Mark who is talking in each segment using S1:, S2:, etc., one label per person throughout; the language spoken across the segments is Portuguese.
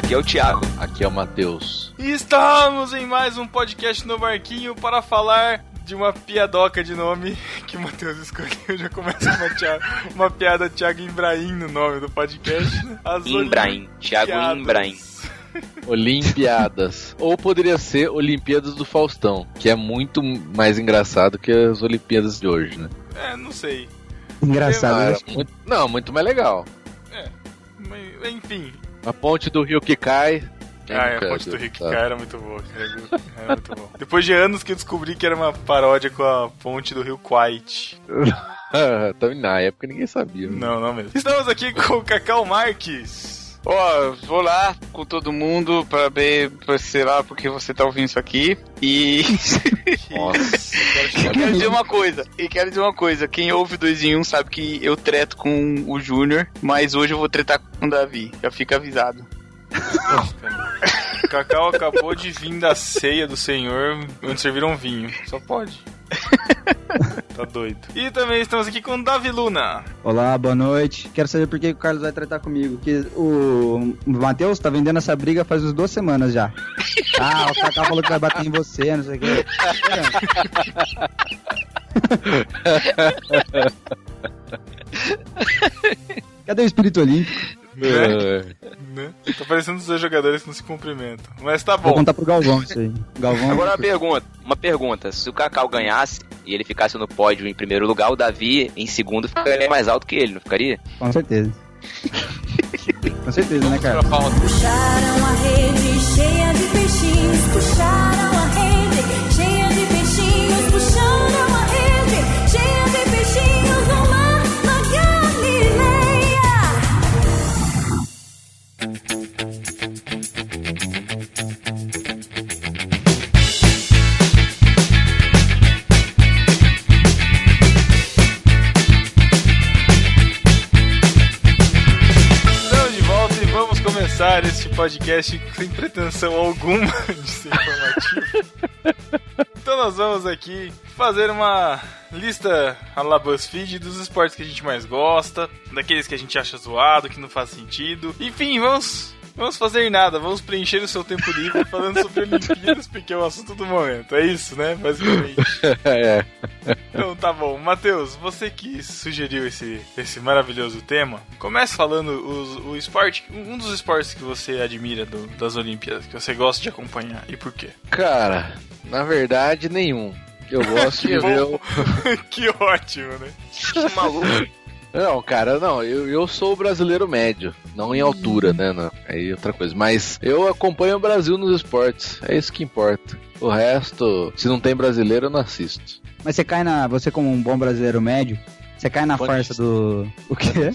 S1: Aqui é o Thiago.
S2: Aqui é o Matheus.
S3: E estamos em mais um podcast no Barquinho para falar de uma piadoca de nome que o Matheus escolheu. Já começa uma, tia- uma piada Thiago Imbraim no nome do podcast. né? As
S1: Imbraim. Thiago
S3: Olimpiadas.
S1: Imbraim.
S2: Olimpiadas. Ou poderia ser Olimpíadas do Faustão, que é muito mais engraçado que as Olimpíadas de hoje, né?
S3: É, não sei.
S2: Ah,
S4: Engraçado,
S2: era
S4: né?
S2: muito- Não, muito mais legal.
S3: Mas, Enfim.
S2: A ponte do rio que cai. quem
S3: Ah, é,
S2: nunca
S3: a ponte do
S2: viu,
S3: Rick,
S2: sabe?
S3: cara, era muito boa. Cara, era muito bom. Depois de anos que eu descobri que era uma paródia com a ponte do Rio Quite.
S2: Ah, Também na época ninguém sabia. né?
S3: Não, não mesmo. Estamos aqui com o Cacau Marques.
S5: Ó, vou lá com todo mundo pra ver, pra- sei lá, porque você tá ouvindo isso aqui. E,
S2: Nossa.
S5: e quero dizer uma coisa, e quero dizer uma coisa, quem ouve 2 em 1 um sabe que eu treto com o Júnior, mas hoje eu vou tretar com o Davi, já fica avisado.
S3: O Cacau acabou de vir da ceia do Senhor, onde serviram vinho. Só pode. Tá doido. E também estamos aqui com o Davi Luna.
S4: Olá, boa noite. Quero saber por que que o Carlos vai tratar comigo. Que o Matheus tá vendendo essa briga faz uns duas semanas já. Ah, o Kaká falou que vai bater em você, não sei o quê. Cadê o espírito olímpico?
S3: Né?
S2: É.
S3: Né? Tá parecendo os dois jogadores que não se cumprimentam. Mas tá
S4: Vou
S3: bom.
S4: contar pro Galvão isso aí. Galvão.
S1: Agora uma pergunta. Uma pergunta. Se o Cacau ganhasse e ele ficasse no pódio em primeiro lugar, o Davi em segundo ficaria mais alto que ele, não ficaria?
S4: Com certeza. Com certeza, né, cara?
S6: Puxaram a rede cheia de peixinhos, puxaram a rede cheia de peixinhos, puxaram a rede cheia de peixinhos no mar na Galileia.
S3: Estamos de volta e vamos começar este podcast sem pretensão alguma de ser informativo. Então nós vamos aqui fazer uma lista à la BuzzFeed dos esportes que a gente mais gosta, daqueles que a gente acha zoado, que não faz sentido. Enfim, vamos... Vamos fazer nada, vamos preencher o seu tempo livre falando sobre Olimpíadas, porque é o assunto do momento. É isso, né? Basicamente.
S2: É.
S3: Então tá bom. Matheus, você que sugeriu esse, esse maravilhoso tema, comece falando os- o esporte, um dos esportes que você admira do- das Olimpíadas, que você gosta de acompanhar e por quê.
S2: Cara, na verdade, nenhum. Eu gosto de ver o,
S3: que ótimo, né?
S1: Que maluco.
S2: Não, cara, não, eu, eu sou o brasileiro médio, não em altura, né? Não, aí outra coisa. Mas eu acompanho o Brasil nos esportes, é isso que importa. O resto, se não tem brasileiro, eu não assisto.
S4: Mas você cai na. Você, como um bom brasileiro médio, você cai na
S2: Fanista.
S4: farsa do. O quê?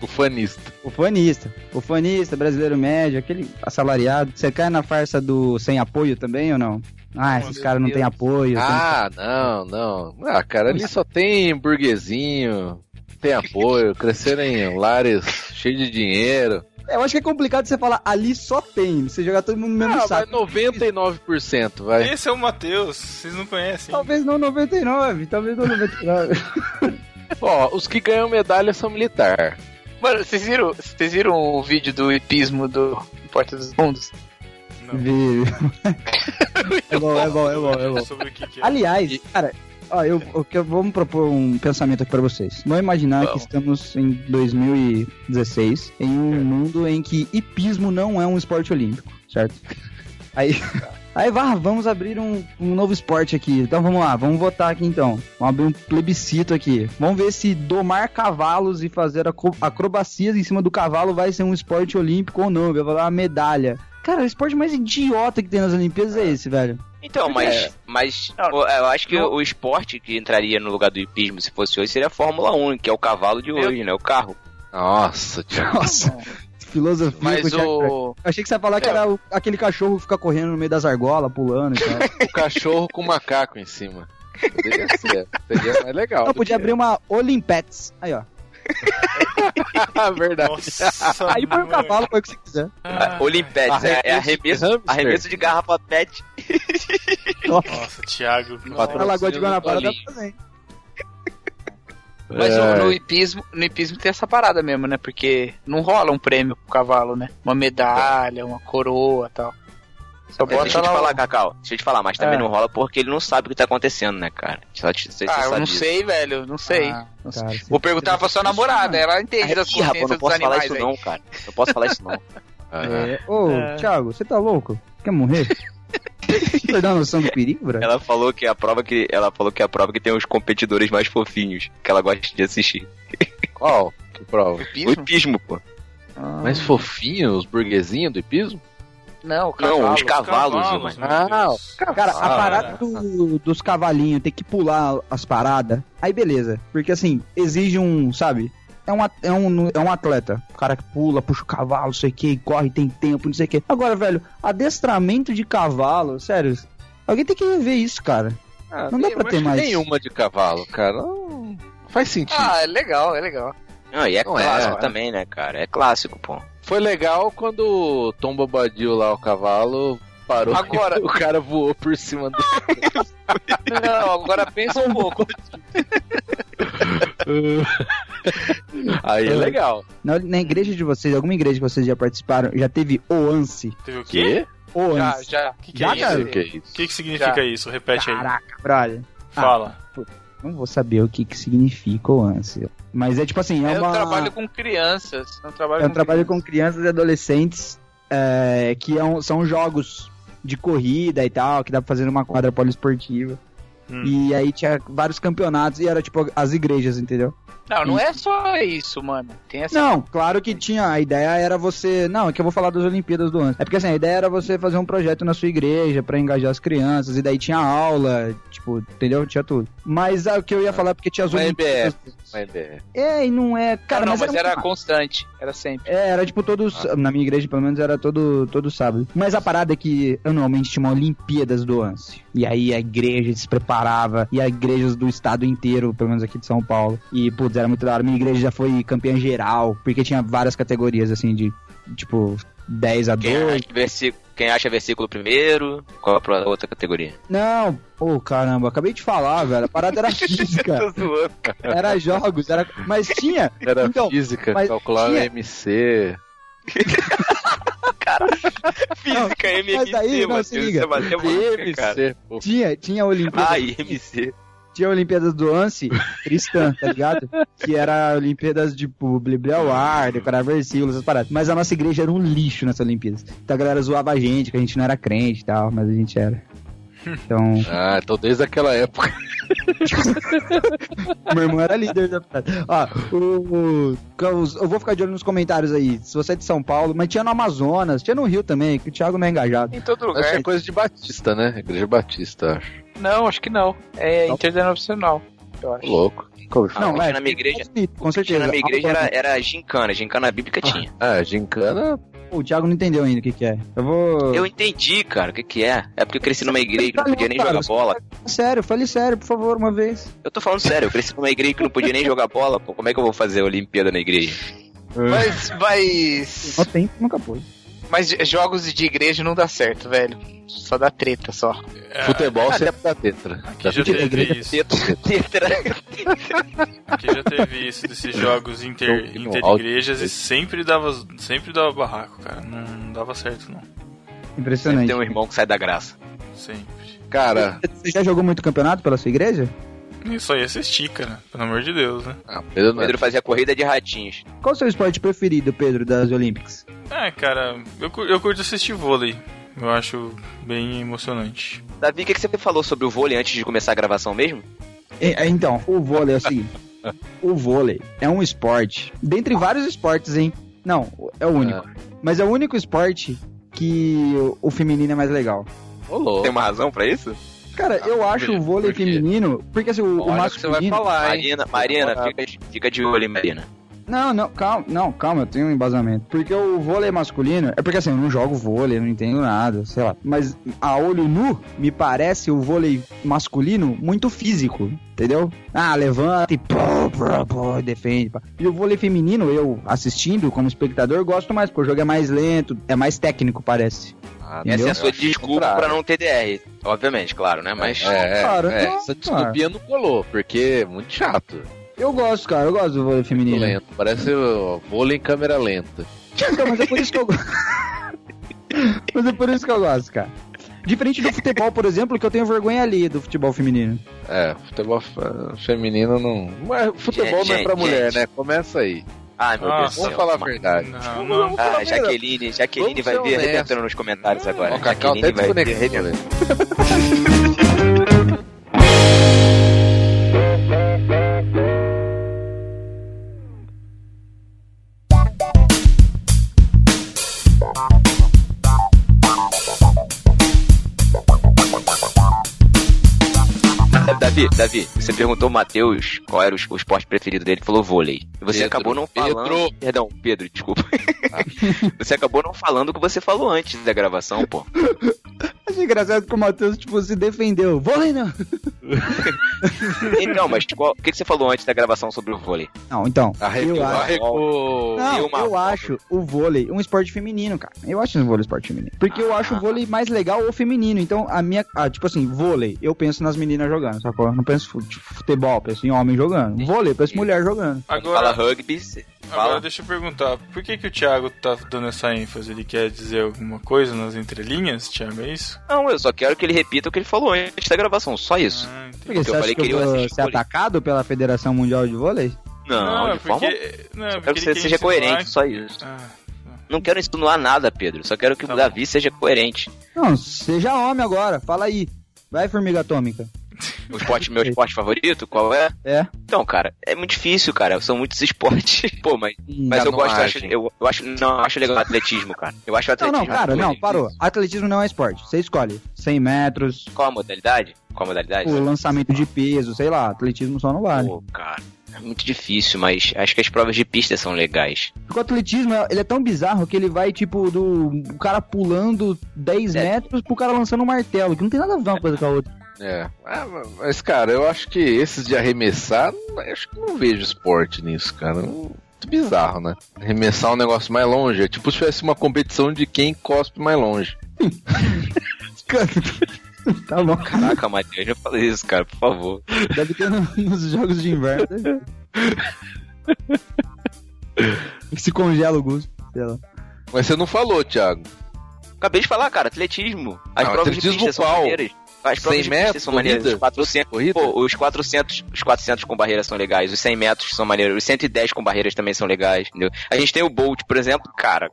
S2: O fanista.
S4: O fanista. O fanista, brasileiro médio, aquele assalariado. Você cai na farsa do sem apoio também ou não? Ah, esses
S1: meu
S4: caras não
S1: Deus.
S4: têm apoio.
S2: Ah, não, não. Ah, cara, ali só tem burguesinho, tem apoio, cresceram em lares cheios de dinheiro.
S4: tem- Eu acho que é complicado você falar ali só tem. Você jogar todo mundo no mesmo
S2: Ah, vai
S4: saco.
S2: 99%, vai.
S3: Esse é o Matheus, vocês não conhecem.
S4: Talvez não 99, talvez não 99.
S2: Ó, os que ganham medalha são militar.
S5: Mano, vocês viram, vocês viram o vídeo do hipismo do Porta dos Fundos?
S3: Não.
S4: Viu? é bom, é bom, é bom, é bom.
S3: Sobre o que, que é.
S4: Aliás, cara, ó, eu, o que eu vou me propor um pensamento aqui pra vocês. Vamos imaginar
S2: Vamos.
S4: que estamos em 2016, em um mundo em que hipismo não é um esporte olímpico, certo? Aí, aí vá, vamos abrir um, um novo esporte aqui. Então vamos lá, vamos votar aqui então. Vamos abrir um plebiscito aqui. Vamos ver se domar cavalos e fazer acro- acrobacias em cima do cavalo vai ser um esporte olímpico ou não. Vai valer uma medalha. Cara, o esporte mais idiota que tem nas Olimpíadas é esse, velho.
S1: Então, mas, mas
S5: é. Não,
S1: o- eu acho que
S5: não.
S1: o esporte que entraria no lugar do hipismo se fosse hoje seria a Fórmula 1, que é o cavalo de hoje, né? O carro.
S2: Nossa, Thiago.
S4: Nossa, filosofia. com
S5: Mas
S4: Jack Black.
S5: o...
S4: Eu achei que você ia falar que era o- aquele cachorro ficar correndo no meio das argolas, pulando e tal.
S2: o cachorro com o macaco em cima. Poderia ser. Seria mais legal.
S4: Eu
S2: do
S4: podia
S2: que-
S4: abrir uma Olimpets. Aí, ó. um
S2: Ah, verdade.
S3: Nossa,
S4: Aí põe o
S3: mano.
S4: cavalo, põe o que você quiser.
S3: Ah,
S1: Olimpete, é, é
S2: Arremesso
S1: arremesso,
S2: de hamster.
S1: arremesso de garrafa pet.
S3: Nossa, Thiago.
S2: Nossa.
S4: A Lagoa de Guanabara dá pra fazer, hein?
S5: Mas
S2: É.
S5: no, no hipismo, no hipismo tem essa parada mesmo, né? Porque não rola um prêmio pro cavalo, né? Uma medalha, uma coroa e tal. Só
S1: Mas
S5: bota
S1: deixa eu te
S5: lá o-
S1: falar, Cacau. Deixa eu te falar, mas também
S5: É.
S1: não rola porque ele não sabe o que tá acontecendo, né, cara? Só te, você,
S5: Ah,
S1: você
S5: eu
S1: sabe
S5: não
S1: disso.
S5: sei, velho. Não sei.
S4: Ah,
S5: Não
S4: cara,
S5: sei.
S4: você-
S5: Vou perguntar pra sua namorada, ela entende das
S1: Ih, rapaz,
S5: consciências
S1: não
S5: dos
S1: posso falar
S5: animais
S1: isso
S5: aí.
S1: não, cara. Não posso falar isso não.
S2: Ah,
S4: É. Ô, Thiago, você tá louco? Quer morrer? Você dá uma noção do perigo, bro?
S1: Ela falou que é a prova que ela falou que é a prova que tem os competidores mais fofinhos que ela gosta de assistir.
S2: Qual? Que prova?
S1: O
S5: Hipismo?
S1: hipismo, pô.
S5: Ah,
S2: Mais fofinho, os burguesinhos do hipismo?
S5: Não,
S1: Não,
S5: cavalo.
S1: os cavalos,
S3: meu
S1: mano.
S2: Ah,
S3: Deus.
S4: Cara, a
S2: Ah,
S5: é.
S4: parada do- dos cavalinhos ter que pular as paradas, aí beleza. Porque assim, exige um, sabe? É um, at- é, um, é um atleta. O cara que pula, puxa o cavalo, não sei o que, corre, tem tempo, não sei o que. Agora, velho, adestramento de cavalo, sério. Alguém tem que rever isso, cara.
S2: Ah,
S4: Não dá
S2: tem-
S4: pra
S2: eu
S4: ter
S2: acho que
S4: mais.
S2: Nenhuma de cavalo, cara. Não faz sentido.
S5: Ah, é legal, é legal.
S1: Não, e é
S2: Não é,
S1: clássico
S2: né?
S1: também, né, cara? É clássico, pô.
S2: Foi legal quando o Tom Bobadil lá, o cavalo, parou
S5: Agora-
S2: e o cara voou por cima do...
S5: Não, agora pensa um pouco.
S2: Aí é legal.
S4: Na, na igreja de vocês, alguma igreja que vocês já participaram, já teve oance.
S3: Teve o quê?
S2: Quê?
S5: Já,
S4: Oance.
S5: já.
S3: O que, que
S4: Já,
S3: é isso?
S4: cara?
S2: O que é isso?
S3: O que, que significa
S5: Já.
S3: isso? Repete aí.
S4: Caraca, brother. Ah.
S3: Fala.
S4: Não vou saber o que, que significa oance. Mas é tipo assim, é
S5: Eu
S4: uma...
S5: trabalho com crianças. Não trabalho
S4: É um
S5: com
S4: trabalho com crianças e adolescentes é, que é um- são jogos de corrida e tal, que dá pra fazer numa quadra poliesportiva.
S3: Hum.
S4: E aí tinha vários campeonatos e era tipo as igrejas, entendeu?
S5: Não, não é só isso, mano. Tem essa.
S4: Não, claro que tinha. A ideia era você. Não, é que eu vou falar das Olimpíadas do ano. É porque assim, a ideia era você fazer um projeto na sua igreja pra engajar as crianças, e daí tinha aula, tipo, entendeu? Tinha tudo. Mas ah, o que eu ia falar, porque tinha as
S2: Uma
S4: Olimpíadas.
S2: Mas é,
S4: É, e não é. Cara,
S5: não,
S4: mas, era, muito
S5: constante. Era sempre.
S4: É, era tipo todos. Na minha igreja, pelo menos, era todo, todo sábado. Mas a parada é que anualmente tinha uma Olimpíadas do Anse. E aí a igreja se preparava. E a igrejas do estado inteiro, pelo menos aqui de São Paulo. E, putz, era muito da hora. Minha igreja já foi campeã geral. Porque tinha várias categorias, assim, de tipo 10 a
S1: Quem é?
S4: 12.
S1: acha, versículo, quem acha versículo primeiro, qual a pro- outra categoria?
S4: Não, pô, caramba, acabei de falar, velho. A parada era física.
S5: Tô zoando.
S4: Era jogos, era. Mas tinha.
S2: era
S4: Então,
S2: física,
S4: mas
S2: calcular o
S4: tinha-
S2: MC.
S1: Física, MMC,
S4: mas aí, não,
S1: Matheus,
S4: se liga.
S1: isso é matemática, cara.
S2: MC, pô.
S4: Tinha, tinha a Olimpíada.
S1: Ah, IMC.
S4: tinha Olimpíadas do Anse cristã, tá ligado? que era Olimpíadas de tipo, Bíblia ao ar, decorar versículos, essas paradas. Mas a nossa igreja era um lixo nessas Olimpíadas. Então a galera zoava a gente, que a gente não era crente e tal, mas a gente era. Então,
S2: Ah, então desde aquela época.
S4: meu irmão era líder da parada. Ó, o, o- eu vou ficar de olho nos comentários aí. Se você é de São Paulo, mas tinha no Amazonas, tinha no Rio também, que o Thiago não é engajado.
S5: Em todo
S2: Essa
S5: lugar.
S2: é coisa de Batista, né? Igreja Batista, acho.
S5: Não, acho que não. É internacional. Eu acho.
S2: Louco. Nunca ouvi falar.
S4: Não,
S1: Ah, tinha
S4: é,
S1: na minha igreja-
S4: Com
S1: Tinha
S4: certeza.
S1: na minha igreja era,
S4: Amazonas.
S1: era gincana, gincana bíblica tinha.
S2: Ah, gincana...
S4: O Thiago não entendeu ainda o que, que é. Eu vou.
S1: Eu entendi, cara, o que que é. É porque eu cresci numa igreja que não podia nem
S4: Cara,
S1: jogar
S4: você-
S1: bola.
S4: Sério, fale sério, por favor, uma vez.
S1: Eu tô falando sério, eu cresci numa igreja que não podia nem jogar bola, pô. Como é que eu vou fazer a Olimpíada na igreja?
S5: Mas, mas.
S4: Só tempo nunca pôde.
S5: Mas jogos de igreja não dá certo, velho. Só dá treta só.
S3: É,
S2: Futebol tá sempre dá tetra.
S3: aqui já teve isso.
S2: né?
S3: Aqui já teve isso desses jogos inter,
S2: Então,
S3: inter-igrejas e sempre dava, sempre dava barraco, cara. Não, dava certo, não.
S4: Impressionante.
S1: Tem um irmão que sai da graça.
S3: Sempre.
S2: Cara,
S4: Você já jogou muito campeonato pela sua igreja?
S3: Eu só ia assistir, cara. Pelo amor de Deus, né?
S2: ah, Pedro
S1: O
S2: não é
S1: Pedro fazia corrida de ratinhos.
S4: Qual o seu esporte preferido, Pedro, das Olympics?
S3: Ah, cara, eu, cu- eu curto assistir vôlei. Eu acho bem emocionante.
S1: Davi, o que, que você falou sobre o vôlei antes de começar a gravação mesmo?
S4: É, é, então, o vôlei é o seguinte. o vôlei é um esporte, dentre vários esportes, hein? Não, é o único. Mas é o único esporte que o- o feminino é mais legal.
S2: Ah, Ô, louco.
S1: Tem uma razão pra isso?
S4: Cara, eu acho o vôlei
S2: por quê?
S4: feminino, porque assim, o, o
S2: Olha o que você vai
S4: masculino...
S2: falar, hein?
S1: Marina, Marina, fica, fica de olho, hein, Marina.
S4: Não, não, calma, não, calma, eu tenho um embasamento. Porque o vôlei masculino, é porque assim, eu não jogo vôlei, eu não entendo nada, sei lá. Mas a olho nu, me parece o vôlei masculino muito físico, entendeu? Ah, levanta e pô, pô, pô, defende. pá. E o vôlei feminino, eu assistindo como espectador, gosto mais, porque o jogo é mais lento, é mais técnico, parece.
S2: Ah,
S1: Essa
S4: Entendeu?
S1: é a sua
S2: Eu acho
S1: desculpa
S2: o
S1: pra
S2: contrário.
S1: não ter DR. Obviamente, claro, né? Mas.
S2: É, é,
S4: Claro,
S2: é,
S4: não,
S2: essa
S4: cara.
S2: desculpinha não colou, porque é muito chato.
S4: Eu gosto, cara, eu gosto do vôlei feminino.
S2: Lento. Parece ó, vôlei em câmera lenta.
S4: Então, mas é por isso que eu gosto. mas é por isso que eu gosto, cara. Diferente do futebol, por exemplo, que eu tenho vergonha ali do futebol feminino.
S2: É, futebol fe- feminino não. Mas futebol
S1: Gente,
S2: não é pra
S1: gente,
S2: mulher,
S1: gente.
S2: né? Começa aí.
S1: Ai, meu Deus
S3: Nossa,
S1: do
S2: Ah, Vamos
S1: céu.
S2: falar a
S1: Mas-
S2: verdade.
S3: Não, não.
S1: Ah, Jaqueline, Jaqueline
S2: Vamos
S1: vai vir
S2: ser honestos. Ah.
S1: arrebentando nos comentários agora.
S2: Ó, o Cacau até
S1: Jaqueline vai vir
S2: desconectou.
S1: arrebentando.
S2: né?
S1: Davi, Davi, você perguntou ao Matheus qual era o, es- o esporte preferido dele, ele falou vôlei. E você
S2: Pedro,
S1: acabou não
S2: Pedro.
S1: falando. Perdão, Pedro, desculpa. você acabou não falando o que você falou antes da gravação, pô.
S4: Achei engraçado que o Matheus, tipo, se defendeu. Vôlei não!
S1: Então, mas qual- o que que você falou antes da gravação sobre o vôlei?
S4: Não, então.
S2: Arrepiou.
S4: eu acho.
S2: Arrepiou.
S4: Não,
S1: eu
S4: eu,
S1: mato.
S4: acho o vôlei um esporte feminino, cara. Eu acho o vôlei um esporte feminino. Porque eu acho o vôlei mais legal ou feminino. Então, a minha. ah, tipo assim, vôlei, eu penso nas meninas jogando, sacou? Eu não penso fu- tipo, futebol, penso em homem jogando. Vôlei, eu penso em mulher jogando.
S3: Agora,
S1: Fala rugby, você
S3: agora
S1: fala.
S3: deixa eu perguntar, por que, que o Thiago tá dando essa ênfase? Ele quer dizer alguma coisa nas entrelinhas, Thiago, é isso?
S1: Não, eu só quero que ele repita o que ele falou antes da gravação, só isso.
S3: Ah, entendi.
S4: Por que,
S1: Porque
S4: você
S1: eu
S4: acha
S1: falei
S4: que
S1: que
S4: eu
S1: ele
S4: vou
S1: ia
S4: ser
S1: assistir vôlei.
S4: atacado pela Federação Mundial de Vôlei?
S1: Não,
S3: Não,
S1: de forma alguma.
S3: porque... Não,
S1: Eu quero
S3: porque
S1: que você
S3: ele
S1: seja
S3: quer
S1: coerente,
S3: insinuar-
S1: só isso.
S3: Ah,
S1: Não quero insinuar nada, Pedro. Só quero que
S3: Tá
S1: o
S3: bom.
S1: Davi seja coerente.
S4: Não, seja homem agora, fala aí. Vai, formiga atômica.
S1: O esporte, meu esporte favorito, qual é?
S4: É.
S1: Então, cara, é muito difícil, cara. São muitos esportes. Pô, mas, mas
S2: Tá
S1: eu
S2: no
S1: gosto, eu acho,
S2: margem.
S1: eu, eu acho. Não, eu acho legal o atletismo, cara. Eu acho o
S4: Não,
S1: atletismo. é
S4: não, cara, não,
S1: legal.
S4: parou. Atletismo não é esporte. Você escolhe 100 metros,
S1: Qual a modalidade? Qual a modalidade?
S4: o lançamento de peso, sei lá. Atletismo só não vale.
S1: é. Pô, cara. É muito difícil, mas acho que as provas de pista são legais.
S4: Porque o atletismo, ele é tão bizarro que ele vai, tipo, do o cara pulando 10
S1: É.
S4: metros pro cara lançando um martelo, que não tem nada a ver uma coisa com a outra.
S2: É. Ah, mas, cara, eu acho que esses de arremessar, eu acho que não vejo esporte nisso, cara. É Muito bizarro, né? Arremessar um negócio mais longe. É tipo se tivesse uma competição de quem cospe mais longe.
S4: tá bom,
S1: Caraca, Matheus, eu falei isso, cara, por favor.
S4: deve ter no- nos jogos de inverno. deve ter. Se congela o gosto. sei lá.
S2: Mas você não falou, Thiago.
S1: Acabei de falar, cara, atletismo. As
S2: Não,
S1: provas
S2: atletismo
S1: de pista são
S2: qual?
S1: maneiras. As provas
S2: 100
S1: de pista
S2: metros,
S1: são maneiras. Os
S2: corrida?
S1: 400,
S2: Corrida?
S1: pô, os 400, os 400 com barreiras são legais. Os 100 metros são maneiros. Os 110 com barreiras também são legais, entendeu? A gente tem o Bolt, por exemplo, cara.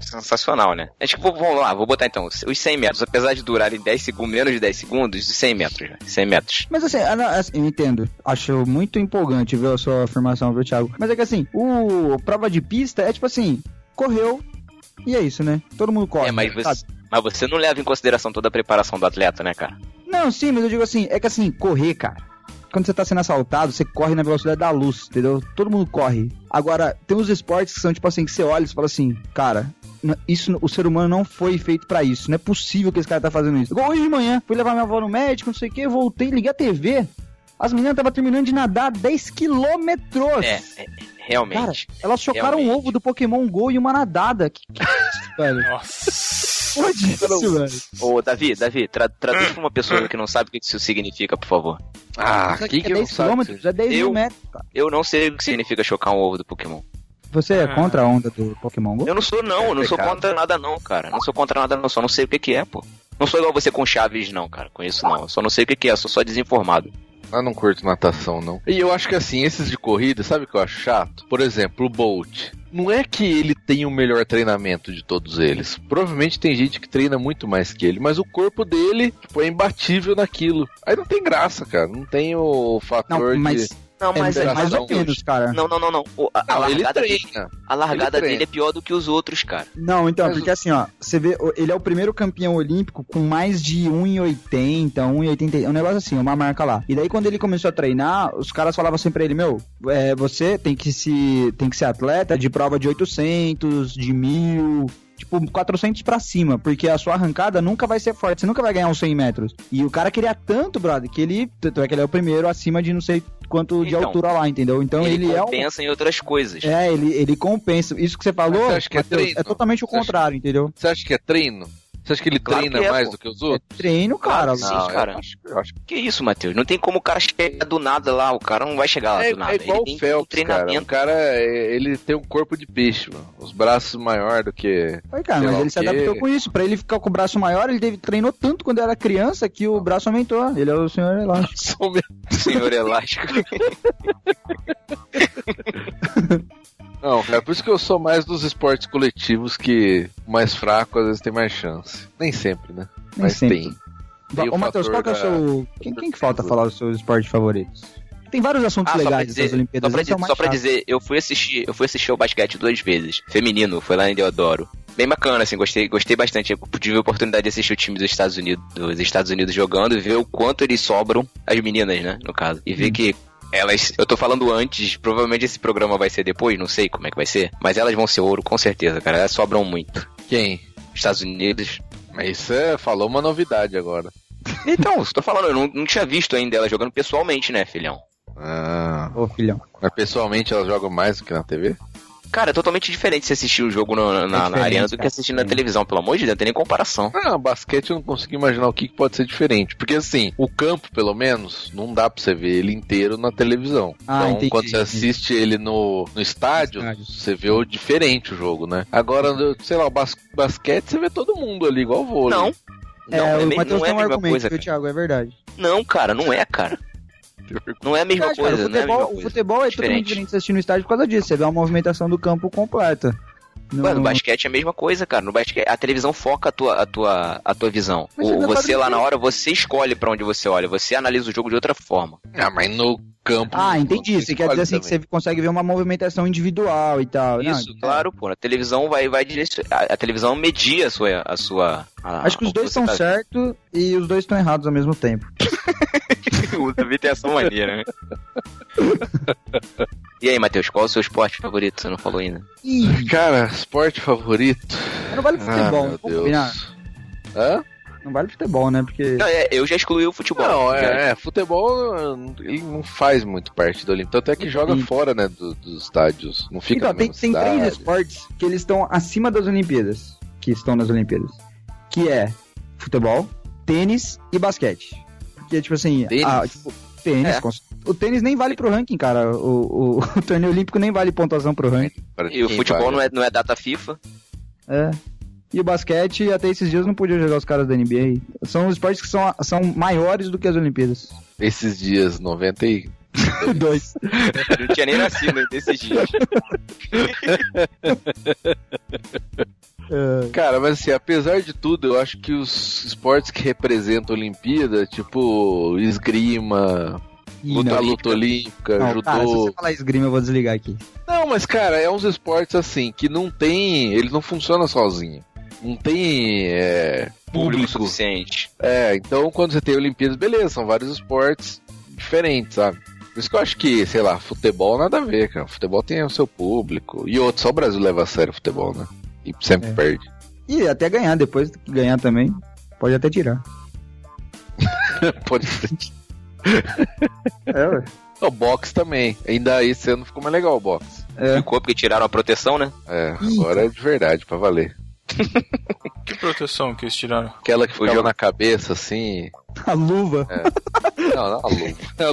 S1: Sensacional, né? Acho que vou- vamos lá, vou botar então os 100 metros. Apesar de durarem 10 segundos, menos de 10 segundos, os 100 metros, né? 100 metros.
S4: Mas assim, ah, não, assim, eu entendo. Acho muito empolgante ver a sua afirmação, viu, Thiago? Mas é que assim, o prova de pista é tipo assim, correu e é isso, né? Todo mundo corre.
S1: É, mas
S4: sabe?
S1: você, mas você não leva em consideração toda a preparação do atleta, né, cara?
S4: Não, sim, mas eu digo assim, é que assim, correr, cara. Quando você tá sendo assaltado, você corre na velocidade da luz, entendeu? Todo mundo corre. Agora, tem uns esportes que são tipo assim, que você olha e você fala assim, cara, n- isso, o ser humano não foi feito pra isso. Não é possível que esse cara tá fazendo isso. Igual hoje de manhã, fui levar minha avó no médico, não sei o que, voltei, liguei a TV. As meninas estavam terminando de nadar 10 quilômetros.
S1: É, é, realmente.
S4: Elas chocaram um
S1: Realmente.
S4: ovo do Pokémon GO e uma nadada. Que, que é isso, velho?
S3: Nossa.
S4: Onde isso, velho?
S1: Ô, Davi, Davi, tra traduz pra uma pessoa que não sabe o que isso significa, por favor.
S2: Ah,
S4: Sabe
S2: quem que,
S4: é
S2: não
S4: 10
S2: sabe?
S4: quilômetros? É 10 mil
S1: Eu-
S4: metros.
S1: Eu não sei o que significa chocar um ovo do Pokémon.
S4: Você é
S3: Ah.
S4: contra a onda do Pokémon GO?
S1: Eu não sou, não. Eu não sou
S2: pecado.
S1: contra nada, não, cara. Não sou contra nada, não. Só não sei o que que é, pô. Não sou igual você com Chaves, não, cara. Com isso, não. Eu só não sei o que que é. Sou só desinformado.
S2: Ah, não curto natação, não. E eu acho que assim, esses de corrida, sabe o que eu acho chato? Por exemplo, o Bolt. Não é que ele tem o melhor treinamento de todos eles. Provavelmente tem gente que treina muito mais que ele, mas o corpo dele tipo, é imbatível naquilo. Aí não tem graça, cara. Não tem o
S4: Não,
S2: fator
S4: mas
S2: de.
S1: Não,
S4: é
S1: mas...
S2: verdade.
S4: mais ou
S2: Matheus.
S4: menos, cara.
S1: Não, não, não, não. O- a, a é
S2: Não, ele
S1: largada, dele,
S2: treina.
S1: a largada
S2: ele
S1: dele é pior do que os outros, cara.
S4: Não, então,
S2: Mas
S4: porque assim, ó, você vê, o- ele é o primeiro campeão olímpico com mais de 1,80, 1,80, é um negócio assim, uma marca lá. E daí quando ele começou a treinar, os caras falavam assim pra ele, meu, é, você tem que se tem que ser atleta de prova de 800, de 1000, tipo 400 pra cima, porque a sua arrancada nunca vai ser forte, você nunca vai ganhar uns 100 metros. E o cara queria tanto, brother, que ele, tanto é que ele é o primeiro acima de não sei quanto de
S1: Então,
S4: altura lá, entendeu? Então ele,
S1: ele,
S2: um
S4: é o
S1: compensa em outras coisas.
S4: É, ele, ele compensa. Isso que você falou
S2: Mas você acha que é
S4: Matheus,
S2: treino?
S4: totalmente o
S2: Você acha-
S4: contrário, entendeu?
S2: Você acha que é treino? Você acha que ele
S1: Claro
S2: treina
S1: que é,
S2: mais
S1: pô.
S2: do que os outros?
S4: Treino, cara.
S1: Claro que sim,
S2: Não, eu
S1: cara.
S2: acho- eu acho
S1: Que isso, Matheus? Não tem como o cara chegar do nada lá. O cara não vai chegar lá
S2: É,
S1: do nada.
S2: é igual
S1: ele
S2: o
S1: tem um
S2: Phelps, cara. O
S1: treinamento.
S2: cara, é, ele tem um corpo de peixe, mano. Os braços maiores do que...
S4: Aí, cara,
S2: Sei
S4: mas
S2: lá
S4: ele
S2: o
S4: se
S2: quê.
S4: adaptou com isso. Pra ele ficar com o braço maior, ele teve, treinou tanto quando era criança que o braço aumentou. Ele é o senhor elástico.
S2: São
S1: Senhor elástico.
S2: Não, cara, por isso que eu sou mais dos esportes coletivos que o mais fraco às vezes tem mais chance. Nem sempre, né?
S4: Nem
S2: Mas
S4: sempre.
S2: tem.
S4: Va-
S2: Tem o
S4: Ô, Matheus, qual
S2: fator
S4: que é o
S2: da-
S4: seu. Quem, quem que falta falar os seus esportes favoritos? Tem vários assuntos
S1: Ah, só pra
S4: legais
S1: dizer,
S4: das Olimpíadas.
S1: só pra
S4: esse é o
S1: dizer,
S4: mais
S1: só pra
S4: chato.
S1: dizer, eu fui assistir, eu fui assistir o basquete duas vezes. Feminino, foi lá em Deodoro. Bem bacana, assim, gostei, gostei bastante. Eu tive a oportunidade de assistir o time dos Estados Unidos, dos Estados Unidos jogando e ver o quanto eles sobram, as meninas, né, no caso. E ver que elas, eu tô falando antes, provavelmente esse programa vai ser depois, não sei como é que vai ser, mas elas vão ser ouro, com certeza, cara. Elas sobram muito.
S2: Quem?
S1: Estados Unidos.
S2: Mas isso é, falou uma novidade agora.
S1: Então, tô falando, eu não, não tinha visto ainda ela jogando pessoalmente, né, filhão?
S2: Ah,
S4: Ô, filhão.
S2: mas pessoalmente elas jogam mais do que na TV?
S1: Cara, é totalmente diferente se assistir o jogo no- na- na,
S4: É diferente,
S1: arena do que
S4: cara.
S1: assistir na televisão, pelo amor de Deus, não tem nem comparação.
S2: Ah, basquete eu não consigo imaginar o que que pode ser diferente. Porque assim, o campo, pelo menos, não dá pra você ver ele inteiro na televisão.
S4: Ah,
S2: então,
S4: entendi,
S2: quando você
S4: entendi.
S2: assiste ele no, no estádio,
S4: Estádio.
S2: você vê o diferente o jogo, né? Agora, eu- sei lá, o bas- basquete você vê todo mundo ali, igual vôlei.
S1: Não,
S4: É,
S1: Não, é
S4: o
S1: bem-
S4: Matheus
S1: não é
S4: tem
S1: a
S4: um
S1: mesma
S4: argumento,
S1: coisa,
S4: viu,
S1: cara.
S4: Thiago? É verdade.
S1: não, cara, não é, cara. Não é a mesma
S4: Verdade,
S1: coisa,
S4: cara, o
S1: não é a mesma
S4: futebol, o
S1: coisa.
S4: futebol é
S1: Diferente.
S4: totalmente diferente de assistir no estádio por causa disso. Você vê uma movimentação do campo completa. No-
S1: Ué, no basquete é a mesma coisa, cara. No basquete, a televisão foca a tua, a tua, a tua visão.
S2: Mas
S1: O-
S2: você não
S1: você
S2: pode
S1: lá na
S2: ver.
S1: hora, você escolhe pra onde você olha, você analisa o jogo de outra forma.
S2: Ah, mas no campo.
S4: Ah, entendi. Você quer dizer assim que você consegue ver uma movimentação individual e tal. né? Não, é.
S1: Isso, claro, pô. A televisão vai, vai direcionar. A, a televisão media a sua. A sua a-
S4: Acho que os
S2: Ah,
S1: o que
S4: dois
S1: você
S4: estão
S1: tá vendo.
S4: certos e os dois estão errados ao mesmo tempo.
S1: O Davi tem essa maneira, né? E aí, Matheus, qual é o seu esporte favorito? Você não falou ainda.
S4: Ih,
S2: Cara, esporte favorito.
S4: não vale futebol,
S2: ah,
S4: né?
S2: meu
S4: Vamos combinar.
S2: Deus. Hã?
S4: Não vale futebol, né? Porque.
S1: Não, é, eu já excluí o futebol.
S2: Não,
S1: Já-
S2: é, é, futebol eh, ele não faz muito parte do Olímpico. Tanto é que joga
S4: Sim.
S2: fora, né, do- dos estádios. Não fica
S4: Então,
S2: na
S4: tem,
S2: mesma
S4: tem três
S2: cidade.
S4: esportes que eles estão acima das Olimpíadas. Que estão nas Olimpíadas. Que é futebol, tênis e basquete. Porque, tipo assim,
S2: Tênis?
S4: ah, tipo, tênis.
S1: É.
S4: com- O tênis nem vale pro ranking, cara. O, o- o torneio olímpico nem vale pontuação pro ranking.
S2: Pra
S1: E o
S2: quem
S1: futebol
S2: vai.
S1: não é, não é data FIFA.
S4: É. E o basquete, até esses dias, não podia jogar os caras da NBA. São os esportes que são, são maiores do que as Olimpíadas.
S1: é-
S2: Esses dias, 90 e...
S4: Dois.
S1: Eu não tinha nem nascido desses dias.
S4: É.
S2: Cara, mas assim, apesar de tudo, eu acho que os esportes que representam a Olimpíada, tipo esgrima,
S4: Ih,
S2: luta,
S4: não.
S2: luta olímpica,
S4: Não,
S2: judô...
S4: cara, se você falar esgrima, eu vou desligar aqui.
S2: Não, mas cara, é uns esportes assim que não tem. Ele não funciona sozinho. Não tem é,
S1: Público
S2: público.
S1: suficiente.
S2: É, então quando você tem Olimpíadas, beleza, são vários esportes diferentes, sabe? Por isso que eu acho que, sei lá, futebol nada a ver, cara. Futebol tem o seu público. E outro, só o Brasil leva a sério o futebol, né? E sempre
S4: É.
S2: perde.
S4: E até ganhar, depois que ganhar também, pode até tirar.
S2: Por isso.
S4: É, ué.
S2: O boxe também. Ainda esse ano ficou mais legal o boxe.
S1: Ficou porque tiraram a proteção, né?
S2: É,
S4: Ih,
S2: agora é de verdade, pra valer.
S3: Que proteção que eles tiraram?
S2: Aquela que foi
S1: jogo-
S2: na cabeça, assim.
S4: A luva.
S2: Não, não, é a luva. A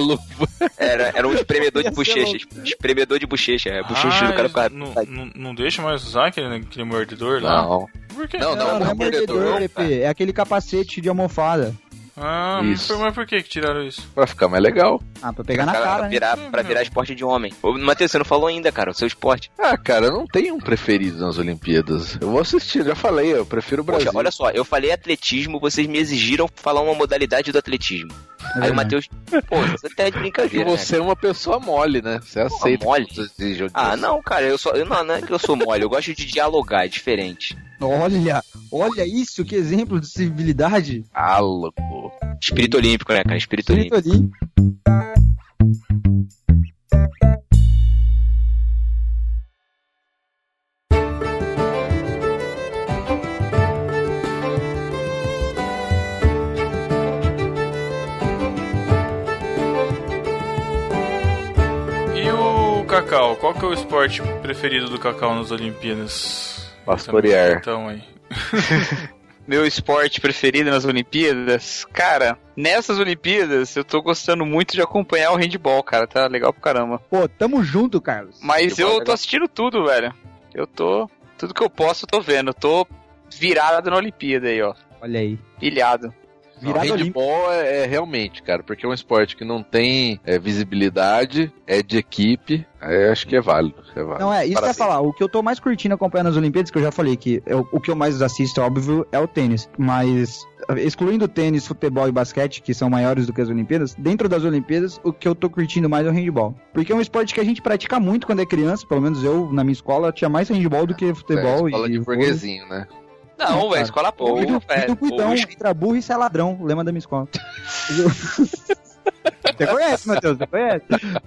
S2: luva.
S1: Era, era um espremedor de
S4: Ia ser
S1: bochecha. Espremedor de bochecha. É, bochecha do cara
S3: Ah, eles
S1: ficar.
S3: não, não, não deixa mais usar aquele, aquele mordedor lá?
S2: Não.
S3: Por quê?
S2: Não, não,
S4: não é
S2: não, mordedor, não,
S4: mordedor, EP. É aquele capacete de almofada.
S3: Ah, mas
S2: Isso.
S3: por- mas por que que tiraram isso?
S2: Pra ficar mais legal.
S4: Ah, pra pegar na
S1: Cara,
S4: cara,
S1: pra,
S4: né?
S1: virar, pra virar esporte de homem. Ô, Matheus, você não falou ainda, cara, o seu esporte.
S2: Ah, cara, eu não tenho um preferido nas Olimpíadas. Eu vou assistir, já falei, eu prefiro o Brasil.
S1: Poxa, olha só, eu falei atletismo, vocês me exigiram falar uma modalidade do atletismo. Aí o
S4: É verdade.
S1: Matheus, pô, você tá de
S2: que
S1: brincadeira. né,
S2: você é uma pessoa mole, né? Você aceita. que
S1: mole?
S2: vocês exijam de
S1: Ah,
S2: você.
S1: não, cara, eu só. Eu não, não é que eu sou mole, eu gosto de dialogar, é diferente.
S4: Olha, olha isso, que exemplo de civilidade.
S2: Ah, louco.
S1: Espírito olímpico, né, cara? Espírito
S4: Escrito
S1: olímpico.
S4: ali.
S3: E o Cacau? Qual que é o esporte preferido do Cacau nas Olimpíadas? um
S2: Pastorear.
S3: Então aí.
S5: Meu esporte preferido nas Olimpíadas? Cara, nessas Olimpíadas eu tô gostando muito de acompanhar o handball, cara. Tá legal pra caramba.
S4: Pô, tamo junto, Carlos.
S5: Mas
S1: Handball é
S5: eu tô
S1: legal.
S5: assistindo tudo, velho. Eu tô. Tudo que eu posso, eu tô vendo. Eu tô virado na Olimpíada aí, ó.
S4: Olha aí.
S5: Pilhado.
S4: Virada
S2: não,
S4: olímpica.
S2: handball é, é realmente, cara, porque é um esporte que não tem é, visibilidade, é de equipe, aí eu acho que é válido. É válido.
S4: Não, é, isso que eu ia
S2: Parabéns.
S4: falar. O que eu tô mais curtindo acompanhando as Olimpíadas, que eu já falei que eu- o que eu mais assisto, óbvio, é o tênis. Mas, excluindo tênis, futebol e basquete, que são maiores do que as Olimpíadas, dentro das Olimpíadas, o que eu tô curtindo mais é o handball. Porque é um esporte que a gente pratica muito quando é criança, pelo menos eu, na minha escola, tinha mais handball do que futebol
S2: é, escola
S4: e.
S2: de é,
S4: vôlei. É
S2: burguesinho, né?
S1: é
S5: Não,
S4: cara. então,
S5: velho, escola
S1: Ou-
S5: pública,
S4: E do
S5: velho.
S4: cuidão,
S5: Ou-
S4: entra burro e sai ladrão, o lema da minha escola. você conhece, Matheus? Você conhece?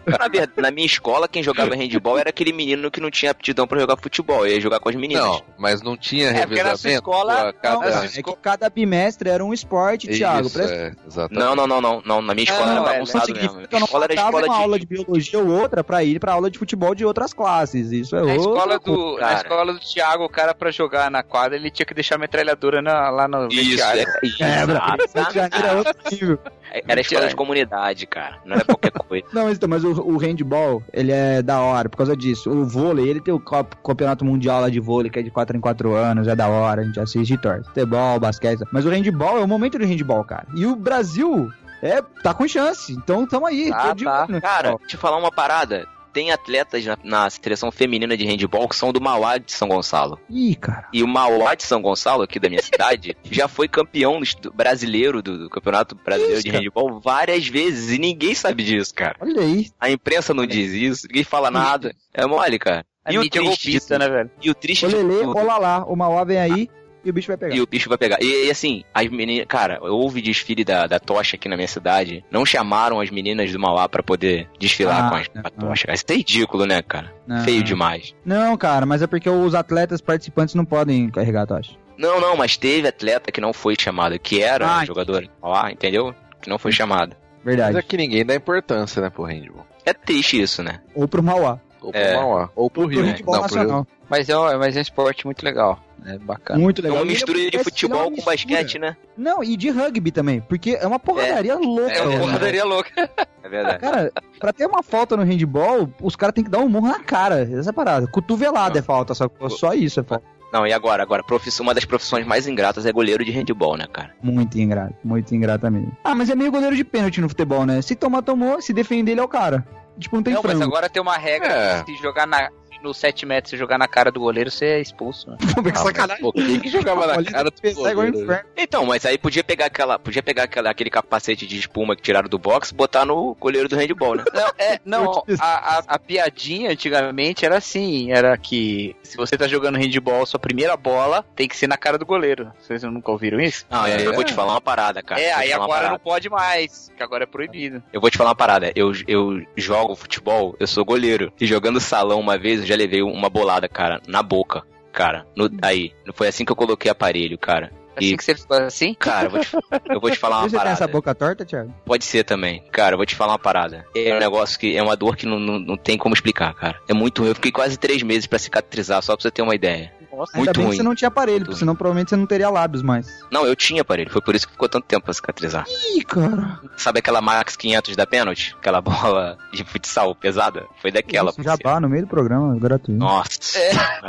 S1: Na, verdade, na minha escola, quem jogava handball era aquele menino que não tinha aptidão pra jogar futebol, ia jogar com as meninas.
S2: Não, mas não tinha
S5: É, porque na
S2: revezamento.
S5: sua escola-
S2: pô, a
S4: Não,
S2: cada-
S5: Cara,
S4: é que cada bimestre era um esporte, Thiago.
S2: Isso,
S4: presta
S2: é, exatamente.
S1: Não, não, não, não, não. Na minha escola
S5: Não,
S1: era
S5: é,
S1: bagunçado
S4: significa
S1: mesmo.
S4: que eu
S1: Minha
S4: não
S1: escola era
S4: faltava
S1: escola
S4: uma
S1: de.
S4: aula de biologia ou outra pra ir pra aula de futebol de outras classes. Isso é
S5: Na
S4: outra
S5: escola,
S4: coisa.
S5: do, na
S1: cara.
S5: escola do Thiago, o cara pra jogar na quadra, ele tinha que deixar a metralhadora na- lá no
S1: Isso, é,
S5: vestiário.
S1: isso,
S4: É, Brasil, Rio de
S1: exato.
S4: Janeiro é outro nível.
S1: Era escola de comunidade, cara. Não era qualquer coisa.
S4: Não, mas então, mas o, o handball, ele é da hora por causa disso. O vôlei, ele tem o co- campeonato mundial lá de vôlei, que é de 4 em 4 anos, é da hora, a gente assiste e torce. Futebol, basquete. Mas o handball é o momento do handball, cara. E o Brasil é, tá com chance. Então tamo aí.
S5: Tá,
S4: tô de
S5: tá.
S4: olho no
S1: Cara,
S4: handball.
S1: te falar uma parada. Tem atletas na, na seleção feminina de handball que são do Mauá de São Gonçalo.
S4: Ih, cara.
S1: E o Mauá de São Gonçalo, aqui da minha cidade, já foi campeão do- do brasileiro, do, do Campeonato Brasileiro
S4: Isso,
S1: de
S4: cara.
S1: Handball, várias vezes. E ninguém sabe disso, cara.
S4: Olha aí.
S1: A imprensa
S4: É.
S1: não diz isso, ninguém fala nada. É mole, cara.
S5: A
S1: E o
S5: mídia
S1: triste de
S5: golpista, né, velho?
S1: E o triste
S4: Ô,
S1: de
S4: Lele,
S1: tudo-
S4: ô, Lalá. O Mauá vem aí e o bicho vai pegar.
S1: tipo, E o bicho vai pegar. E, e assim, as meninas. Cara, houve desfile da, da tocha aqui na minha cidade. Não chamaram as meninas do Mauá pra poder desfilar
S4: Ah,
S1: com as-
S4: não.
S1: a tocha. Isso é ridículo, né, cara?
S4: Não.
S1: Feio demais.
S4: Não, cara, mas é porque os atletas participantes não podem carregar a tocha.
S1: Não, não, mas teve atleta que não foi chamado, que era
S4: Ah,
S1: jogador do Mauá, entendeu? Que não foi chamado.
S2: Mas
S4: Verdade.
S2: é que ninguém dá importância, né, pro handball.
S1: É triste isso, né?
S4: Ou pro Mauá.
S2: Ou pro
S1: É.
S2: Mauá. Ou pro Rio.
S4: pro
S2: né?
S4: handball
S2: Não, pro Rio.
S4: nacional.
S5: Mas é, um- mas é um esporte muito legal. É bacana.
S4: Muito legal.
S1: É uma
S4: E ele
S1: mistura de
S4: parece- ele é
S1: futebol
S4: uma
S1: com
S4: mistura.
S1: basquete, né?
S4: Não, e de rugby também. Porque é uma porradaria louca.
S1: é uma
S4: velho.
S1: porradaria.
S5: louca.
S1: É verdade.
S4: Cara, pra ter uma falta no handball, os caras têm que dar um murro na cara. Essa é a parada. Cotovelada
S1: Não.
S4: é falta, só, só isso é falta.
S1: Não, e agora? Agora, profissão, uma das profissões mais ingratas é goleiro de handball, né, cara?
S4: Muito ingrato, muito ingrato mesmo. Ah, mas é meio goleiro de pênalti no futebol, né? Se tomar, tomou. Se defender, ele é o cara. Tipo, não tem
S5: Não, mas
S4: frango.
S5: agora tem uma regra.
S2: É.
S5: que Se jogar na, no 7 metros, se jogar na cara do goleiro, você é expulso. Né?
S4: Pô, que
S2: Ah,
S4: sacanagem.
S2: mas, pô, quem que jogava na
S4: Paulista
S2: cara do
S4: Sai igual
S2: goleiro?
S4: inferno.
S1: Então, mas aí podia pegar aquela, podia pegar aquela, aquele capacete de espuma que tiraram do box e botar no goleiro do handball, né?
S5: Não, é,
S4: Eu
S5: não
S4: te-
S5: a, a- a piadinha antigamente era assim: era que se você tá jogando handball, sua primeira bola tem que ser na cara do goleiro. Vocês nunca ouviram isso?
S1: Não, eu, eu vou te falar uma parada, cara.
S5: é,
S1: Eu vou te
S5: aí
S1: falar uma
S5: agora não
S1: parada.
S5: pode mais, que agora é proibido.
S1: Eu vou te falar uma parada. Eu, eu jogo futebol, eu sou goleiro. E jogando salão uma vez, eu já levei uma bolada, cara, na boca. Cara, no- aí. Foi assim que eu coloquei aparelho, cara.
S5: Assim
S1: E-
S5: que você ficou assim?
S1: Cara, eu vou te, eu vou te falar uma
S4: Você tem
S1: Ah, parada.
S4: essa boca torta, Thiago?
S1: Pode ser também. Cara, eu vou te falar uma parada. É um negócio que é uma dor que não, não, não tem como explicar, cara. É muito ruim. Eu fiquei quase três meses pra cicatrizar, só pra você ter uma ideia.
S5: Nossa,
S1: Muito
S4: Ainda bem
S1: ruim.
S4: que você não tinha aparelho,
S1: Muito
S4: porque
S1: ruim.
S4: senão provavelmente você não teria lábios mais.
S1: Não, eu tinha aparelho. Foi por isso que ficou tanto tempo pra cicatrizar.
S4: Ih, cara.
S1: Sabe aquela Max 500 da pênalti? Aquela bola de futsal pesada? Foi daquela.
S4: Isso,
S1: por
S4: jabá
S1: cima.
S4: no meio do programa, gratuito.
S1: Nossa,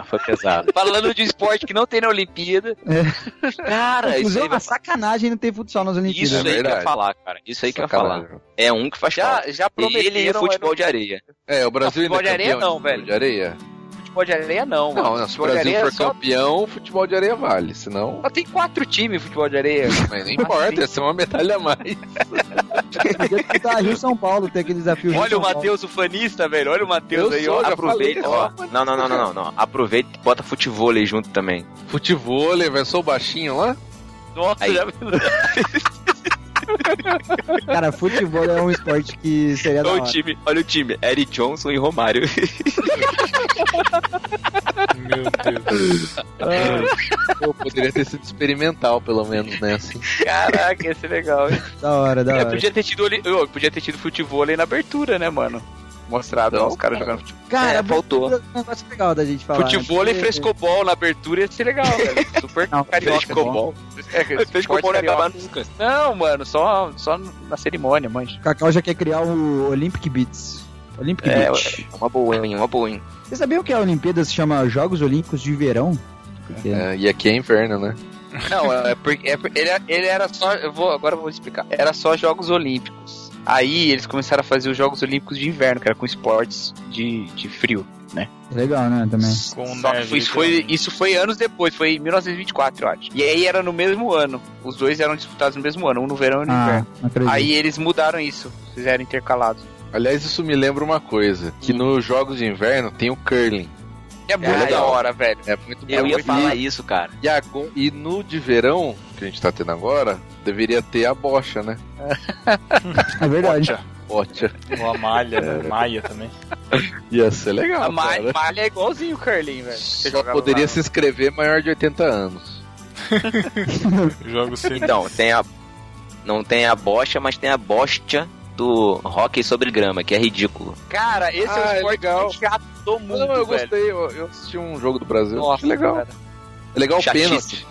S1: foi pesado.
S5: falando de esporte que não tem na Olimpíada.
S1: Cara, isso
S4: Inclusive, é
S1: aí,
S4: uma sacanagem né? não ter futsal nas Olimpíadas.
S1: isso aí
S2: É
S1: que eu ia
S2: verdade.
S1: falar, cara. Isso aí que eu ia falar.
S2: Sacanagem.
S1: É um que faz falta.
S5: Já, já
S1: E Ele e o
S5: prometeram.
S1: futebol
S5: mas
S1: de areia.
S2: É, o Brasil
S5: Não, futebol
S2: ainda
S5: de
S2: é
S5: areia
S2: campeão
S5: não,
S2: de
S5: velho.
S2: futebol de areia?
S5: não- futebol de areia não.
S2: Não,
S5: mano.
S2: se o
S5: futebol de
S2: Brasil
S5: areia é
S2: for
S5: só,
S2: campeão, o futebol de areia vale, senão...
S5: só tem quatro times futebol de areia.
S2: Mas não importa, essa é uma medalha a mais.
S4: Podia tá Rio São Paulo, tem aquele desafio. Rio
S5: Olha
S4: São
S5: o Matheus, o fanista, velho. Olha o Matheus
S2: Eu
S5: aí,
S2: sou,
S5: ó.
S2: já
S5: Aproveita,
S2: falei,
S5: ó.
S1: Não, não, não, não, não, não. Aproveita e bota futebol aí junto também.
S2: Futebol, velho, sou baixinho lá.
S5: Nossa,
S1: Aí.
S5: já...
S4: É Paulo. Cara, futebol é um esporte que seria da
S1: Olha É o
S4: hora.
S1: time, olha o time. Eric Johnson e Romário.
S3: Meu Deus.
S2: Pô, poderia ter sido experimental, pelo menos, né, assim, nessa.
S5: caraca, ia ser legal. hein?
S4: Da hora, da
S1: É,
S5: Eu
S4: hora.
S5: podia ter tido, oli- eu podia ter tido futebol aí na abertura, né, mano?
S1: mostrado
S5: Não,
S1: não, os caras
S5: cara.
S1: jogando futebol.
S4: Cara,
S1: É, faltou.
S4: abertura é um negócio legal da gente falar.
S5: Futebol
S4: né?
S5: e frescobol na abertura ia ser legal, velho. Super
S4: Não,
S5: carioca.
S1: frescobol.
S5: É, que esporte
S1: Frescobol É não ia
S5: carioca.
S1: acabar nunca.
S5: Não, mano, só, só na cerimônia, mãe.
S4: O Cacau já quer criar o Olympic Beats. Olympic
S1: É,
S4: Beats.
S1: é uma boa, hein? Uma boa, hein?
S4: Você sabia que a Olimpíada se chama Jogos Olímpicos de Verão? Porque
S2: É, e aqui é inverno, né?
S5: Não, é porque, é porque ele, ele era só. Eu vou, agora eu vou explicar. Era só Jogos Olímpicos. Aí eles começaram a fazer os Jogos Olímpicos de Inverno, que era com esportes de, de frio.
S4: é legal, né, também.
S3: Com
S5: Só que
S3: neve,
S5: foi- isso, foi, isso foi anos depois, foi em 1924, eu acho. E aí era no mesmo ano. Os dois eram disputados no mesmo ano, um no verão e um no
S4: Ah,
S5: inverno.
S4: não acredito.
S5: Aí eles mudaram isso, fizeram intercalados.
S2: Aliás, isso me lembra uma coisa: que nos jogos de inverno tem o curling.
S5: É muito
S1: legal.
S5: da hora, velho.
S2: É muito bom.
S1: Eu ia
S2: E-
S1: falar isso, cara.
S2: E, ago- e no de verão, que a gente tá tendo agora, deveria ter a bocha, né?
S4: É verdade.
S3: Pocha.
S2: Bocha.
S3: Ou a malha, né? Maia também.
S2: Ia ser legal.
S5: A ma-
S2: Ah, cara.
S5: malha é igualzinho o curling, velho. Você
S2: Só
S5: jogava
S2: poderia
S5: lá.
S2: se inscrever maior de 80 anos.
S3: Jogo sempre.
S1: Então, tem a. Não tem a bocha, mas tem a bosta do hockey sobre grama, que é ridículo.
S5: Cara, esse
S2: Ah,
S5: é o
S2: é
S5: esporte
S2: legal.
S5: mais chato do mundo,
S2: Não, eu
S5: velho.
S2: gostei. Eu, eu assisti um jogo do Brasil.
S5: Nossa,
S2: achei legal.
S5: cara,
S2: É legal o pênalti.
S1: Chatíssimo.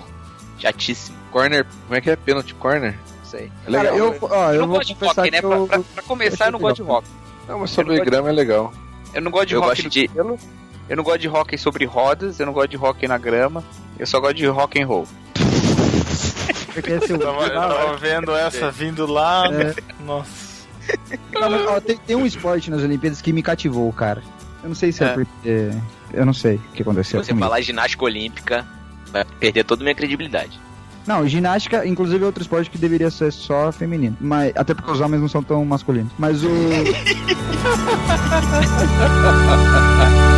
S1: Chatíssimo.
S2: Corner. Como é que é? Pênalti corner?
S5: não sei.
S2: É legal.
S4: Cara, eu, ó,
S5: Eu,
S4: eu
S5: não
S4: vou
S5: gosto de
S4: confessar
S5: rock, né?
S4: que eu...
S5: Pra, pra- pra começar, eu não
S4: achei
S5: gosto de rock.
S2: Não, mas
S5: eu
S2: sobre
S5: não
S2: grama é legal.
S5: Eu não gosto de
S1: Eu
S5: rock
S1: gosto
S5: no
S1: de-
S5: gelo. Eu não gosto de rock sobre rodas. Eu não gosto de rock na grama. Eu só gosto de rock and roll.
S4: Porque se eu...
S3: Eu tava, eu tava vendo essa vindo lá. Nossa.
S4: Não, mas, ó, tem, tem um esporte nas Olimpíadas que me cativou, cara. Eu não sei se é,
S5: É.
S4: porque. Eu não sei o que
S1: Se
S4: aconteceu.
S1: você
S4: comigo.
S1: falar ginástica olímpica, vai perder toda a minha credibilidade.
S4: Não, ginástica, inclusive, é outro esporte que deveria ser só feminino. Mas, até porque os homens não são tão masculinos. Mas o.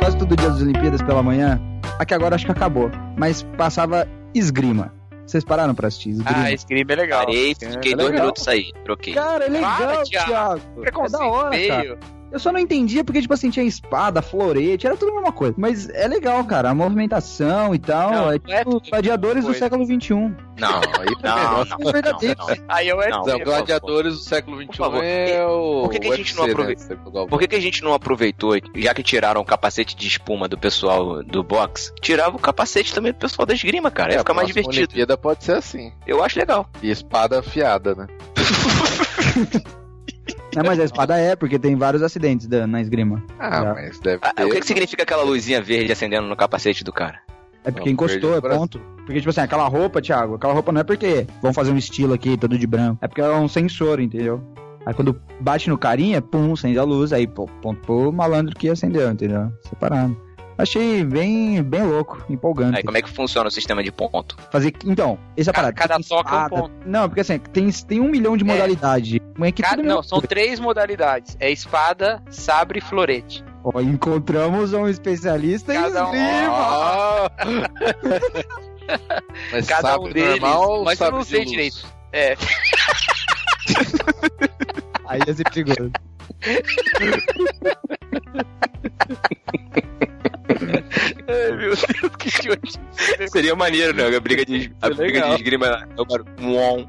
S4: Quase todo dia das Olimpíadas pela manhã. Aqui agora acho que acabou. Mas passava esgrima. Vocês pararam pra assistir esgrima?
S5: Ah, esgrima é legal.
S1: Parei,
S5: É
S1: fiquei dois
S4: legal.
S1: minutos aí, troquei.
S4: Cara, é legal,
S5: Para, Thiago.
S4: Thiago. É
S5: Preconceito
S4: da hora,
S5: feio.
S4: cara. Eu só não entendia porque, tipo assim, tinha espada, florete, era tudo a mesma coisa. Mas é legal, cara, a movimentação e tal.
S5: Não,
S4: é
S5: não é
S4: tipo
S5: tudo
S4: gladiadores do
S5: coisa.
S4: século um. XXI.
S1: Não,
S2: Aí tá
S1: não, não,
S4: É
S1: não,
S4: verdadeiro.
S1: não.
S5: Aí eu é
S1: Não,
S2: Os
S1: por
S2: gladiadores do século
S1: Por
S2: XXI
S1: favor,
S2: é o.
S1: por que que a gente não aproveita?
S2: Né? Você pegou a
S1: Por que, que a gente não aproveitou, já que tiraram o capacete de espuma do pessoal do box, tirava o capacete também do pessoal da esgrima, cara. Ia
S2: É,
S1: ficar mais
S2: a próxima
S1: divertido.
S2: Olimpíada pode ser assim.
S1: Eu acho legal.
S2: E espada afiada, né?
S4: Não, mas a espada é, porque tem vários acidentes da- na esgrima.
S2: Ah,
S4: Já.
S2: mas deve
S1: Ah,
S2: ter.
S1: o que, que significa aquela luzinha verde acendendo no capacete do cara?
S4: É porque
S2: Não,
S4: encostou,
S2: perde
S4: é
S2: o Brasil.
S4: ponto. Porque, tipo assim, aquela roupa, Thiago, aquela roupa não é porque vão fazer um estilo aqui, todo de branco. É porque é um sensor, entendeu? Aí quando bate no carinha, pum, acende a luz, aí pô, ponto pro malandro que acendeu, entendeu? Separado. Achei bem, bem louco, empolgante.
S1: Aí como é que funciona o sistema de ponto?
S4: Fazer. Então, esse é a
S5: Cada-
S4: parada.
S5: cada
S4: Tem
S5: toque é um
S4: espada.
S5: ponto.
S4: Não, porque assim, tem, tem um milhão de modalidades. Não é que
S5: Cara,
S4: tudo
S5: não,
S4: mesmo.
S5: são três modalidades. É espada, sabre e florete.
S4: Ó, encontramos um especialista em
S5: Cada um-
S4: esgrima.
S2: Ah! mas
S5: Cada
S2: sabe
S5: um deles,
S2: normal ou
S5: mas eu
S2: sabe
S5: não
S2: de
S5: sei
S2: luz?
S5: direito. É,
S4: Aí ia ser perigoso.
S5: meu Deus, que chute.
S1: Seria maneiro, né? A briga de, a
S5: briga de
S1: esgrima é o barulho. Um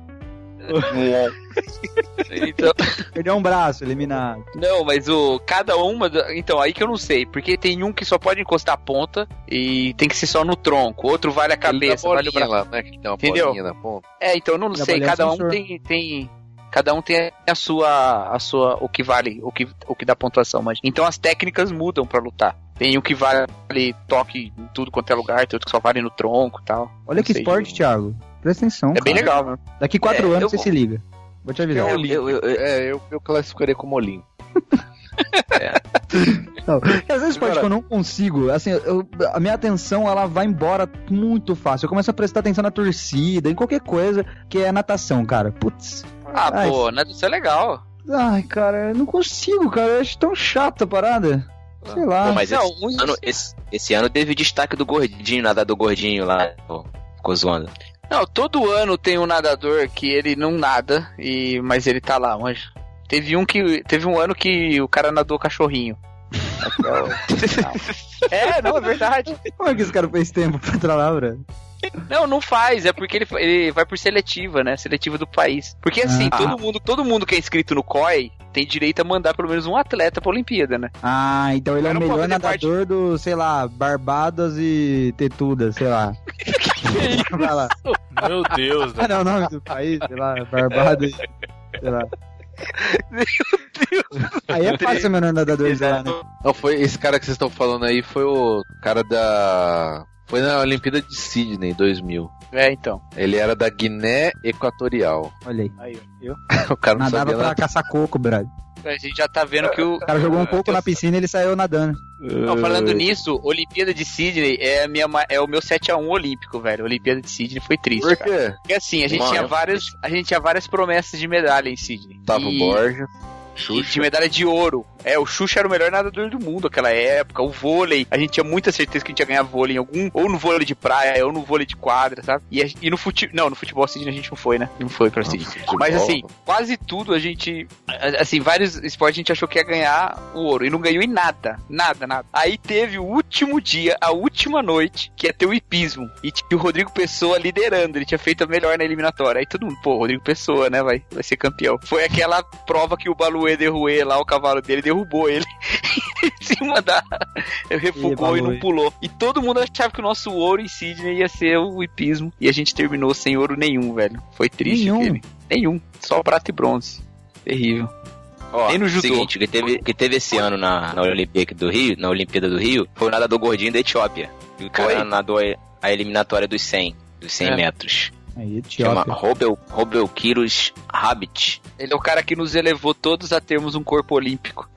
S5: Então,
S4: Perdeu um braço, eliminado.
S5: Não, mas o cada uma. da- Então, aí que eu não sei. Porque tem um que só pode encostar a ponta e tem que ser só no tronco. Outro vale a cabeça,
S2: Aquele da
S5: vale o braço.
S2: bolinha lá, né? Que tem uma
S5: Entendeu?
S2: bolinha na ponta.
S5: É, então eu não
S4: E a
S5: sei.
S4: bolinha é
S5: Cada um
S4: sensor.
S5: tem, tem. Cada um tem a sua. a sua. o que vale, o que, o que dá pontuação, mas. Então as técnicas mudam pra lutar. Tem um que vale toque em tudo quanto é lugar, tem outro que só vale no tronco e tal.
S4: Olha
S5: Não
S4: que
S5: sei,
S4: esporte,
S5: eu-
S4: Thiago. Presta atenção.
S5: É bem
S4: cara.
S5: legal, né?
S4: Daqui
S1: É,
S4: quatro
S1: eu
S4: anos você
S1: vou.
S4: se liga. Vou te
S5: um
S4: avisar.
S1: Eu, eu, eu, eu,
S2: É, eu, eu classificaria como olímpico.
S4: Às vezes esporte
S2: Agora-
S4: que eu não consigo, assim, eu- a minha atenção ela vai embora muito fácil. Eu começo a prestar atenção na torcida, em qualquer coisa, que é natação, cara. Putz.
S5: Ah,
S4: Ah,
S5: pô, né? Isso é legal.
S4: Ai, cara, eu não consigo, cara. Eu acho tão chata a parada. Sei lá.
S1: Pô, mas
S5: Não,
S1: esse,
S5: um-
S1: ano, esse, esse ano teve destaque do gordinho, nadador gordinho lá. pô, Ficou zoando.
S5: Não, todo ano tem um nadador que ele não nada, um e mas ele tá lá, mas teve um que teve um ano que o cara nadou cachorrinho. Aqui é, o- é, não, é verdade.
S4: Como é que esse cara fez tempo pra entrar lá, velho?
S5: Não, não faz, é porque ele, ele vai por seletiva, né? Seletiva do país. Porque assim,
S4: Ah.
S5: todo mundo, todo mundo que é inscrito no COI tem direito a mandar pelo menos um atleta pra Olimpíada, né?
S4: Ah, então ele é
S5: Eu
S4: o
S5: não posso
S4: melhor
S5: fazer parte-
S4: nadador do, sei lá, Barbados e Tetudas, sei lá. Vai lá.
S3: Meu Deus, né?
S4: Ah, não, o nome do país, sei lá, Barbados e... Sei lá. Aí é fácil ser o melhor nadador de lá, né?
S2: Não, foi esse cara que vocês estão falando aí foi o cara da. Foi na Olimpíada de Sydney 2000.
S5: É, então.
S2: Ele era da Guiné Equatorial.
S4: Olha aí.
S5: Aí, viu?
S2: O cara não
S4: Nadava
S2: sabia
S4: pra
S2: nada.
S4: caçar coco, brother.
S5: A gente já tá vendo que o.
S4: O cara jogou um pouco na piscina e ele saiu nadando.
S2: É.
S5: Não, falando nisso, Olimpíada de Sydney é, a minha, ma- é o meu 7x1 olímpico, velho. Olimpíada de Sydney foi triste,
S2: Por
S5: cara.
S2: quê?
S5: Porque assim, a gente,
S1: Mano,
S5: tinha
S1: eu-
S5: várias, a gente tinha várias promessas de medalha em Sydney.
S2: Tava
S5: E-
S2: Borges.
S5: e
S2: Xuxa.
S5: De medalha de ouro. É, o Xuxa era o melhor nadador do mundo naquela época. O vôlei. A gente tinha muita certeza que a gente ia ganhar vôlei em algum. Ou no vôlei de praia, ou no vôlei de quadra, sabe? E, a- e no futebol. Não, no futebol Sidney a gente não foi, né? Não foi pra Sidney.
S2: futebol.
S5: Mas assim, quase tudo a gente. a- Assim, vários esportes a gente achou que ia ganhar o ouro. E não ganhou em nada. Nada, nada. Aí teve o último dia, a última noite, que ia ter o hipismo. E tinha o Rodrigo Pessoa liderando. Ele tinha feito a melhor na eliminatória. Aí todo mundo, pô, Rodrigo Pessoa, né? Vai, vai ser campeão. Foi aquela prova que o Baluê derruê lá, o cavalo dele, derrubou ele. em cima da. Ele refugou
S4: Ih,
S5: e não
S4: Baluê.
S5: pulou. E todo mundo achava que o nosso ouro em Sydney ia ser o hipismo. E a gente terminou sem ouro nenhum, velho. Foi triste
S4: Nenhum?
S5: aquele. Nenhum. Só prata e bronze. Terrível.
S1: Ó,
S5: Nem no judô.
S1: seguinte, o que teve, o que teve esse ano na, na Olimpíada do Rio, na Olimpíada do Rio, foi o nadador gordinho da Etiópia. E o cara
S5: Foi?
S1: nadou a- a eliminatória dos 100, dos 100
S5: É.
S1: metros.
S4: Aí,
S1: Chama
S4: Etiópia.
S1: Robel, Robel Kiros Rabbit.
S5: Ele é o cara que nos elevou todos a termos um corpo olímpico.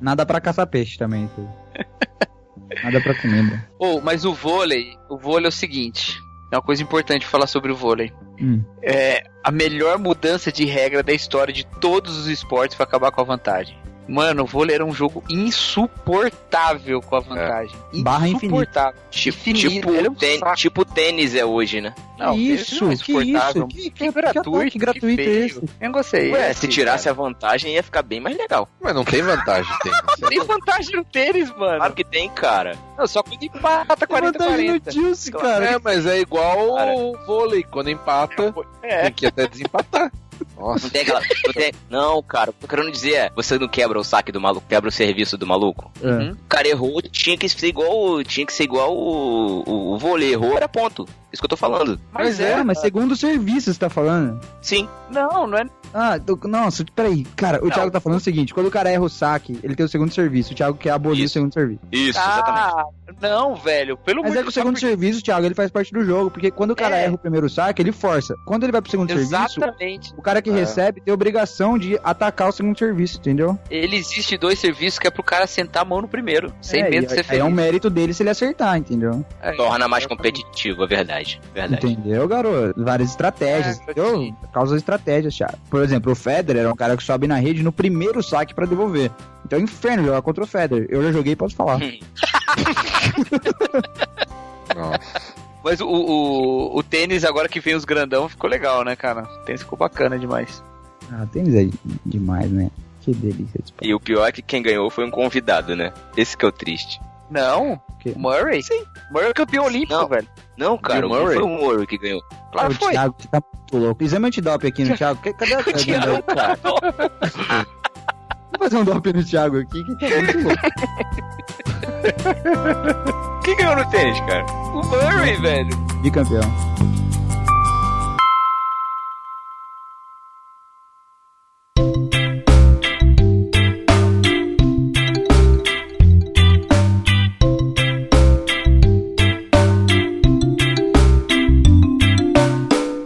S4: Nada pra caçar peixe também. filho. Nada pra né? comida.
S5: Oh, mas o vôlei, o vôlei é o seguinte. É uma coisa importante falar sobre o vôlei.
S4: Hum.
S5: É a melhor mudança de regra da história de todos os esportes foi acabar com a vantagem. Mano, o vôlei era um jogo insuportável com a vantagem.
S4: Barra
S5: insuportável.
S1: Tipo,
S5: Infinito,
S1: tipo,
S5: ele é um
S1: tên-
S5: saco.
S1: tipo tênis é hoje, né?
S5: Não,
S4: que
S5: não é
S4: isso, que
S5: insuportável.
S4: isso, que, que,
S5: Que gratuito,
S4: ataque gratuito é
S5: feio.
S4: esse?
S5: Eu não gostei.
S1: Ué,
S5: É
S1: se
S5: assim,
S1: tirasse
S5: cara.
S1: a vantagem ia ficar bem mais legal.
S2: Mas não tem vantagem, tem. né? Você-
S5: Tem vantagem no tênis, mano.
S1: Claro que tem, cara.
S5: Ah, Não, só quando empata
S4: Vantagem no
S5: 40-40.
S4: Juice, cara.
S2: é, mas é igual
S1: Cara.
S2: o vôlei. Quando empata,
S5: É.
S2: tem que até desempatar. Nossa.
S1: Não tem aquela. não, tem- não, cara, o que eu tô querendo dizer é, você não quebra o saque do maluco, quebra o serviço do maluco.
S5: uhum.
S4: Ah.
S1: O cara errou, tinha que ser igual. o- Tinha que ser igual o, o, o vôlei. Errou, era ponto. Isso que eu tô falando.
S4: Mas é, mas segundo o serviço, você tá falando.
S1: Sim.
S5: Não, não é
S4: Ah, do, nossa, peraí. Cara, o
S5: Não.
S4: Thiago tá falando o seguinte: quando o cara erra o saque, ele tem o segundo serviço. O Thiago quer abolir
S1: Isso.
S4: o segundo serviço.
S1: Isso,
S5: Ah, não, velho. Pelo
S4: Mas
S5: amor
S4: é
S5: de
S4: que o
S5: Deus,
S4: segundo
S5: só
S4: serviço, Thiago, ele faz parte do jogo. Porque quando o cara
S5: É.
S4: erra o primeiro saque, ele força. Quando ele vai pro segundo
S5: porque-
S4: serviço,
S5: Exatamente.
S4: o cara que
S2: É.
S4: recebe tem obrigação de atacar o segundo serviço, entendeu?
S5: Ele existe dois serviços que é pro cara sentar a mão no primeiro, sem
S4: é,
S5: medo
S4: e
S5: de ser
S4: aí é
S5: feliz.
S4: um mérito dele se ele acertar, entendeu?
S5: É,
S1: Torna mais competitivo, é verdade. Verdade.
S4: Entendeu, garoto? Várias estratégias,
S5: É,
S4: entendeu? Causa estratégias, Thiago. Por exemplo, o Federer é um cara que sobe na rede no primeiro saque pra devolver. Então é um inferno jogar contra o Federer. Eu já joguei, posso
S5: Uhum.
S4: falar.
S2: Nossa.
S5: Mas o, o, o tênis, agora que vem os grandão, ficou legal, né, cara? O tênis ficou bacana demais.
S4: Ah, tênis é demais, né? Que delícia de
S1: E o pior é que quem ganhou foi um convidado, né? Esse que é o triste.
S5: Não,
S4: Que?
S5: Murray? Sim. Murray é campeão olímpico,
S1: Não.
S5: velho.
S1: Não, cara,
S2: Bill
S1: não
S2: Murray?
S1: foi o Moro que ganhou.
S5: Claro
S4: o
S5: que foi.
S4: Thiago que tá muito louco. Exame antidop aqui no Thiago. Que- Cadê a
S5: O Thiago, tá cara.
S4: Vou fazer um dop no Thiago aqui, que tá muito louco.
S1: Quem ganhou no tênis, cara?
S5: O Murray, velho.
S4: Bicampeão.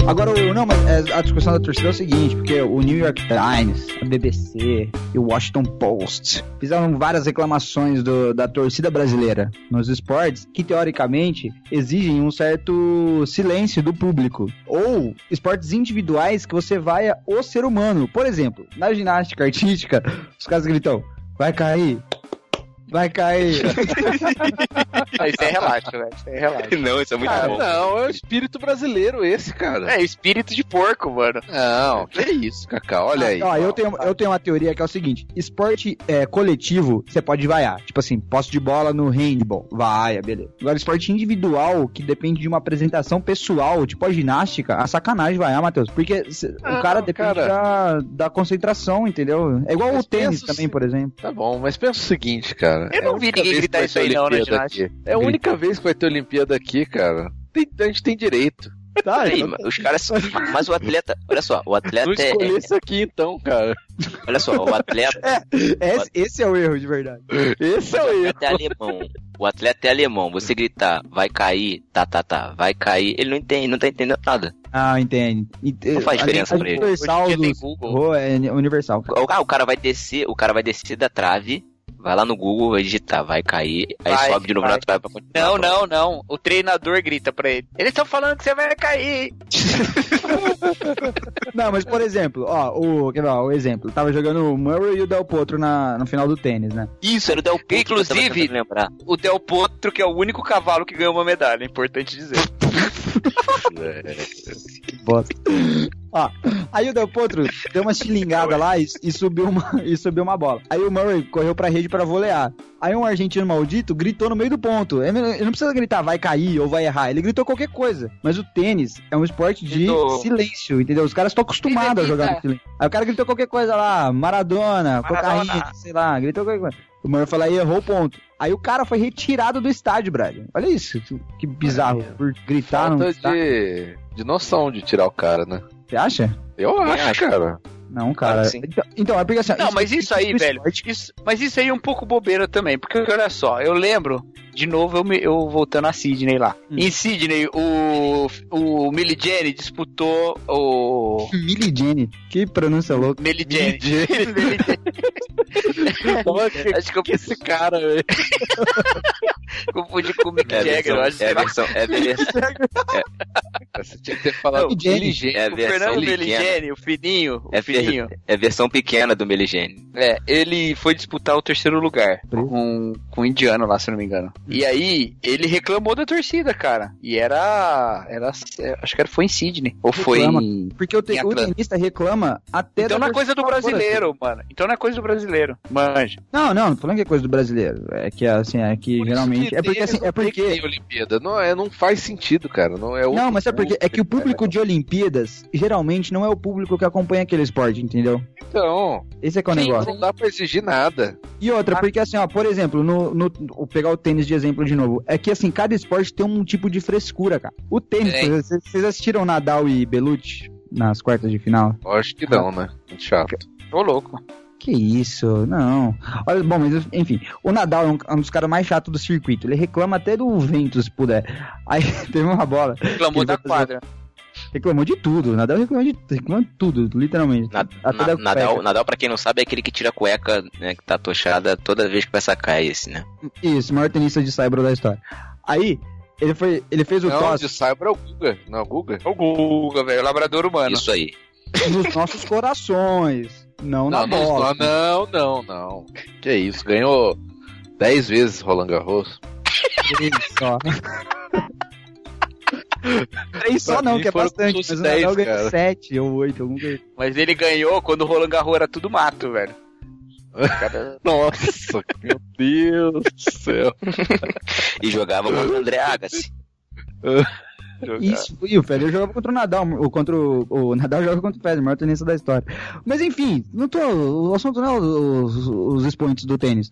S4: Agora, o- não, mas é, a discussão da torcida é o seguinte, porque o New York Times, a BBC e o Washington Post fizeram várias reclamações do- da torcida brasileira nos esportes que, teoricamente, exigem um certo silêncio do público. Ou esportes individuais que você vai a- o ser humano. Por exemplo, na ginástica artística, os caras gritam, vai cair, Vai cair.
S5: Ah, Isso aí relaxa, velho. Isso aí relaxa.
S1: Não, isso é muito
S2: Ah,
S1: bom.
S2: não, é o espírito brasileiro esse, cara.
S5: É, espírito de porco, mano.
S2: Não, que isso, Cacá, olha aí.
S4: Ó, eu tenho, eu tenho uma teoria que é o seguinte: esporte é, coletivo, você pode vaiar. Tipo assim, posse de bola no handball, vaia, beleza. Agora, esporte individual, que depende de uma apresentação pessoal, tipo a ginástica, a sacanagem vaiar, Matheus. Porque cê-
S2: Ah,
S4: o cara
S2: não,
S4: depende
S2: cara.
S4: Da, da concentração, entendeu? É igual
S2: Mas
S4: o tênis
S2: pensa
S4: também,
S2: se-
S4: por exemplo.
S2: Tá bom, mas pensa o seguinte, cara.
S5: Eu não
S2: É a única
S5: vi ninguém
S2: vez que
S5: gritar
S2: vai
S5: isso
S2: ter
S5: aí não, né, na
S2: Olimpíada
S5: ginástica.
S2: aqui. É a única vez que vai ter Olimpíada aqui, cara. Tem- a gente tem direito.
S4: Tá,
S1: Aí, mas os caras. são- Mas o atleta. Olha só, o atleta
S2: Não
S1: é.
S2: escolher isso aqui então, cara.
S1: Olha só, o atleta.
S4: esse, esse é o erro de verdade.
S2: Esse é o
S1: O
S2: erro.
S1: atleta é alemão. O atleta é alemão. Você gritar, vai cair, tá, tá, tá, vai cair. Ele não entende, não tá entendendo nada.
S4: Ah, entende. Ent-
S1: Não faz
S4: a
S1: diferença
S4: linguagem
S1: pra ele.
S4: Universal
S5: Hoje em dia tem
S4: dos-
S5: Google.
S4: Oh, é universal.
S1: O- Ah, o cara vai descer, o cara vai descer da trave, vai lá no Google, vai digitar, vai cair, aí
S5: Vai,
S1: sobe de novo
S5: vai.
S1: na trave pra continuar.
S5: Não, não, não. O treinador grita pra ele. Eles estão falando que você vai cair.
S4: Não, mas por exemplo, ó, o, quer ver, ó, o exemplo. Tava jogando o Murray e o Del Potro na, no final do tênis, né?
S1: Isso, era o Del Potro que eu tava
S5: Inclusive-
S1: tentando lembrar.
S5: O Del Potro, que é o único cavalo que ganhou uma medalha, é importante dizer.
S4: Bosta. ó, aí o Del Potro deu uma xilingada lá e, e subiu uma, e subiu uma bola. Aí o Murray correu pra rede pra volear. Aí um argentino maldito gritou no meio do ponto. Ele não ele não precisa gritar vai cair ou vai errar. Ele gritou qualquer coisa. Mas o tênis é um esporte de
S5: Gritou.
S4: silêncio, entendeu? Os caras estão acostumados a jogar no silêncio. Aí o cara gritou qualquer coisa lá, Maradona,
S5: Maradona.
S4: cocaína, sei lá, gritou qualquer coisa. O Murray falou aí, errou o ponto. Aí o cara foi retirado do estádio, Brad. Olha isso, que- que bizarro. Por gritar, Tá, não
S2: Falta
S4: gritar.
S2: de, de noção de tirar o cara, né?
S4: Você acha?
S2: Eu acho, cara.
S4: Não, cara.
S1: Claro que sim.
S4: Então, então, é porque assim. ó,
S5: Não, mas isso aí,
S4: do
S5: velho.
S4: esporte-
S5: Isso- mas isso aí é um pouco bobeira também, porque olha só, eu lembro, de novo, eu, me- eu voltando a Sidney lá.
S4: Hum.
S5: Em Sidney, o, o Millie Jenny disputou o.
S4: Millie Jenny. Que pronúncia louca.
S5: Millie Jenny.
S2: Toma que
S5: acho que eu
S2: esse cara, velho.
S5: confundi com o Mick
S1: É a
S5: Jagger,
S1: versão,
S5: eu acho.
S1: é
S5: sei
S1: a
S5: lá.
S1: versão, é a versão,
S2: Você tinha que ter falado
S4: Não, Jenny.
S2: inteligente.
S1: é a
S5: O
S1: versão
S5: Fernando
S1: pequena.
S5: Meligeni, o fininho, o
S1: É
S5: fininho,
S1: É a versão pequena do Meligene.
S5: é, ele foi disputar o terceiro lugar com, com o indiano lá, se eu não me engano. E aí, ele reclamou da torcida, cara. E era, era acho que era, foi em Sydney, ou foi
S4: Reclama.
S5: em...
S4: Porque o, te,
S5: Em
S4: o
S5: Atlanta.
S4: tenista reclama até.
S5: Então
S4: da
S5: não é coisa do
S4: torcida fora,
S5: brasileiro, mano. Então não é coisa do brasileiro. Manja.
S4: assim. Não, não, não tô falando que é coisa do brasileiro. É que assim, é que
S2: Por isso
S4: geralmente.
S2: que
S4: é porque
S2: tênis
S4: assim,
S2: não
S4: é
S2: tem que
S4: porque.
S2: ter Olimpíada. Não, é, não faz sentido, cara. Não, é outro
S4: Não, mas é porque é que o
S2: cara.
S5: né?
S4: público de Olimpíadas geralmente não é o público que acompanha aquele esporte, entendeu?
S2: Então,
S4: Esse é que é o negócio.
S2: não dá pra exigir nada.
S4: E
S1: Tá.
S4: outra, porque assim, ó, por exemplo, no, no- vou pegar o tênis de exemplo de novo, é que assim, cada esporte tem um tipo de frescura, cara. O tênis,
S5: Tem.
S4: por exemplo, vocês- vocês assistiram Nadal e Belucci nas quartas de final?
S2: Eu acho que não, né? Muito chato.
S5: Ô louco.
S4: Que isso, não. Olha, bom, mas enfim, o Nadal é um, é um dos caras mais chatos do circuito. Ele reclama até do vento, se puder. Aí teve uma bola,
S5: Reclamou
S4: Ele
S5: da
S4: vai
S5: quadra.
S4: fazer- reclamou de tudo. O Nadal reclamou de, reclamou de tudo, literalmente.
S1: Na,
S4: Até
S1: na-
S4: da
S1: Nadal,
S4: cueca.
S1: Nadal, pra quem não sabe, é aquele que tira a cueca, né, que tá tochada toda vez que vai sacar é esse, né?
S4: Isso, maior tenista de saibro da história. Aí, ele foi, ele fez o
S2: Não,
S4: tosse
S2: de cyber é o Guga. Não é o Guga?
S5: Ô Guga, velho. É Labrador humano.
S1: Isso aí.
S4: nos nossos corações, não, na
S2: não,
S4: bola.
S2: não, não, não. Que é isso, ganhou 10 vezes Roland Garros.
S4: Três só. Três só
S2: Pra
S4: não,
S2: mim
S4: que é
S2: foram
S4: bastante.
S2: uns
S4: Mas o
S2: 10,
S4: Nadal ganhou
S2: cara.
S4: sete ou oito, algum coisa.
S5: Mas ele ganhou quando o Roland Garros era tudo mato, velho.
S2: Nossa, meu Deus do céu.
S1: E jogava contra o André Agassi.
S2: É.
S4: Isso, e o Federer jogava contra o Nadal, ou contra o, o Nadal joga contra o Federer, maior tenista da história. Mas enfim, não tô, o assunto não é os, os expoentes do tênis.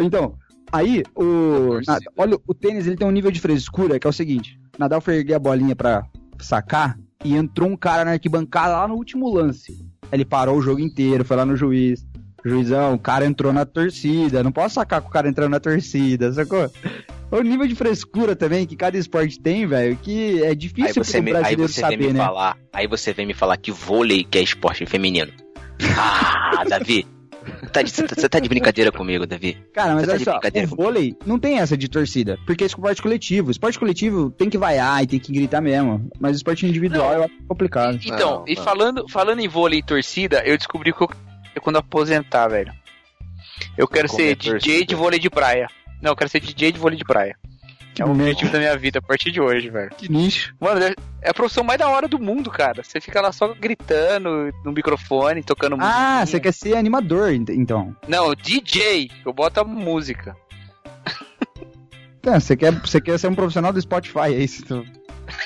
S4: Então, aí, o,
S2: A torcida.
S4: na- olha, o tênis ele tem um nível de frescura que é o seguinte, Nadal foi erguer a bolinha pra sacar e entrou um cara na arquibancada lá no último lance. Ele parou o jogo inteiro, foi lá no juiz. Juizão, o cara entrou na torcida. Não posso sacar com o cara entrando na torcida, sacou? É o nível de frescura também que cada esporte tem, velho, que é
S1: Aí
S4: difícil
S1: você,
S4: pro
S1: me, aí
S4: brasileiro
S1: você vem
S4: saber,
S1: me
S4: né?
S1: falar, aí você vem me falar que vôlei que é esporte feminino. Ah, Davi. Tá de- Você tá, você tá de brincadeira comigo, Davi.
S4: Cara, mas
S1: Você tá
S4: olha
S1: de
S4: só,
S1: brincadeira
S4: o
S1: comigo.
S4: vôlei não tem essa de torcida, porque é esporte coletivo. Esporte coletivo tem que vaiar e tem que gritar mesmo, mas esporte individual eu acho complicado.
S5: Então,
S2: Não,
S5: e
S2: não.
S5: falando, falando em vôlei e torcida, eu descobri que eu, eu quando aposentar, velho. Eu quero ser
S2: Corretor,
S5: DJ de
S2: sim.
S5: vôlei de praia. Não, eu quero ser DJ de vôlei de praia.
S4: Que
S5: é o
S4: momento.
S5: objetivo da minha vida a partir de hoje, velho.
S4: Que nicho.
S5: Mano, deve- é a profissão mais da hora do mundo, cara. Você fica lá só gritando no microfone, tocando música.
S4: Ah, você quer ser animador, ent- então.
S5: Não, DJ. Eu boto a música.
S4: Então, você quer, você quer ser um profissional do Spotify, é isso?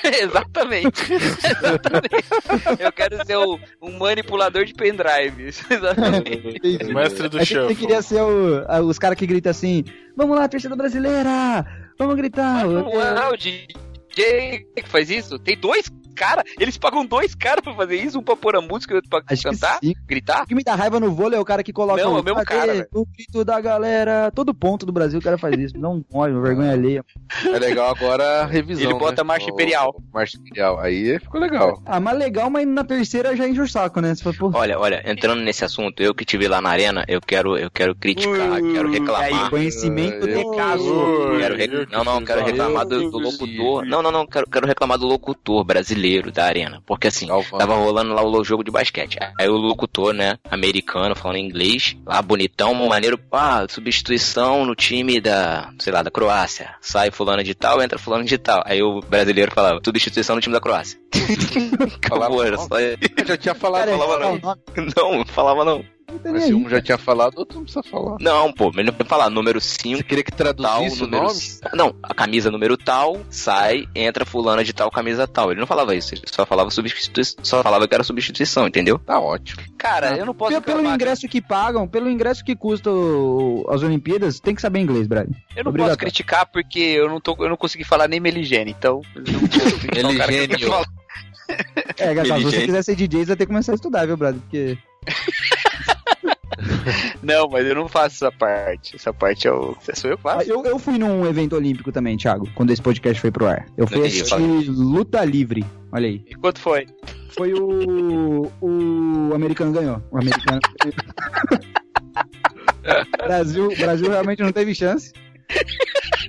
S5: Exatamente. Exatamente. Eu quero ser o- um manipulador de pendrive. Exatamente.
S3: O mestre do
S4: Achei que
S3: shuffle.
S4: você queria ser o- a- os caras que gritam assim: Vamos lá, torcida brasileira! Vamos gritar!
S5: Uau, o DJ que faz isso? Tem dois caras. Eles pagam dois caras pra fazer isso. Um pra pôr a música e outro pra
S4: Acho que
S5: cantar,
S4: sim.
S5: gritar.
S4: O que me dá raiva no vôlei é o cara que coloca
S5: Tá? Não,
S4: o,
S5: é o mesmo cara,
S4: cadê
S5: velho.
S4: o grito da galera. Todo ponto do Brasil o cara faz isso. Não morre, vergonha alheia.
S2: É legal agora a revisão.
S5: Ele bota
S2: né?
S5: a marcha imperial.
S2: O- o Marcha imperial. Aí ficou legal.
S4: Ah, mas legal, mas na terceira já enche o saco, né? Você fala, pô,
S1: Olha, olha, entrando nesse assunto, eu que tive lá na arena, eu quero, eu quero criticar,
S5: Uh,
S1: quero reclamar.
S4: conhecimento
S2: eu-
S4: do caso.
S3: Ui,
S1: Quero re-
S3: eu
S1: Não, não,
S3: que
S1: quero
S3: fiz,
S1: reclamar
S2: eu
S1: do, do
S2: que
S1: locutor.
S2: fiz.
S1: Não, não, não, quero, quero reclamar do locutor brasileiro da arena. Porque assim,
S2: Galvão.
S1: Tava rolando lá o jogo de basquete. Aí o locutor, né, americano, falando inglês, lá bonitão, maneiro, pá, substituição no time da, sei lá, da Croácia. Sai fulano de tal, entra fulano de tal. Aí o brasileiro falava, substituição no time da Croácia. Acabou, era só...
S2: Eu já tinha falado.
S4: Cara,
S1: falava
S4: esse é
S1: não.
S4: o nome,
S1: Não, não falava não.
S4: não tá nem
S2: Mas se
S4: aí.
S2: um já tinha falado, o outro não precisa falar.
S1: Não, pô, melhor falar número 5,
S2: Você queria que
S1: tal,
S2: traduzisse o
S1: número.
S2: nome?
S1: Não, a camisa número tal, sai, entra fulana de tal, camisa tal. Ele não falava isso, ele só falava substituição, só falava que era substituição, entendeu?
S2: Tá ótimo.
S5: Cara, eu não posso
S4: Pelo, Ah, pelo
S5: reclamar. cara.
S4: ingresso que pagam, pelo ingresso que custa o- as Olimpíadas, tem que saber inglês, Brian.
S5: Eu não
S4: Obrigado.
S5: posso criticar porque eu não, tô, eu não consegui falar nem meligene, então. eu não vou criticar
S1: Então,
S5: um cara que eu
S1: Meligênio.
S5: falar.
S4: É, Gastão, se você
S1: Inteligente.
S4: quiser ser DJ, você vai ter que começar a estudar, viu, Brad? Porque
S5: Não, mas eu não faço essa parte. Essa parte eu, sou eu que
S4: Ah,
S5: faço.
S4: eu, eu fui num evento olímpico também, Thiago, quando esse podcast foi pro ar. Eu fui
S1: Entendi,
S4: assistir
S1: fala
S4: Luta Livre. Olha aí.
S5: E quanto foi?
S4: Foi o. O americano ganhou. O americano. Brasil, Brasil realmente não teve chance.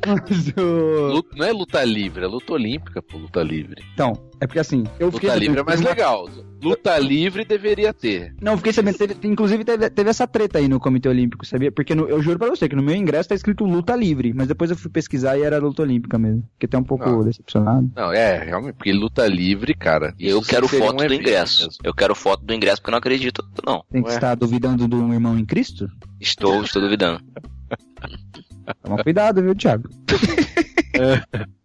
S4: Mas o.
S2: Luta- não é luta livre, é luta olímpica, pô, luta livre.
S4: Então, é porque assim. Eu fiquei
S2: Luta livre é mais
S4: teve uma-
S2: legal. Luta livre deveria ter.
S4: Não, eu fiquei sabendo. teve- inclusive, teve, teve essa treta aí no Comitê Olímpico, sabia? Porque no- eu juro pra você que no meu ingresso tá escrito luta livre. Mas depois eu fui pesquisar e era luta olímpica mesmo. Fiquei até um pouco
S2: Ah.
S4: decepcionado.
S2: Não, é, realmente, porque luta livre, cara.
S1: Eu
S2: isso
S1: quero
S2: seria
S1: foto
S2: um
S1: do
S2: evento
S1: ingresso.
S2: mesmo.
S1: Eu quero foto do ingresso porque eu não acredito, não.
S4: Tem que
S5: Ué.
S4: estar duvidando de um irmão em Cristo?
S1: Estou, estou duvidando.
S4: Toma cuidado, viu, Thiago?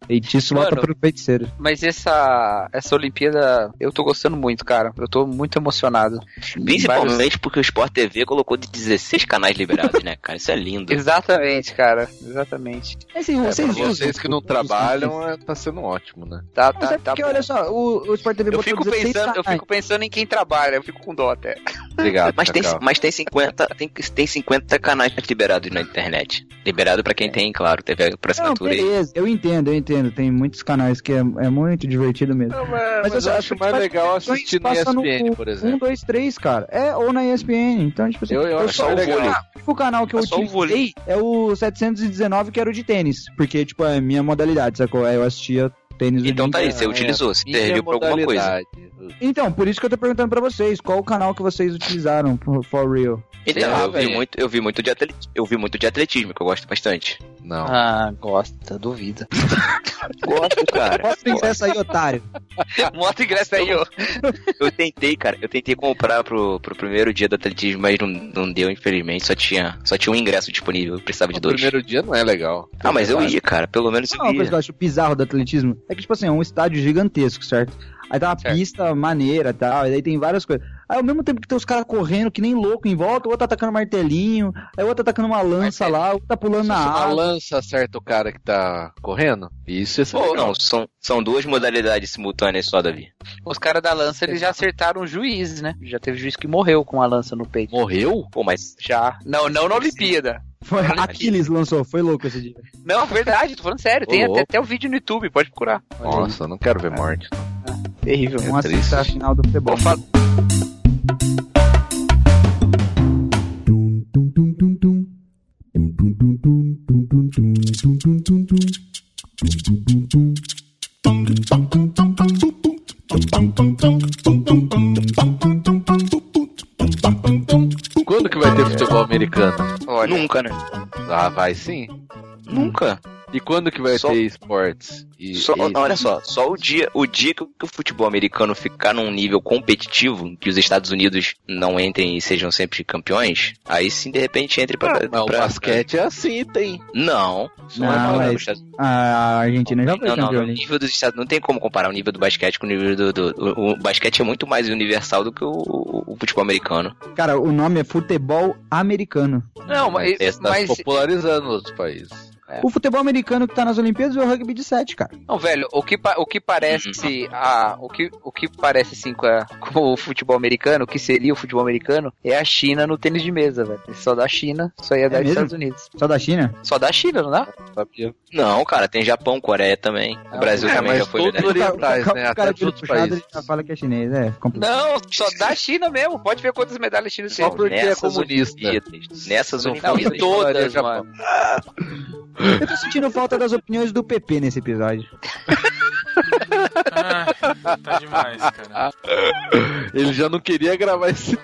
S4: Feitiço volta
S5: Mano.
S4: pro feiticeiro.
S5: Mas essa, essa Olimpíada, eu tô gostando muito, cara. Eu tô muito emocionado.
S1: Principalmente porque o Sport TV colocou de 16 canais liberados, né, cara? Isso é lindo.
S5: Exatamente, cara. Exatamente.
S4: Assim,
S2: É,
S4: vocês,
S2: pra vocês que não
S4: os-
S2: trabalham, é, tá sendo ótimo, né?
S5: Tá,
S4: Mas
S5: tá,
S4: é
S5: tá.
S4: porque,
S5: bom.
S4: olha só, o, o Sport TV
S5: eu
S4: botou
S5: fico
S4: 16
S5: pensando, eu
S4: canais.
S5: fico pensando em quem trabalha, eu fico com dó até.
S2: Obrigado.
S1: Mas tem,
S2: Cacau.
S1: mas tem 50, tem, tem 50 canais liberados na internet. Liberado pra quem tem, claro, TV por
S4: Não,
S1: assinatura aí.
S4: beleza, eu entendo, eu entendo. Tem muitos canais que é, é muito divertido mesmo.
S2: Não, mas,
S4: Mas assim, tipo,
S2: mas eu acho mais
S4: eu acho que
S2: legal
S4: faz-
S2: assistir no
S4: passa no
S2: ESPN, por
S4: Um,
S2: exemplo.
S4: dois, três, cara. É, ou na ESPN. Então, tipo assim,
S2: Eu, eu acho
S4: só
S2: mais
S1: o
S2: legal.
S1: vôlei.
S4: o único canal que eu
S1: É só o
S4: utilizei é o 719, que era o de tênis. Porque, tipo, é a minha modalidade, sacou? Aí Eu assistia tênis o
S1: Então
S4: dia
S1: tá aí,
S4: inteiro.
S1: você
S2: é,
S1: utilizou, você
S2: Minha
S1: serviu pra alguma coisa.
S2: modalidade.
S4: Então, por isso que eu tô perguntando pra vocês, qual o canal que vocês utilizaram, for, for real?
S1: Então,
S2: lá,
S1: eu, vi
S2: velho.
S1: muito, eu vi muito de atletismo, eu vi muito de atletismo, que eu gosto bastante.
S2: Não.
S5: Ah, gosta, duvida.
S1: Gosto, cara.
S4: Pode pensar essa aí, otário.
S5: Mostra o um ingresso aí, ô.
S1: Eu tentei, cara. Eu tentei comprar pro, pro primeiro dia do atletismo, mas não, não deu, infelizmente. Só tinha, só tinha um ingresso disponível. Eu precisava de
S2: O
S1: dois.
S2: primeiro dia não é legal.
S1: Ah, mas eu ia, cara. Pelo menos
S4: Sabe
S1: eu
S4: uma coisa que
S1: ia.
S4: eu acho bizarro do atletismo? É que, tipo assim, é um estádio gigantesco, certo? Aí tá uma
S5: Certo.
S4: pista maneira e tal, e daí tem várias coisas. Aí ao mesmo tempo que tem os caras correndo que nem louco em volta, o outro tá atacando um martelinho, aí o outro tá atacando uma lança lá, o outro tá pulando
S2: Se
S4: na
S2: uma
S4: água.
S2: lança acerta o cara que tá correndo, isso é
S1: Pô,
S2: legal.
S1: não, são, são duas modalidades simultâneas só, Davi.
S5: Os caras da lança, eles já acertaram o juiz, né? Já teve juiz que morreu com a lança no peito.
S2: Morreu?
S1: Pô, mas.
S5: Já. Não, não na Olimpíada.
S4: Foi,
S1: Olha
S4: Aquiles lançou, foi louco esse dia.
S5: Não, verdade, tô falando sério.
S2: Ô,
S5: Tem até,
S2: louco.
S5: até o vídeo no YouTube, pode procurar.
S2: Nossa, eu não quero ver
S1: É.
S2: morte.
S5: Terrível.
S4: Vamos
S2: triste.
S4: assistir a final do futebol.
S5: Pô, fala-
S7: Dum dum dum dum dum. Dum dum dum dum dum dum dum dum dum dum dum. Dum dum dum dum.
S2: Quando que vai ter futebol americano?
S5: Olha, Nunca, né?
S2: Ah, vai sim.
S1: Nunca.
S2: E quando que vai
S1: Só-
S2: ter esportes? E,
S1: Hum. Só-
S2: e-
S1: olha só, só o dia, o dia que o que o futebol americano ficar num nível competitivo, em que os Estados Unidos não entrem e sejam sempre campeões, aí sim de repente entre pra.
S2: Mas Ah, o
S1: pra-
S2: basquete é assim, tem.
S1: Não. Não,
S4: Não,
S1: é
S4: mas-
S1: os Estados
S4: A Argentina já foi
S1: Não, não,
S4: campeã
S1: não. O
S4: olímpica.
S1: nível dos Estados não tem como comparar o nível do basquete com o nível do. do- do- o, o basquete é muito mais universal do que o, o futebol americano.
S4: Cara, o nome é futebol americano.
S5: Não, mas,
S1: Esse tá
S5: mas
S2: Popularizando nos outros países.
S4: O futebol americano que tá nas Olimpíadas é o rugby de 7, cara.
S5: Não, velho, o que, pa- o que
S2: Uhum.
S5: parece a, o que, o que parece assim com, a- com o futebol americano, o que seria o futebol americano, é a China no tênis de mesa, velho. Só da China, só
S2: É
S5: ia dar dos
S4: mesmo?
S5: Estados Unidos.
S4: Só da China?
S5: Só da China, não dá?
S2: Sabia?
S1: Não, cara, tem Japão, Coreia também. O Brasil
S2: é,
S1: também
S2: mas
S1: já foi
S2: todo-
S1: medalha.
S4: O cara-
S2: orientais,
S4: o cara-
S2: né?
S4: O cara
S2: Até de
S4: pelo
S2: outros
S4: puxado, ele
S2: países.
S4: já fala que é chinês, é complicado.
S5: Não, só da China mesmo. Pode ver quantas medalhas chinas
S2: Só
S5: tem.
S2: porque é
S1: Nessas
S2: comunista.
S1: Olimpíadas. né? Nessas
S2: Não,
S5: Não,
S1: Olimpíadas.
S2: Falaria
S5: todas,
S2: Japão.
S5: mano.
S4: Eu tô sentindo falta das opiniões do PP nesse episódio.
S3: Ah, tá demais, cara.
S2: Ele já não queria gravar esse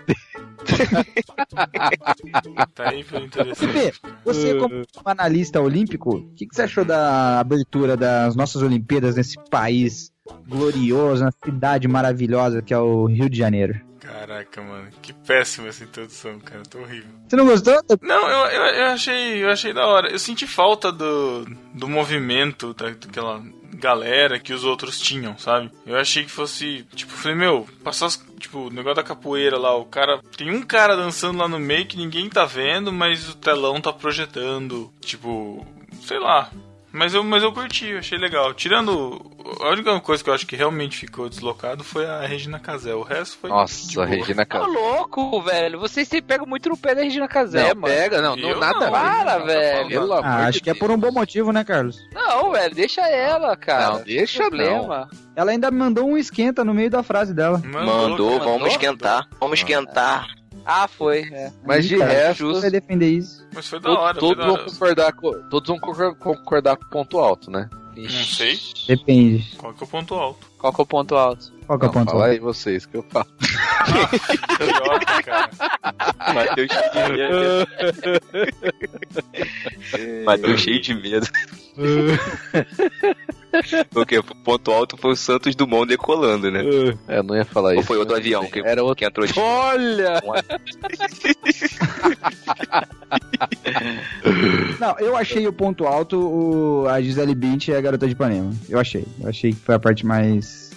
S3: Tá aí foi interessante.
S4: PP, você como um analista olímpico, o que, que você achou da abertura das nossas Olimpíadas nesse país glorioso, na cidade maravilhosa que é o Rio de Janeiro?
S3: Caraca, mano, que péssima essa introdução, cara. Tô horrível.
S4: Você não gostou?
S3: Não, eu, eu, eu achei, eu achei da hora. Eu senti falta do, do movimento da, daquela galera que os outros tinham, sabe? Eu achei que fosse, tipo, falei, meu, passar as- tipo, o negócio da capoeira lá, o cara, tem um cara dançando lá no meio que ninguém tá vendo, mas o telão tá projetando, tipo, sei lá. Mas eu, mas eu curti, eu achei legal. Tirando. A única coisa que eu acho que realmente ficou deslocado foi a Regina Casé. O resto foi.
S2: Nossa,
S3: tipo,
S2: Regina
S5: Tá
S2: Casé.
S5: louco, velho. Vocês se pegam muito no pé da Regina
S2: não,
S5: Casé, mano.
S2: pega, não,
S3: Eu
S2: é, não nada.
S3: não,
S5: para,
S2: não,
S5: velho.
S2: Pelo amor
S4: Ah, acho
S2: de
S4: que é por um bom motivo, né, Carlos?
S5: Não, velho, deixa ela, cara.
S2: Não, deixa não.
S5: Problema.
S4: Ela ainda mandou um esquenta no meio da frase dela.
S1: Mandou,
S5: mandou?
S1: vamos esquentar. Vamos esquentar.
S5: Ah, foi. é.
S2: Mas
S4: Ih,
S2: de
S4: um cara,
S2: resto,
S4: Você vai defender isso.
S3: Mas foi da
S2: todo-
S3: hora, foi
S2: todos,
S3: da
S2: vão
S3: hora.
S2: concordar com, todos vão concor- concordar com o ponto alto, né?
S3: Não sei.
S4: Depende.
S3: Qual que é o ponto alto?
S5: Qual que é o ponto alto?
S4: Qual que é o
S2: Não,
S4: ponto?
S2: fala aí vocês que eu falo.
S3: Idiota, cara.
S1: Mateus cheio de medo. Mateus cheio de medo. Porque o ponto alto foi o Santos Dumont decolando, né?
S2: É, não ia falar
S1: Ou
S2: isso.
S1: foi outro avião que,
S2: Era outro.
S1: que entrou de...
S2: Olha!
S4: Não, eu achei o ponto alto o, a Gisele Bündchen e a Garota de Ipanema. Eu achei. Eu achei que foi a parte mais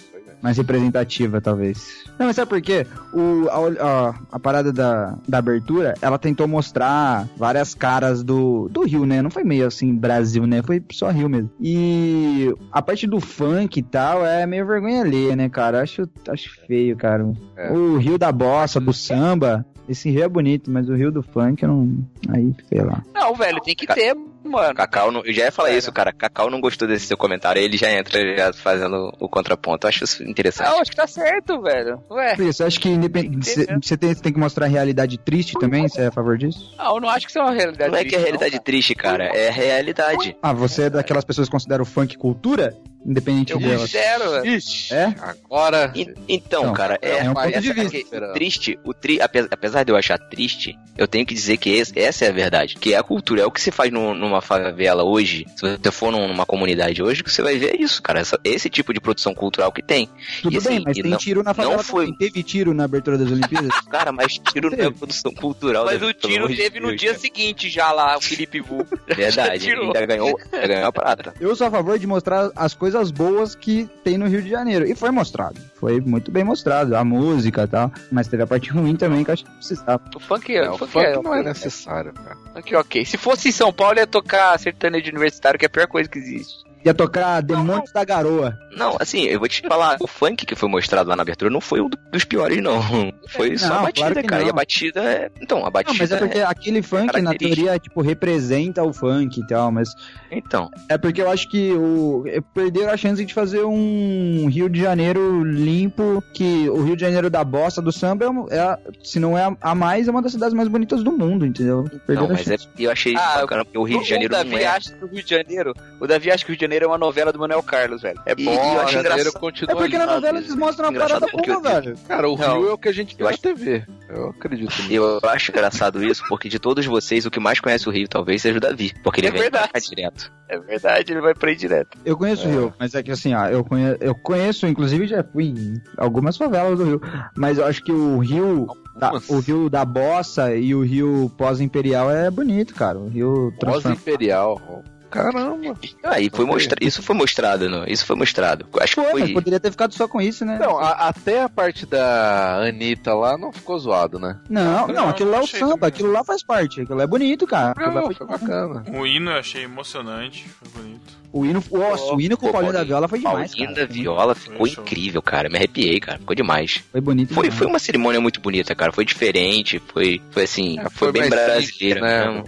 S4: mais representativa, talvez. Não, mas sabe por quê? O, a, ol- a- a parada da, da abertura, ela tentou mostrar várias caras do, do Rio, né? Não foi meio assim Brasil, né? Foi só Rio mesmo. E a parte do funk e tal é meio vergonha alheia, né, cara? Acho, acho feio, cara.
S2: É.
S4: O Rio da bossa, do samba... Esse Rio é bonito, mas o Rio do funk eu não... Aí, sei lá.
S5: Não, velho, tem que
S1: Cara,
S5: ter, mano.
S1: Cacau não, eu já ia falar
S5: Era.
S1: isso, cara. Cacau não gostou desse seu comentário, ele já entra já fazendo o contraponto. Eu acho isso interessante.
S5: Não, acho que tá certo, velho. Ué,
S4: Por isso, acho que independente. Você tem, cê tem que mostrar a realidade triste também? Você é a favor disso?
S5: não, eu não acho que isso é uma realidade.
S1: Não é que é
S5: triste,
S1: realidade
S5: não,
S1: triste, cara. É realidade.
S4: Ah, você é daquelas pessoas que consideram o funk cultura? Independente
S5: Eu
S4: dela.
S5: considero, velho.
S2: Ixi,
S4: É?
S2: agora.
S1: E- então,
S4: Não,
S1: cara, é,
S4: é um ponto de
S1: essa-
S4: vista.
S1: porque o triste, o tri, ape- apesar de eu achar triste, eu tenho que dizer que esse- essa é a verdade, que é a cultura, é o que se faz num- numa favela hoje, se você for num- numa comunidade hoje, o que você vai ver é isso, cara, essa- esse tipo de produção cultural que tem.
S4: Tudo
S1: E assim,
S4: bem, mas
S1: e
S4: tem
S1: não-
S4: tiro na favela.
S1: não foi-
S4: também. Teve tiro na abertura das Olimpíadas?
S1: Cara, mas tiro não é produção cultural.
S5: Mas
S1: né? Pelo
S5: o tiro
S1: amor de
S5: teve no
S1: Deus,
S5: dia
S1: cara.
S5: seguinte já lá, o Felipe Vu.
S1: Verdade,
S5: tirou.
S1: ainda ganhou, ainda ganhou a prata.
S4: Eu sou a favor de mostrar as coisas boas que tem no Rio de Janeiro. E foi mostrado. Foi muito bem mostrado. A música e tal. Mas teve a parte ruim também que eu acho que precisava.
S5: O funk,
S2: É,
S5: o
S2: o
S5: funk,
S2: funk
S5: é,
S2: não é necessário, cara.
S5: funk é ok. Se fosse em São Paulo, ia tocar sertanejo universitário, que é a pior coisa que existe.
S4: Ia tocar Demônios da Garoa.
S1: Não, assim, eu vou te falar, o funk que foi mostrado lá na abertura não foi um do- dos piores, não. Foi só
S4: Não,
S1: a
S4: claro
S1: batida,
S4: que
S1: cara.
S4: não.
S1: E a batida é. Então, a batida.
S4: Não, mas é porque aquele funk, na
S1: característica.
S4: teoria, tipo, representa o funk e tal. Mas
S1: Então.
S4: É porque eu acho que o, eh, perderam a chance de fazer um Rio de Janeiro limpo, que o Rio de Janeiro da bossa, do samba, é uma- é, a- se não é a, a mais, é uma das cidades mais bonitas do mundo, entendeu? Perderam
S1: Não,
S4: a
S1: mas
S4: chance.
S1: é, eu achei
S5: Ah,
S1: bacana, porque o Rio de Janeiro
S5: o
S1: não
S5: Davi
S1: é.
S5: acha que o Rio de Janeiro. O Davi acha que o Rio de Janeiro é uma novela do Manuel Carlos, velho. É
S1: E-
S5: bom,
S1: e eu
S5: é
S1: acho
S2: Janeiro
S1: engraçado.
S2: continua
S4: É porque na
S2: lindo.
S4: novela eles mostram uma
S1: Engraçado
S4: parada
S1: porque
S4: boa,
S1: eu-
S4: velho.
S2: Cara, o
S5: Não.
S2: Rio é o que a gente
S1: Eu acho,
S2: TV. Eu acredito nisso.
S1: eu acho engraçado isso, porque de todos vocês, o que mais conhece o Rio talvez seja o Davi. Porque ele
S5: É
S1: vem
S5: verdade.
S1: pra cá direto.
S5: É verdade, ele vai pra aí direto.
S4: Eu conheço o Rio, mas é que assim, ó, eu conheço, eu conheço, inclusive já fui em algumas favelas do Rio, mas eu acho que o Rio, da,
S2: Algumas?
S4: o Rio da Bossa e o Rio pós-imperial é bonito, cara. O Rio
S2: Voz
S4: transforma.
S2: Imperial. Caramba.
S1: Aí Ah, foi mostra... isso foi mostrado, não? Isso foi mostrado. Acho que
S4: Pô, mas
S1: foi.
S4: poderia ter ficado só com isso, né?
S2: Não, Então, a- até a parte da Anitta lá não ficou zoado, né?
S4: Não, não,
S3: Não,
S4: aquilo lá é o
S3: achei
S4: samba,
S3: também.
S4: aquilo lá faz parte, aquilo lá é bonito, cara. Aquilo lá
S2: Não,
S4: foi-
S2: foi bacana.
S3: O hino eu achei emocionante, foi bonito.
S4: O hino, nossa, o hino com o Paulinho da Viola foi demais,
S1: Paulinho
S4: cara.
S1: da Viola ficou
S3: Isso.
S1: incrível, cara. Me arrepiei, cara. Ficou demais.
S4: Foi bonito
S1: Foi,
S4: demais.
S1: foi uma cerimônia muito bonita, cara. Foi diferente, foi, foi assim,
S5: Ah,
S1: foi, bem
S2: É, mais
S1: brasileira
S2: simples, né?
S1: mesmo.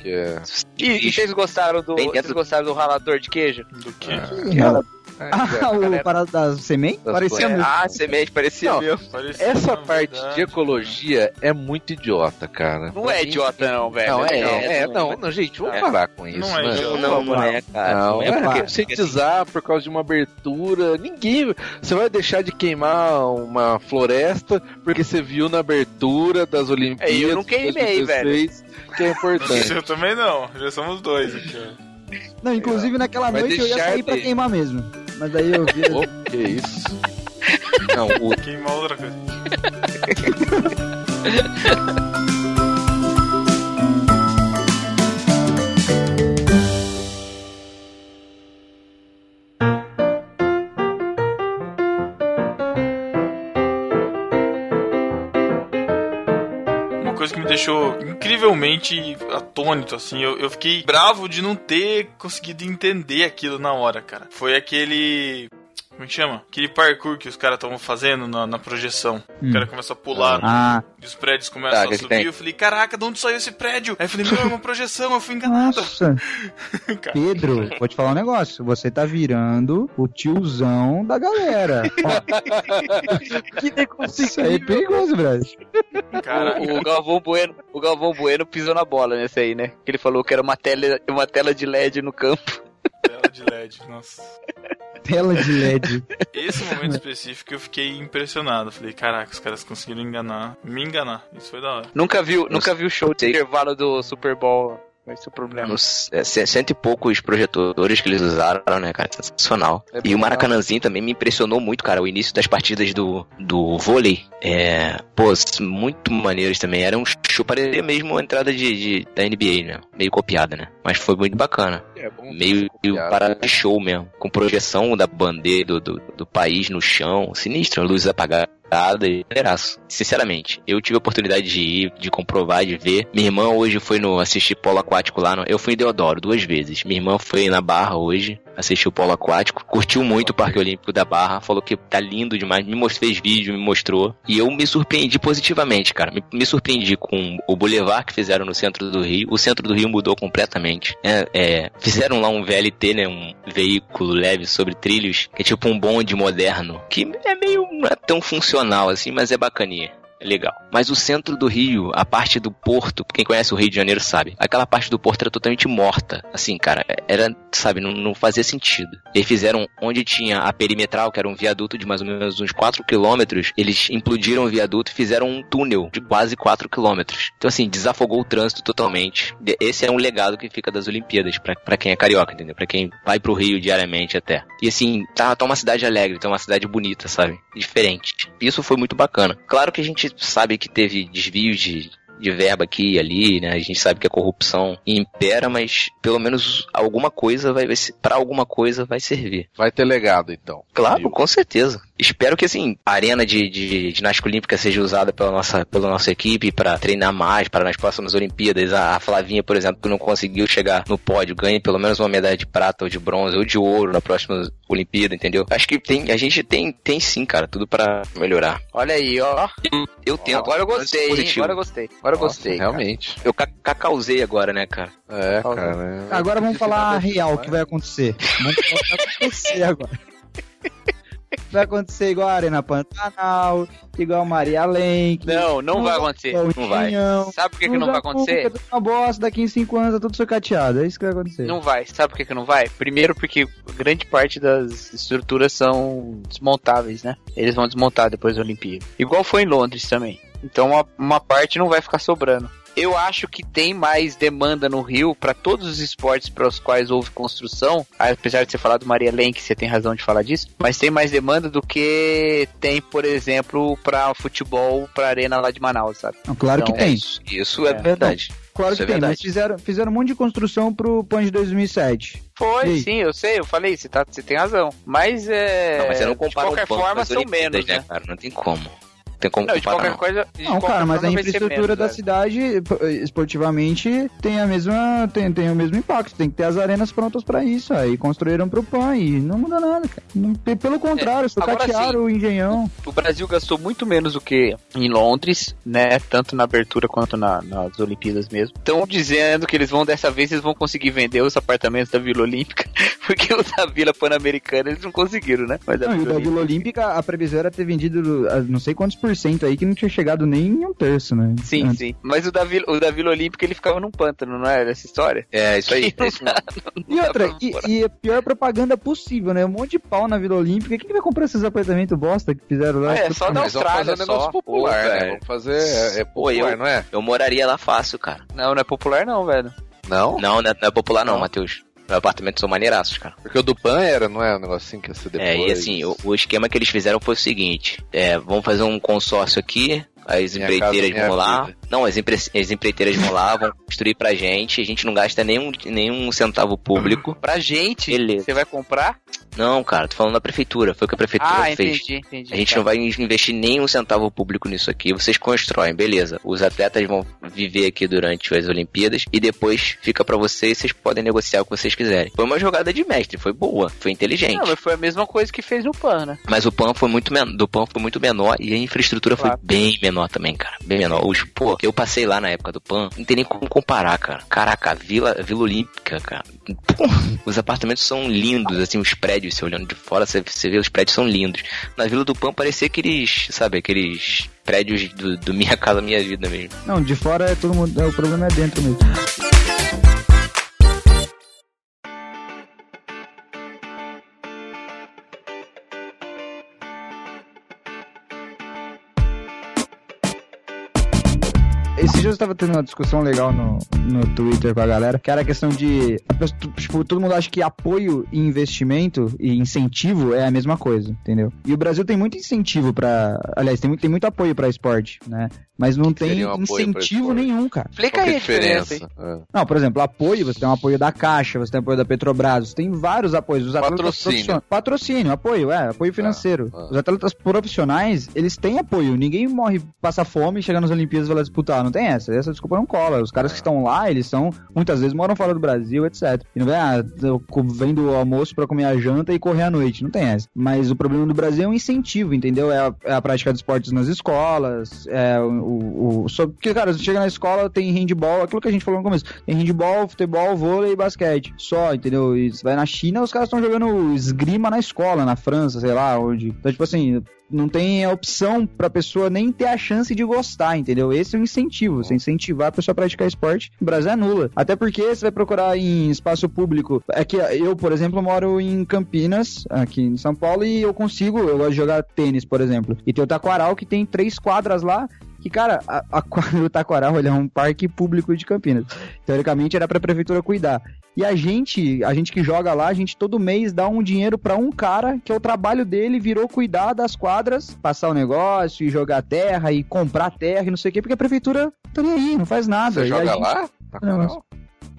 S2: Porque...
S5: E, e vocês gostaram do.
S1: Bem
S5: Vocês
S1: dentro-
S5: gostaram do ralador de queijo?
S3: Do que?
S2: é,
S4: Ah,
S5: galera.
S4: o Parada das Sementes?
S2: Das
S4: Parecia
S2: plantas.
S4: muito.
S1: Ah, semente parecia
S2: Não,
S1: mesmo.
S3: Parecia
S2: Essa
S3: uma
S2: parte
S3: É verdade,
S2: de ecologia é muito idiota, cara.
S5: Não é idiota, não, velho.
S2: Não, é,
S5: legal.
S2: é, não, não, gente, vamos
S1: É.
S2: parar com isso,
S3: Não é
S2: né?
S3: idiota.
S1: Não, não, não é, cara.
S2: Não, é porque
S1: porque-
S2: conscientizar por causa de uma abertura. Ninguém. Você vai deixar de queimar uma floresta porque você viu na abertura das Olimpíadas.
S5: É, eu não queimei,
S2: 2016, Que é
S3: Mas
S2: importante.
S3: Eu também não, já somos dois aqui. ó.
S4: Não, inclusive naquela
S2: Vai
S4: noite eu ia
S2: deixar
S4: sair pra
S2: de-
S4: queimar mesmo. Mas daí eu vi.
S2: Ô, que isso?
S1: Não, o
S3: Queimar outra coisa. Uma coisa que me deixou incrivelmente atônito, assim. Eu, eu fiquei bravo de não ter conseguido entender aquilo na hora, cara. Foi aquele. Como é que chama? Aquele parkour que os caras estavam fazendo na, na projeção. O cara começa a pular
S4: Hum. Ah,
S3: e os prédios começam
S1: Tá,
S3: a
S1: que que
S3: subir.
S1: tem?
S3: Eu falei, caraca, de onde saiu esse prédio? Aí eu falei, meu, é uma projeção, eu fui enganado.
S4: nossa.
S3: Cara,
S4: Pedro, vou te falar um negócio. Você tá virando o tiozão da galera. Ó. que negócio Isso aí é perigoso, velho.
S3: cara, um
S5: O, o Galvão Bueno, o Galvão Bueno pisou na bola nesse aí, né? Que ele falou que era uma tela, uma tela de LED no campo.
S3: tela de LED, nossa.
S4: Tela de LED.
S3: Esse momento específico eu fiquei impressionado. Eu Falei, caraca, os caras conseguiram enganar, me enganar. Isso foi da hora.
S5: Nunca viu, nunca viu o show de
S1: sei.
S5: intervalo do Super Bowl. Esse é o problema.
S1: Nos, é, c- cento e poucos projetores que eles usaram, né, cara? Sensacional.
S2: É
S1: e
S2: bom,
S1: o Maracanãzinho também me impressionou muito, cara. O início das partidas do, do vôlei. É, pô, s- muito maneiros também. Era um show, parecia mesmo uma entrada de, de- da NBA, né? Meio copiada, né? Mas foi muito bacana.
S2: É bom
S1: Meio meio
S2: copiado.
S1: para de tá show mesmo. Com projeção da bandeira do, do, do país no chão. Sinistro, luzes apagadas. E maneiraço. Sinceramente, eu tive a oportunidade de ir, de comprovar, de ver. Minha irmã hoje foi no assistir polo aquático lá. No, eu fui em Deodoro duas vezes. Minha irmã foi na Barra hoje, assistiu polo aquático, curtiu muito o Parque Olímpico da Barra, falou que tá lindo demais, me mostrou, fez vídeo, me mostrou. E eu me surpreendi positivamente, cara. Me, me surpreendi com o Boulevard que fizeram no centro do Rio. O centro do Rio mudou completamente. É, é, fizeram lá um VLT, né? Um veículo leve sobre trilhos, que é tipo um bonde moderno. Que é meio. não é tão funcional assim, mas é bacaninha. É legal. Mas o centro do Rio, a parte do porto, quem conhece o Rio de Janeiro sabe, aquela parte do porto era totalmente morta. Assim, cara, era, sabe, não, não fazia sentido. Eles fizeram onde tinha a perimetral, que era um viaduto de mais ou menos uns 4 quilômetros, eles implodiram o viaduto e fizeram um túnel de quase 4 quilômetros. Então, assim, desafogou o trânsito totalmente. De- Esse é um legado que fica das Olimpíadas, pra pra quem é carioca, entendeu? Pra quem vai pro Rio diariamente até. E assim, tá, tá uma cidade alegre, tá uma cidade bonita, sabe? Diferente. Isso foi muito bacana. Claro que a gente sabe que teve desvios de, de verba aqui e ali, né? A gente sabe que a corrupção impera, mas pelo menos alguma coisa vai, vai para alguma coisa vai servir.
S2: Vai ter legado, então.
S1: Claro,
S2: Viu?
S1: com certeza. Espero que assim, a arena de, de ginástica olímpica seja usada pela nossa, pela nossa equipe para treinar mais, para nas próximas Olimpíadas. A, a Flavinha, por exemplo, que não conseguiu chegar no pódio, ganhe pelo menos uma medalha de prata ou de bronze ou de ouro na próxima Olimpíada, entendeu? Acho que tem, a gente tem, tem sim, cara, tudo para melhorar.
S5: Olha aí, ó.
S1: Eu tento.
S5: Agora eu gostei, hein?
S1: Positivo.
S5: Agora eu gostei. Agora eu
S2: Nossa,
S5: gostei. cara.
S2: Realmente.
S1: Eu ca- cacauzei agora, né, cara?
S2: É,
S5: Pausa.
S2: cara. é-
S4: Agora vamos falar a real, o que
S2: né?
S4: vai acontecer. Vamos falar o que vai acontecer agora. Vai acontecer igual a Arena Pantanal, igual a Maria Lenk,
S5: Não, não vai acontecer.
S4: igual o
S1: não vai.
S4: Engenhão.
S5: Sabe por que, que não vai acontecer?
S4: Tudo Uma bosta, daqui em 5 anos tá tudo sucateado. É isso que vai acontecer.
S5: Não vai. Sabe por que, que não vai? Primeiro porque grande parte das estruturas são desmontáveis, né? Eles vão desmontar depois da Olimpíada. Igual foi em Londres também. Então uma, uma parte não vai ficar sobrando. Eu acho que tem mais demanda no Rio para todos os esportes para os quais houve construção, apesar de você falar do Maria Len, que você tem razão de falar disso, mas tem mais demanda do que tem, por exemplo, para futebol, para arena lá de Manaus, sabe?
S4: Não, claro
S5: Então,
S4: que
S1: É,
S4: tem.
S1: isso, isso é,
S5: É.
S1: verdade.
S4: Claro
S1: isso
S4: que
S1: é
S4: tem.
S1: verdade.
S4: Mas fizeram, fizeram um monte de construção pro PAN de 2007.
S5: Foi,
S4: E aí?
S5: sim, eu sei, eu falei, você, tá, você tem razão. Mas é.
S1: não, mas você não
S5: de
S1: compara
S5: qualquer
S1: o banco com
S5: forma
S1: as
S5: são
S1: Olimpíadas,
S5: menos, né?
S1: cara? Não tem como. Não tem como
S5: Não, de
S1: comparar,
S5: qualquer
S1: não.
S5: coisa. de
S4: Não,
S5: qualquer
S4: cara, mas a
S5: forma vai ser
S4: infraestrutura
S5: menos, é. né?
S4: da
S5: velho.
S4: cidade, p- esportivamente, tem a mesma, tem, tem o mesmo impacto. Tem que ter as arenas prontas pra isso. Aí construíram pro PAN e não muda nada, cara. Não tem-
S5: É,
S4: pelo contrário, sucatearam o engenhão.
S5: O Brasil gastou muito menos do que em Londres, né? Tanto na abertura quanto na- nas Olimpíadas mesmo. Estão dizendo que eles vão, dessa vez, eles vão conseguir vender os apartamentos da Vila Olímpica, porque o da Vila Pan-Americana eles não conseguiram, né? Mas da
S4: Não, e o
S5: Vila
S4: da
S5: Olímpica-
S4: Vila Olímpica, a previsão era ter vendido ah, não sei quantos por cento aí, que não tinha chegado nem em um terço, né?
S5: Sim,
S4: Antes.
S5: sim. Mas o da, Vila, o da Vila Olímpica ele ficava num pântano, não era essa história?
S1: É, isso aí. É isso mesmo.
S4: E outra,
S5: Dá pra
S4: e,
S5: morar.
S4: e a pior propaganda possível, né? Um monte de pau na Vila Olímpica. Quem que vai comprar esses apartamentos bosta que fizeram lá?
S5: Ah, é só da
S2: Mas vamos fazer
S5: Austrália,
S2: um negócio
S5: só.
S2: popular,
S1: Pô,
S2: né?
S1: velho.
S2: Vamos fazer. É, é
S1: Pô,
S2: popular,
S1: eu-
S2: não é?
S1: Eu moraria lá fácil, cara.
S5: Não, não é popular não, velho.
S2: Não?
S1: Não, não é, não é popular não,
S5: Não.
S1: Matheus. Meus apartamentos são maneiraços, cara.
S2: Porque o do Pan era, não é? Um negocinho que ia ser depois.
S1: É, e assim, o, o esquema que eles fizeram foi o seguinte: é, vamos fazer um consórcio aqui, as
S2: Minha
S1: empreiteiras
S2: casa, minha
S1: vão lá.
S2: vida.
S1: Não, as, empre, as empreiteiras vão lá, vão construir pra gente, a gente não gasta nenhum, nenhum centavo público.
S5: Pra gente,
S1: Beleza.
S5: você vai comprar?
S1: Não, cara, tô falando da prefeitura, foi o que a prefeitura
S5: Ah,
S1: fez.
S5: entendi, entendi.
S1: A gente
S5: tá.
S1: não vai investir nenhum centavo público nisso aqui. Vocês constroem, beleza. Os atletas vão viver aqui durante as Olimpíadas e depois fica pra vocês, vocês podem negociar o que vocês quiserem. Foi uma jogada de mestre, foi boa, foi inteligente.
S5: Não, mas foi a mesma coisa que fez no PAN, né?
S1: Mas o PAN foi muito men- do PAN foi muito menor e a infraestrutura
S5: Claro.
S1: foi bem menor também, cara. Bem menor. Os, pô, eu passei lá na época do PAN, não tem nem como comparar, cara. Caraca, a Vila, a Vila Olímpica, cara. Pô, os apartamentos são lindos, assim, os prédios, você olhando de fora, você, você vê os prédios são lindos. Na Vila do PAN parecia aqueles, sabe, aqueles prédios do, do Minha Casa Minha Vida mesmo.
S4: Não, de fora é todo mundo. é, o problema é dentro mesmo. Esse dia eu tava tendo uma discussão legal no, no Twitter com a galera, que era a questão de. a pessoa- Tipo, todo mundo acha que apoio e investimento e incentivo é a mesma coisa, entendeu? E o Brasil tem muito incentivo pra. Aliás, tem muito, tem muito apoio pra esporte, né? Mas não tem
S2: seria um apoio pra
S4: incentivo
S2: esporte?
S4: nenhum, cara.
S5: Explica
S2: Qual que
S5: aí
S2: é
S5: a diferença, hein?
S2: É.
S4: Não, por exemplo, apoio, você tem um apoio da Caixa, você tem apoio da Petrobras, você tem vários apoios. Os atletas
S2: Patrocínio.
S4: profissionais- Patrocínio, apoio, é, apoio financeiro.
S2: ah.
S4: Os atletas profissionais, eles têm apoio. Ninguém morre, passa fome, chega nas Olimpíadas e vai lá disputar. Não tem essa. Essa desculpa não cola. Os
S2: É.
S4: caras que estão lá, eles são, muitas vezes, moram fora do Brasil, etc. E não vem, ah, eu co- vem do almoço pra comer a janta e correr à noite. Não tem essa. Mas o problema do Brasil é um incentivo, entendeu? É a, é a prática de esportes nas escolas, é o... o, o só- porque, cara, você chega na escola, tem handball, aquilo que a gente falou no começo. Tem handball, futebol, vôlei e basquete. Só, entendeu? E você vai na China, os caras estão jogando esgrima na escola, na França, sei lá, onde. Então, tipo assim, não tem a opção pra pessoa nem ter a chance de gostar, entendeu? Esse é o incentivo. Você incentivar a pessoa a praticar esporte, o Brasil é nula. Até porque você vai procurar em espaço público. Aqui, eu, por exemplo, moro em Campinas, aqui em São Paulo, e eu consigo, eu gosto de jogar tênis, por exemplo. E tem o Taquaral que tem três quadras lá. Que, cara, a, a quadra do Taquaral ele é um parque público de Campinas teoricamente era pra prefeitura cuidar. E a gente, a gente que joga lá, a gente todo mês dá um dinheiro pra um cara que é o trabalho dele, virou cuidar das quadras, passar o negócio e jogar terra e comprar terra e não sei o quê, porque a prefeitura tá nem aí, não faz
S5: Ah,
S4: nada.
S2: Você
S4: E a
S2: joga
S4: gente-
S2: lá? Tá com
S4: Não, mas-
S2: canal?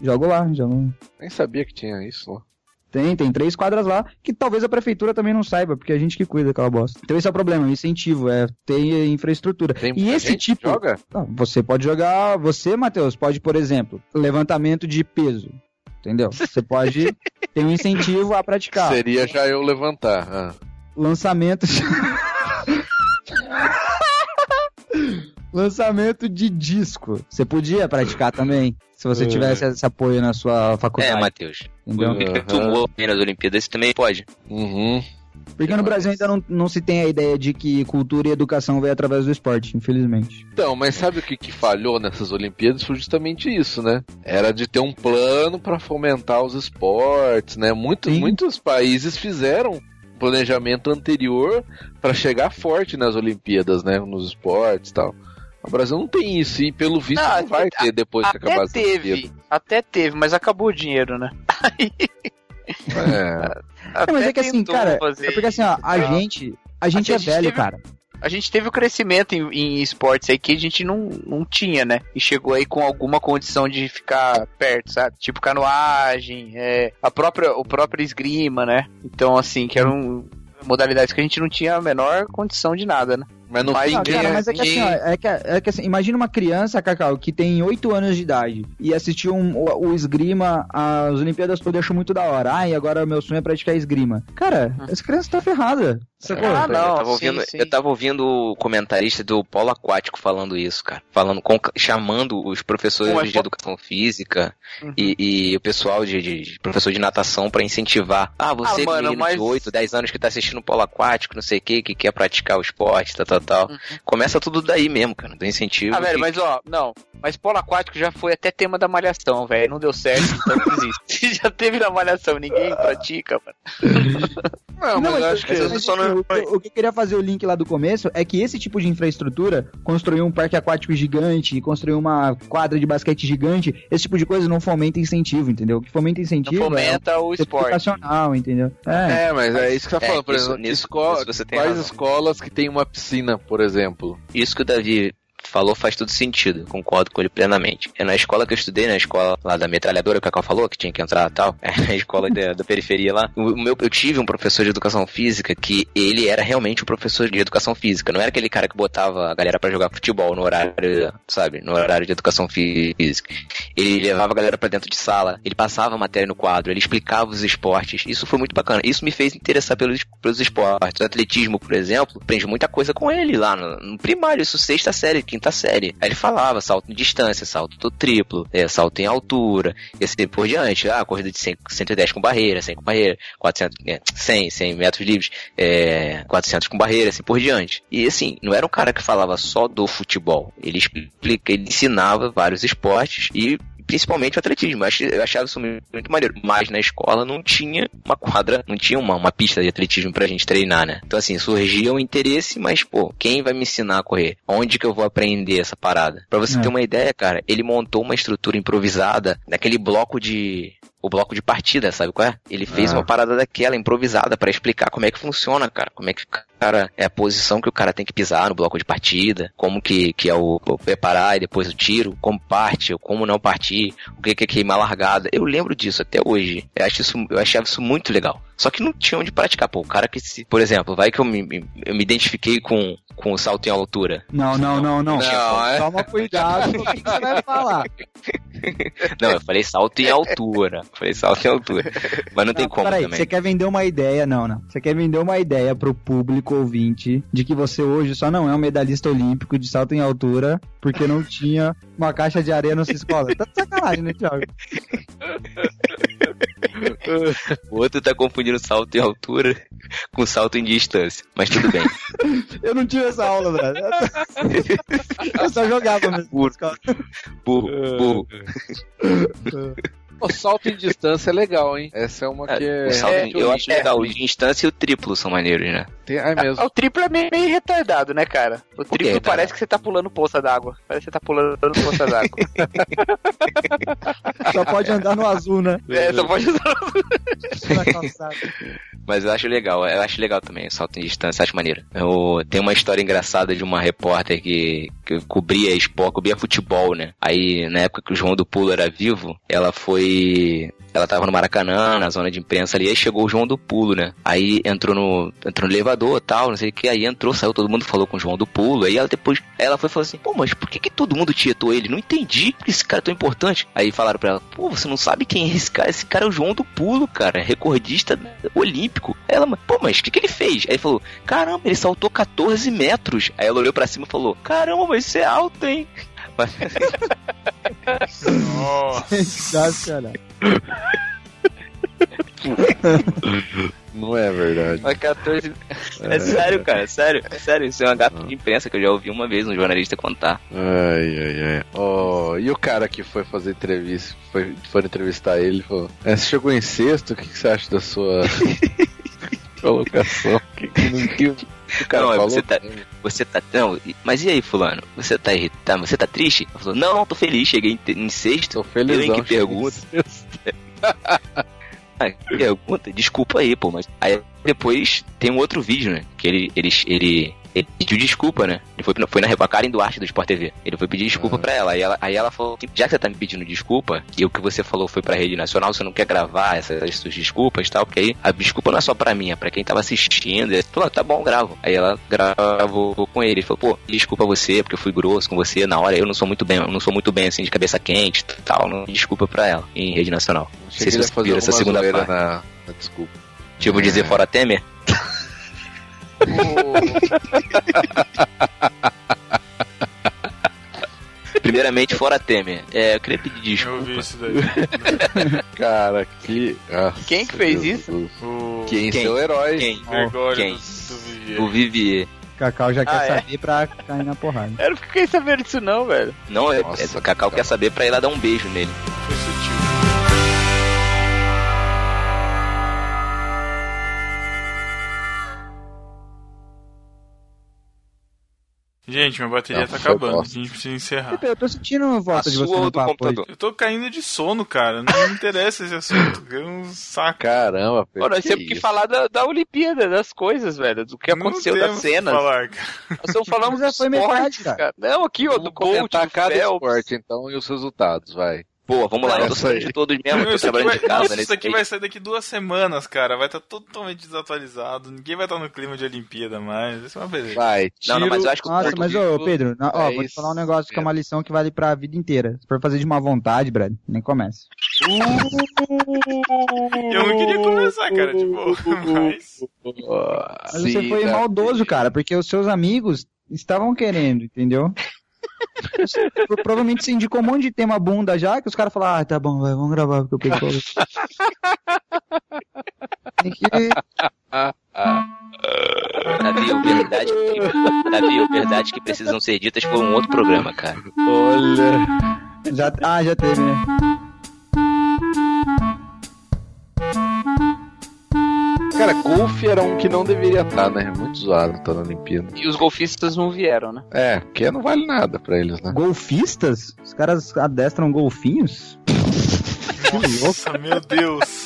S4: Jogo lá, jogo.
S2: Nem sabia que tinha isso lá.
S4: Tem, tem três quadras lá que talvez a prefeitura também não saiba, porque é a gente que cuida daquela bosta. Então esse é o problema, o incentivo, é ter infraestrutura.
S2: Tem
S4: e
S2: muita
S4: esse
S2: gente que
S4: tipo.
S2: Joga?
S4: Não, Você pode jogar. Você, Matheus, pode, por exemplo, levantamento de peso. Entendeu? Você pode ter um incentivo a praticar.
S2: Seria já eu levantar. ah.
S4: Lançamento. de- Lançamento de disco. Você podia praticar também, se você tivesse esse apoio na sua
S1: É,
S4: faculdade.
S1: Matheus.
S4: entendeu?
S1: O que tomou bem nas Olimpíadas, isso também pode.
S2: Uhum.
S4: Porque no Brasil ainda não, não se tem a ideia de que cultura e educação vem através do esporte, infelizmente.
S2: Então, mas sabe o que, que falhou nessas Olimpíadas? Foi justamente isso, né? Era de ter um plano pra fomentar os esportes, né? Muito,
S4: Sim.
S2: muitos países fizeram um planejamento anterior pra chegar forte nas Olimpíadas, né? Nos esportes e tal. O Brasil não tem isso, e pelo visto
S5: Não,
S2: não, vai
S5: a-
S2: ter depois que acabar
S5: Até
S2: essa
S5: teve, até teve, mas acabou o dinheiro, né? Aí,
S2: Olimpíada.
S4: É, mas
S5: até
S4: é que assim,
S5: tentou
S4: cara,
S5: fazer
S4: é porque assim, ó,
S5: isso e
S4: a
S5: tal.
S4: gente, a gente
S5: Até
S4: é
S5: a gente
S4: velho,
S5: teve-
S4: cara.
S5: A gente teve o crescimento em, em esportes aí que a gente não, não tinha, né? E chegou aí com alguma condição de ficar perto, sabe? Tipo canoagem, é, a própria, o próprio esgrima, né? Então, assim, que eram modalidades que a gente não tinha a menor condição de nada, né?
S2: É, mas não
S5: Mas,
S2: tem
S4: Não,
S2: quem.
S4: cara, mas é que assim, ó, é que, é que assim, imagina uma criança, Cacau, que tem 8 anos de idade e assistiu um- o, o esgrima, as Olimpíadas todas, achou muito da hora. Ah, e agora meu sonho é praticar esgrima. Cara, essa criança tá ferrada. Sacou?
S5: Ah, não,
S1: eu, tava
S5: sim,
S1: ouvindo,
S5: sim.
S1: eu tava ouvindo o comentarista do Polo Aquático falando isso, cara. Falando, com- chamando os professores
S5: Ué,
S1: de
S5: pô-
S1: educação física
S5: Uhum.
S1: e, e o pessoal de, de- de professor de natação pra incentivar. Ah, você
S5: Ah, mano,
S1: menino
S5: mas-
S1: de 8, 10 anos que tá assistindo Polo Aquático, não sei o que, que quer praticar o esporte, tal, tal, tal. Começa tudo daí mesmo, cara, do incentivo.
S5: Uhum. Ah, velho,
S1: que-
S5: mas ó, não. Mas polo aquático já foi até tema da malhação, velho. Não Ah, deu certo, então desiste. já teve na malhação, ninguém pratica, mano.
S2: Não, mas eu acho que.
S1: mas eu- só não-
S4: o, que- o que eu queria fazer o link lá do começo é que esse tipo de infraestrutura, construir um parque aquático gigante, construir uma quadra de basquete gigante, esse tipo de coisa não fomenta incentivo, entendeu? O que fomenta
S5: Não
S4: incentivo é
S5: fomenta o
S4: o
S5: esporte.
S4: educacional, entendeu? É.
S2: É, mas é isso que você tá
S1: É,
S2: falando, por
S1: isso-
S2: exemplo.
S1: nisso-
S2: escola-
S1: nisso você tem
S2: quais
S1: razão.
S2: escolas que tem uma piscina, por exemplo?
S1: Isso que o Davi falou faz todo sentido, eu concordo com ele plenamente. É na escola que eu estudei, na escola lá da metralhadora, que a Cacau falou, que tinha que entrar e tal, é a escola da, da periferia lá. O, o meu, eu tive um professor de educação física que ele era realmente um professor de educação física, não era aquele cara que botava a galera pra jogar futebol no horário, sabe, no horário de educação fí- física. Ele levava a galera pra dentro de sala, ele passava a matéria no quadro, ele explicava os esportes. Isso foi muito bacana. Isso me fez interessar pelos, pelos esportes. O atletismo, por exemplo, aprendi muita coisa com ele lá no, no primário, isso sexta série, quinta série. Aí ele falava salto em distância, salto triplo, é, salto em altura, e assim por diante. Ah, corrida de 100, 110 com barreira, 100 com barreira, 400, é, 100, 100 metros livres, é, 400 com barreira, assim por diante. E assim, não era um cara que falava só do futebol. Ele explica, ele ensinava vários esportes e principalmente o atletismo. Eu ach- eu achava isso muito maneiro. Mas na escola não tinha uma quadra, não tinha uma, uma pista de atletismo pra gente treinar, né? Então, assim, surgia o interesse, mas, pô, quem vai me ensinar a correr? Onde que eu vou aprender essa parada? Pra você
S4: É.
S1: ter uma ideia, cara, ele montou uma estrutura improvisada naquele bloco de. O bloco de partida, sabe qual é? Ele fez
S2: Ah.
S1: uma parada daquela, improvisada, pra explicar como é que funciona, cara. Como é que o cara. É a posição que o cara tem que pisar no bloco de partida, como que, que é o, o preparar e depois o tiro, como parte, ou como não partir, o que que é queimar largada. Eu lembro disso até hoje. Eu, acho isso, eu achava isso muito legal. Só que não tinha onde praticar, pô. O cara que se. Por exemplo, vai que eu me, me- eu me identifiquei com, com o salto em altura.
S4: Não, não, não, não.
S2: Não, é.
S4: Toma cuidado com o que que você vai falar.
S1: Não, eu falei salto em altura. Eu falei salto em altura. Mas não, tem como
S4: peraí,
S1: também.
S4: Você quer vender uma ideia, não, não. Você quer vender uma ideia pro público ouvinte de que você hoje só não é um medalhista olímpico de salto em altura porque não tinha uma caixa de areia na sua escola. Tá de sacanagem, né, Thiago?
S1: O outro tá confundindo salto em altura com salto em distância. Mas tudo bem.
S4: Eu não tive essa aula, velho. Eu só jogava mesmo. na escola.
S1: Burro,
S4: Ah.
S1: burro.
S2: O salto em distância é legal, hein? Essa é uma que é.
S1: O salto em-
S2: realmente
S1: eu
S2: olímpica.
S1: acho legal. O de distância e o triplo são maneiros, né?
S2: Tem- Ai, mesmo.
S5: Ah, O triplo é meio, meio retardado, né, cara? O
S1: Por quê,
S5: triplo
S1: cara?
S5: parece que você tá pulando poça d'água. Parece que você tá pulando poça d'água.
S4: Só pode andar no azul, né?
S5: é, só pode usar.
S4: Na calçada.
S1: Mas eu acho legal, eu acho legal também, o salto em distância, acho maneiro. Eu, tem uma história engraçada de uma repórter que, que cobria esporte, cobria futebol, né? Aí, na época que o João do Pulo era vivo, ela foi. Ela tava no Maracanã, na zona de imprensa ali, aí chegou o João do Pulo, né? Aí entrou no, entrou no elevador tal, não sei o que, aí entrou, saiu, todo mundo falou com o João do Pulo, aí ela depois, ela foi e falou assim, pô, mas por que, que todo mundo tietou ele? Não entendi, por que esse cara é tão importante? Aí falaram pra ela, pô, você não sabe quem é esse cara? Esse cara é o João do Pulo, cara, é recordista olímpico. Aí ela, pô, mas o que, que ele fez? Aí ele falou, caramba, ele saltou 14 metros. Aí ela olhou pra cima e falou, caramba, mas você é alto, hein?
S3: Nossa.
S4: Sensacional.
S2: Não é verdade.
S1: Mas 14 É sério, cara, sério, sério. Isso é uma gafa de imprensa que eu já ouvi uma vez um jornalista contar.
S2: Ai, ai, ai. Oh, e o cara que foi fazer entrevista, foi, foram entrevistar ele, falou: é, Você chegou em sexto, o que, que você acha da sua. colocação. Que, que não que o cara
S1: Não, é
S2: falou. né?
S1: você tá- Você tá tão. Mas e aí, fulano? Você tá irritado? Você tá triste? Ela falou, não, tô feliz, cheguei em, te- em sexto.
S2: Tô felizão.
S1: Eu nem que pergunto. Ah, pergunta, desculpa aí, pô, mas. Aí depois tem um outro vídeo, né? Que ele. ele, ele... Ele pediu desculpa, né? Ele foi, foi na a Karen Duarte do Sport TV. Ele foi pedir desculpa pra ela. Aí, ela. aí ela falou que, já que você tá me pedindo desculpa, e o que você falou foi pra Rede Nacional, você não quer gravar essas, suas desculpas e tal, porque aí a desculpa não é só pra mim, é pra quem tava assistindo. Ele falou, tá bom, gravo. Aí ela gravou com ele. Ele falou, pô, desculpa você, porque eu fui grosso com você na hora. Eu não sou muito bem, eu não sou muito bem assim, de cabeça quente e tal. Não, desculpa pra ela, em Rede Nacional. Não
S2: Achei que ele ia fazer
S1: viu
S2: alguma zoeira na, na desculpa.
S1: Tipo, dizer fora Temer? Primeiramente, fora Temer. É, eu queria pedir
S3: Eu vi
S1: desculpa.
S3: isso daí.
S2: Cara, que.
S5: Quem que fez isso?
S3: O
S2: Quem,
S1: Quem?
S2: seu herói?
S1: Quem?
S3: Gregório
S1: Quem?
S3: do, do Vivier.
S1: O Vivier.
S4: Cacau já quer
S5: Ah, é?
S4: saber pra cair na porrada.
S5: Eu não fiquei sabendo disso, não, velho.
S1: Não, é,
S2: Nossa,
S1: é, o Cacau
S2: cara.
S1: quer saber pra ir lá dar um beijo nele.
S3: Foi sutil. Gente, minha bateria
S2: Não,
S3: tá
S2: foi
S3: acabando. A
S2: bosta.
S3: gente precisa encerrar.
S4: Eu tô sentindo falta
S1: Ah. A
S4: de você
S1: sua ou
S4: no
S1: do
S4: papo. hoje.
S1: computador?
S3: Eu tô caindo de sono, cara. Não me interessa esse assunto. É um saco.
S2: Caramba,
S5: Pô,
S2: Pedro.
S5: nós temos que falar da, da Olimpíada, das coisas, velho. Do que
S3: Não
S5: aconteceu, das
S3: temos o que
S5: cenas.
S3: falar, cara.
S5: Nós só falamos
S4: Já
S5: dos
S4: foi metade,
S5: esportes,
S4: cara.
S5: cara. Não, aqui, ó, do
S2: Vamos comentar
S5: coach,
S2: cada
S5: do Phelps.
S2: esporte, então, e os resultados, vai.
S1: Pô, vamos lá, eu
S2: Essa
S1: tô sabendo
S2: aí.
S1: de todos mesmo, eu
S3: Meu,
S1: tô
S3: isso aqui,
S1: trabalhando
S3: vai,
S1: de casa né?
S3: nossa,
S1: nesse
S3: isso aqui
S1: mês.
S3: vai sair daqui duas semanas, cara. Vai estar totalmente desatualizado. Ninguém vai estar no clima de Olimpíada mais. Isso é uma beleza.
S2: Vai,
S1: Não, não, mas eu acho que o
S4: Nossa,
S1: ponto
S4: mas ô, Pedro, na- ó,
S2: é
S4: vou te
S2: isso
S4: falar um negócio que é uma lição que vale pra vida inteira. Se for fazer de má vontade, Brad, nem comece.
S5: Uh,
S3: Eu não queria começar, cara, de boa. Mas.
S4: Mas você
S2: tá, é,
S4: foi maldoso, cara, porque os seus amigos estavam querendo, entendeu? Você- Provavelmente você indicou um monte de tema bunda já, que os caras falaram, ah, tá bom, vai, vamos gravar, porque o pessoal... Tem que...
S1: Davi, o verdade que, Davi, o verdade que precisam ser ditas foi um outro programa, cara.
S2: Olha.
S4: Já... Ah, já teve, né?
S2: Cara, golfe era um que não deveria estar, né? Muito zoado tá na Olimpíada.
S5: E os golfistas não vieram, né?
S2: É, porque não vale nada pra eles, né?
S4: Golfistas? Os caras adestram golfinhos? que louco.
S3: Nossa, meu Deus.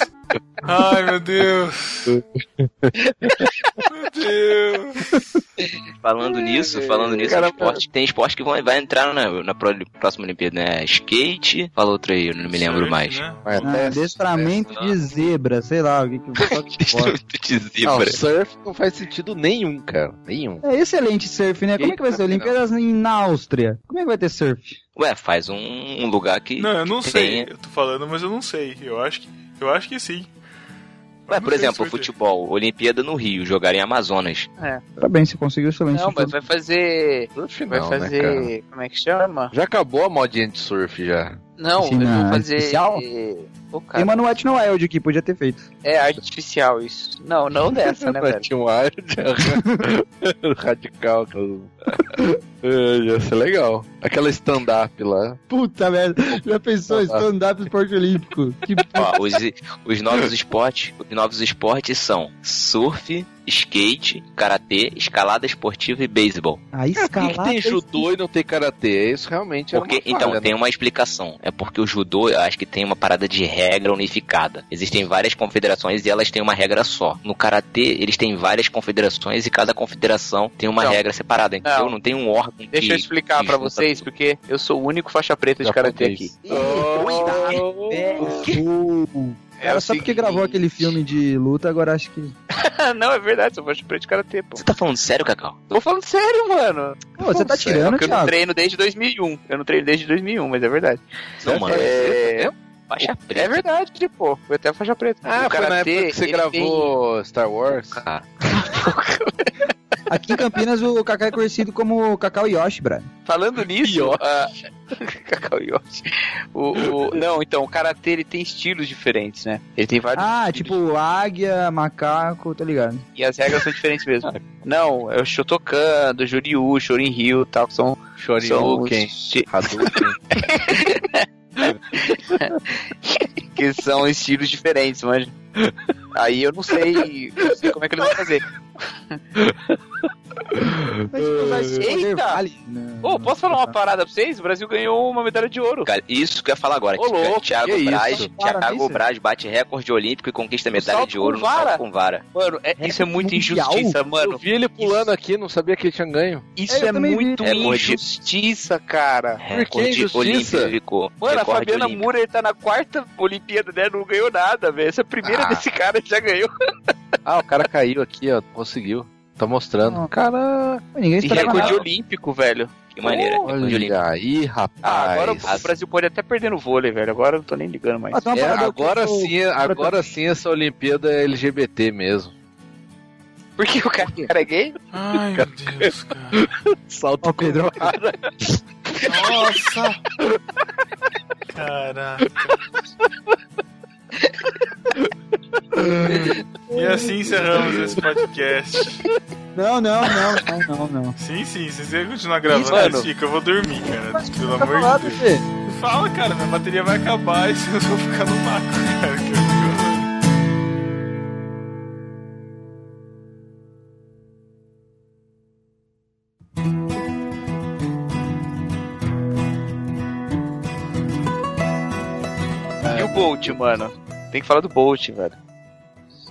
S3: Ai, meu Deus. Meu Deus.
S1: Falando nisso, falando nisso,
S2: Cara,
S1: esporte, tem esporte que vai, vai entrar né? na, na pro- próxima Olimpíada, né? Skate, fala outro aí, eu não me lembro
S3: Surf,
S1: mais.
S3: né?
S2: Mas
S4: Ah,
S2: teste,
S4: adestramento
S5: é,
S1: teste.
S4: de zebra, sei lá, o que que... só que bosta.
S1: De
S2: teste. Não,
S1: zebra.
S2: surf não faz sentido nenhum, cara. Nenhum.
S4: É excelente surf, né? Como é que vai ser?
S2: Eita,
S4: Olimpíadas em- na Áustria. Como é que vai ter surf?
S1: Ué, faz um, um lugar que.
S3: Não, eu não
S1: que
S3: sei.
S1: tenha-
S3: Eu tô falando, mas eu não sei. Eu acho que, eu acho que sim. Eu
S1: Ué,
S3: não
S1: por
S3: sei se
S1: exemplo,
S3: vai ter.
S1: futebol, Olimpíada no Rio, jogar em Amazonas.
S4: Parabéns, você conseguiu excelente.
S5: Não, mas vai fazer.
S2: Surf
S5: Vai
S2: não, né,
S5: fazer.
S2: cara?
S5: como é que chama?
S2: Já acabou a modinha de surf, já.
S5: Não,
S4: Piscina
S5: eu vou fazer.
S4: artificial?
S5: Pô,
S4: Tem
S5: cara,
S4: uma no Wet n Wild que podia ter feito.
S5: É artificial isso. Não, não dessa, né, velho?
S2: Tinha um ar de radical. cara. É, Ia ser legal. Aquela stand-up lá.
S4: Puta merda, já pensou
S5: Tá,
S4: stand-up esporte olímpico? Que
S1: Ó, os, os novos esportes, os novos esportes são surf, skate, karatê, escalada esportiva e beisebol.
S4: A
S2: Por que, que
S4: escalada. é
S2: tem judô e não tem karatê? Isso realmente é uma
S1: Porque,
S2: falha,
S1: então,
S2: né?
S1: tem uma explicação. É porque o judô, eu acho que tem uma parada de regra unificada. Existem várias confederações e elas têm uma regra só. No karatê, eles têm várias confederações e cada confederação tem uma
S5: Não.
S1: regra separada. Então não,
S5: Não.
S1: tem um órgão
S5: Deixa eu
S1: que...
S5: explicar
S1: que
S5: pra
S1: junta
S5: vocês,
S1: tudo.
S5: porque eu sou o único faixa preta de
S2: Japonês.
S5: karatê aqui.
S2: Oh,
S5: É
S4: Era
S5: o
S4: só porque
S5: seguinte-
S4: gravou aquele filme de luta, agora acho que.
S5: não, é verdade, sou faixa preta de karatê, pô.
S1: Você tá falando sério, Cacau?
S5: Tô falando sério, mano.
S4: Pô, você tá
S2: sério,
S4: tirando,
S5: é Porque eu não
S4: Thiago?
S5: treino desde 2001. Eu não treino desde 2001, mas é verdade.
S1: Não, mano.
S5: É,
S1: Faixa
S5: é
S1: preta,
S5: verdade, pô. Foi até faixa preta.
S2: Ah,
S5: O
S2: foi na época que você
S5: ele
S2: gravou Star Wars?
S1: cara.
S4: Aqui em Campinas o Cacá é conhecido como Cacau Yoshi, Brad.
S5: Falando nisso, ah, Cacau Yoshi. O, o- não, então, o karatê ele tem estilos diferentes, né? Ele tem vários.
S4: Ah,
S5: estilos.
S4: tipo águia, macaco, tá ligado?
S5: E as regras são diferentes mesmo. não, é o Shotokan, do Juryu, Shorin Ryu e tal, que são. são
S2: Shoryuken,
S5: esti-
S2: Hadouken.
S5: que são estilos diferentes, mas. Aí eu não sei, não sei como é que ele vai fazer.
S4: Mas, tipo, mas
S5: Eita!
S4: Undervalley, né?
S5: Ô, posso falar uma parada pra vocês? O Brasil ganhou uma medalha de ouro.
S1: Cara, isso que eu ia falar agora.
S5: Ô, louco,
S1: Thiago
S2: que
S1: Braz,
S2: isso?
S4: Para,
S1: Thiago
S4: isso?
S1: Braz bate recorde olímpico e conquista medalha
S5: salto
S1: de ouro
S5: com
S1: no salto
S5: vara.
S1: com vara.
S5: Mano, é- isso é muita
S4: Mundial?
S5: injustiça,
S2: Eu
S5: mano.
S2: vi ele pulando aqui, não sabia que ele tinha ganho.
S5: Isso
S4: É, eu
S5: é
S4: também vi.
S5: muito
S1: É, gordinho.
S5: injustiça, cara.
S1: Recorde
S2: injustiça?
S1: olímpico.
S5: Mano, a
S1: recorde
S5: Fabiana
S1: olímpico.
S5: Murer tá na quarta Olimpíada, né? Não ganhou nada, velho. Essa é a primeira
S1: Ah.
S5: desse cara que já ganhou.
S2: Ah, o cara caiu aqui, ó. Conseguiu. Tá mostrando.
S4: Não.
S2: Cara,
S4: Pô,
S5: E
S4: Ninguém esperava
S5: recorde
S4: nada.
S5: olímpico, velho.
S1: Que maneira. recorde olímpico.
S2: olha aí, rapaz.
S5: Ah, agora o Brasil pode até perder no vôlei, velho. Agora eu não tô nem ligando mais.
S4: Ah, tem uma
S2: É,
S4: parada que
S2: agora
S4: eu-
S2: sim, agora sim essa Olimpíada é LGBT mesmo.
S5: Por que o cara, o cara é gay?
S3: Ai, meu Deus, cara.
S2: Salto
S4: Ó, Pedro,
S3: Nossa! Caraca. E assim encerramos esse podcast.
S4: Não, não, não, não, não, não.
S3: Sim, sim, se você continuar gravando,
S5: Isso, mano.
S3: eles ficam. Eu vou dormir, cara. Pelo
S4: Tá
S3: amor
S4: falado,
S3: de
S4: Fê.
S3: Deus. Fala, cara, minha bateria vai acabar e eu vou ficar no vácuo, cara. que eu- eu-
S1: É.
S5: E o Bolt, mano? Tem que falar do Bolt, velho.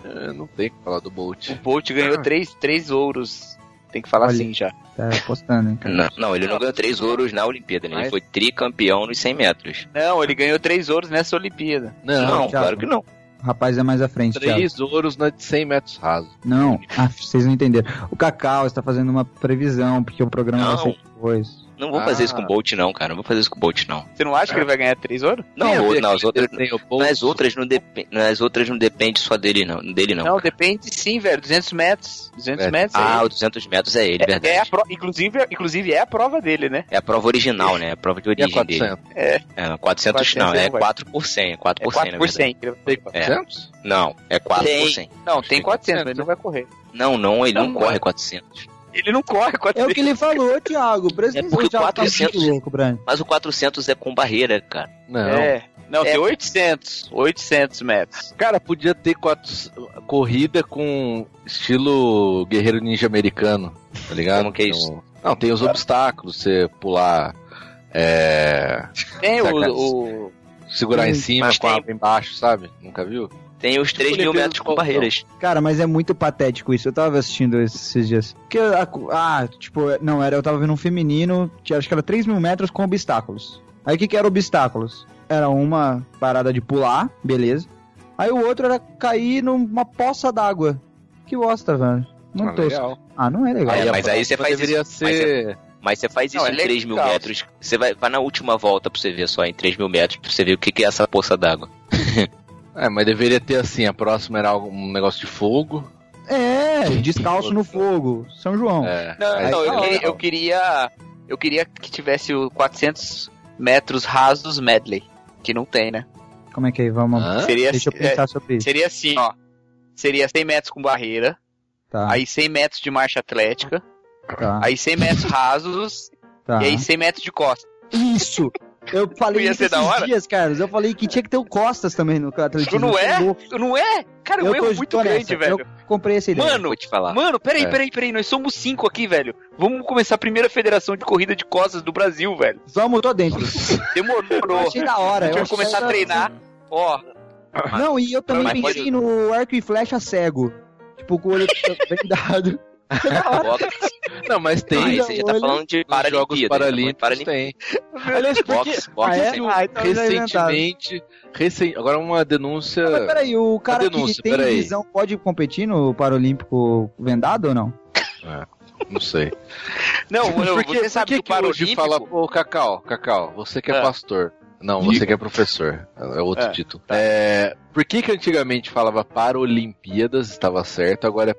S2: É, Não tem o que falar do Bolt.
S5: O Bolt
S1: Ah.
S5: ganhou três, três ouros. Tem que falar
S4: Olha.
S5: assim já.
S4: Tá postando, hein, cara.
S1: Não, não, ele não ganhou três ouros na Olimpíada, né? Ele
S2: Mas-
S1: foi tricampeão nos 100 metros.
S5: Não, ele ganhou três ouros nessa Olimpíada.
S1: Não,
S2: Não,
S4: Thiago.
S1: claro que não.
S4: O rapaz é mais à frente, Thiago.
S2: três ouros na de 100 metros raso.
S4: Não, ah, vocês não entenderam. O Cacau está fazendo uma previsão, porque o programa
S1: Não.
S4: vai ser depois.
S1: Não vou
S2: Ah.
S1: fazer isso com o Bolt, não, cara. Não vou fazer isso com o Bolt, não.
S5: Você não acha que ele vai ganhar três ouros?
S1: Não,
S2: Tem a
S1: o-
S2: ver
S1: não,
S2: que
S1: as outras,
S2: tem o Bolt?
S1: nas outras não depende, nas outras não depende só dele, não. Dele, não.
S5: Não, depende sim, velho. 200 metros. 200
S2: É.
S5: metros.
S1: ah,
S5: aí.
S1: o 200 metros é ele, verdade.
S5: é, é a pro... inclusive, inclusive é a prova dele, né?
S1: É a prova original, né? É a prova de
S2: E a
S1: origem dele.
S2: 400?
S1: É, 400, não,
S5: 400
S1: é
S5: não vai.
S1: 4 por 100. É 4
S5: É
S1: por 100, na
S5: 4 por
S1: verdade.
S5: 100.
S2: Tem
S1: É.
S2: 400?
S1: Não, é 4 por
S5: Tem.
S1: 100.
S5: Não, tem né? 400, mas ele não vai correr.
S1: Não, não, ele não
S5: Não,
S1: corre 400.
S5: Ele não corre
S4: É o
S5: 400.
S4: que ele falou, Thiago. Por isso
S1: É
S4: que
S1: porque
S4: o Thiago tá
S1: 400.
S4: muito louco, Brand.
S1: Mas o 400 é com barreira, cara.
S2: Não.
S5: É. Não,
S1: É.
S5: tem 800. 800 metros.
S2: Cara, podia ter quatro... corrida com estilo guerreiro ninja americano, tá ligado?
S1: Como que é
S2: Tem
S1: isso?
S2: um- Não, tem os obstáculos, você pular, é,
S5: Tem
S2: Sacanagem.
S5: o, o-
S2: segurar em
S4: Hum,
S2: cima
S1: mas
S2: com a
S1: tem-
S2: água embaixo, sabe? Nunca viu?
S1: Tem os 3 mil
S2: Olimpíada
S1: metros
S2: do
S1: com
S2: Falcão.
S1: barreiras.
S4: Cara, mas é muito patético isso. Eu tava assistindo esses, esses dias. Porque, a cu- ah, tipo, não, era, eu tava vendo um feminino, que acho que era 3 mil metros com obstáculos. Aí o que que era obstáculos? Era uma parada de pular, beleza. Aí o outro era cair numa poça d'água. Que bosta, velho. Não
S2: Ah,
S4: tô.
S2: legal.
S4: Ah, não é legal.
S1: Aí,
S2: a
S1: mas aí você
S2: próxima
S1: faz
S2: deveria ser...
S1: Mas você faz isso
S5: Não, é
S1: em 3 mil
S5: legal.
S1: metros. Você vai, vai na última volta pra você ver só em 3 mil metros, pra você ver o que, que é essa poça d'água.
S2: É, mas deveria ter assim, a próxima era algum- um negócio de fogo.
S4: É, descalço no fogo. São João.
S2: É,
S5: Não,
S2: Aí
S5: não,
S2: tá
S5: eu,
S2: legal.
S5: queria, eu queria. eu queria que tivesse o 400 metros rasos medley. Que não tem, né?
S4: Como é que é? Vamos.
S2: Hã?
S5: Seria,
S4: Deixa eu
S5: é,
S4: pensar sobre isso.
S5: seria assim, ó. Seria 100 metros com barreira,
S4: Tá,
S5: aí é 100 metros de marcha atlética,
S4: tá,
S5: aí 100 metros rasos
S4: tá.
S5: e aí 100 metros de costas.
S4: Isso! Eu falei
S5: Ia
S4: isso
S5: ser da
S4: esses
S5: hora?
S4: dias, Carlos. Eu falei que tinha que ter o Costas também no atletismo.
S5: Não é?
S4: Eu sou louco.
S5: Não é? Cara, o
S4: Eu
S5: erro
S4: tô-
S5: é muito
S4: tô nessa.
S5: grande, velho.
S4: Eu comprei essa ideia.
S5: Mano,
S1: Vou te falar.
S5: Mano, peraí,
S2: É.
S5: peraí, peraí. Nós somos cinco aqui, velho. Vamos começar a primeira federação de corrida de costas do Brasil, velho.
S4: Vamos, tô dentro. Eu
S5: Demorou.
S4: achei da hora.
S5: A gente
S4: eu
S5: vai
S4: achei
S5: começar
S4: da-
S5: a treinar. Ó,
S4: Não, e eu também
S1: Mas
S4: pensei no arco e flecha cego. Tipo, com o olho vendado.
S1: Coloca-
S2: Não, mas tem.
S1: Não, aí
S4: ainda
S1: você já tá
S4: olha-
S1: falando de
S2: Nos
S1: Paralimpíada.
S2: Jogos
S1: né?
S2: Paralímpicos
S1: Paralimpíada.
S2: tem.
S4: Aliás,
S1: Boxe, boxe,
S4: Ah, é?
S1: sempre.
S4: Ah, então já inventaram.
S2: Recentemente, recen- agora uma denúncia.
S4: Ah, Mas peraí, o cara
S2: denúncia,
S4: que tem
S2: peraí.
S4: visão pode competir no Paralímpico vendado ou não?
S2: Não sei.
S5: não, mano,
S2: Por que-
S5: você sabe
S2: por
S5: que,
S2: que que
S5: o
S2: hoje fala,
S5: Paralímpico...
S2: pô, Cacau, Cacau, você que é
S5: Ah.
S2: pastor. Não, você que é professor. É outro
S5: É,
S2: título. É, por que que antigamente falava Paralimpíadas, estava certo, agora é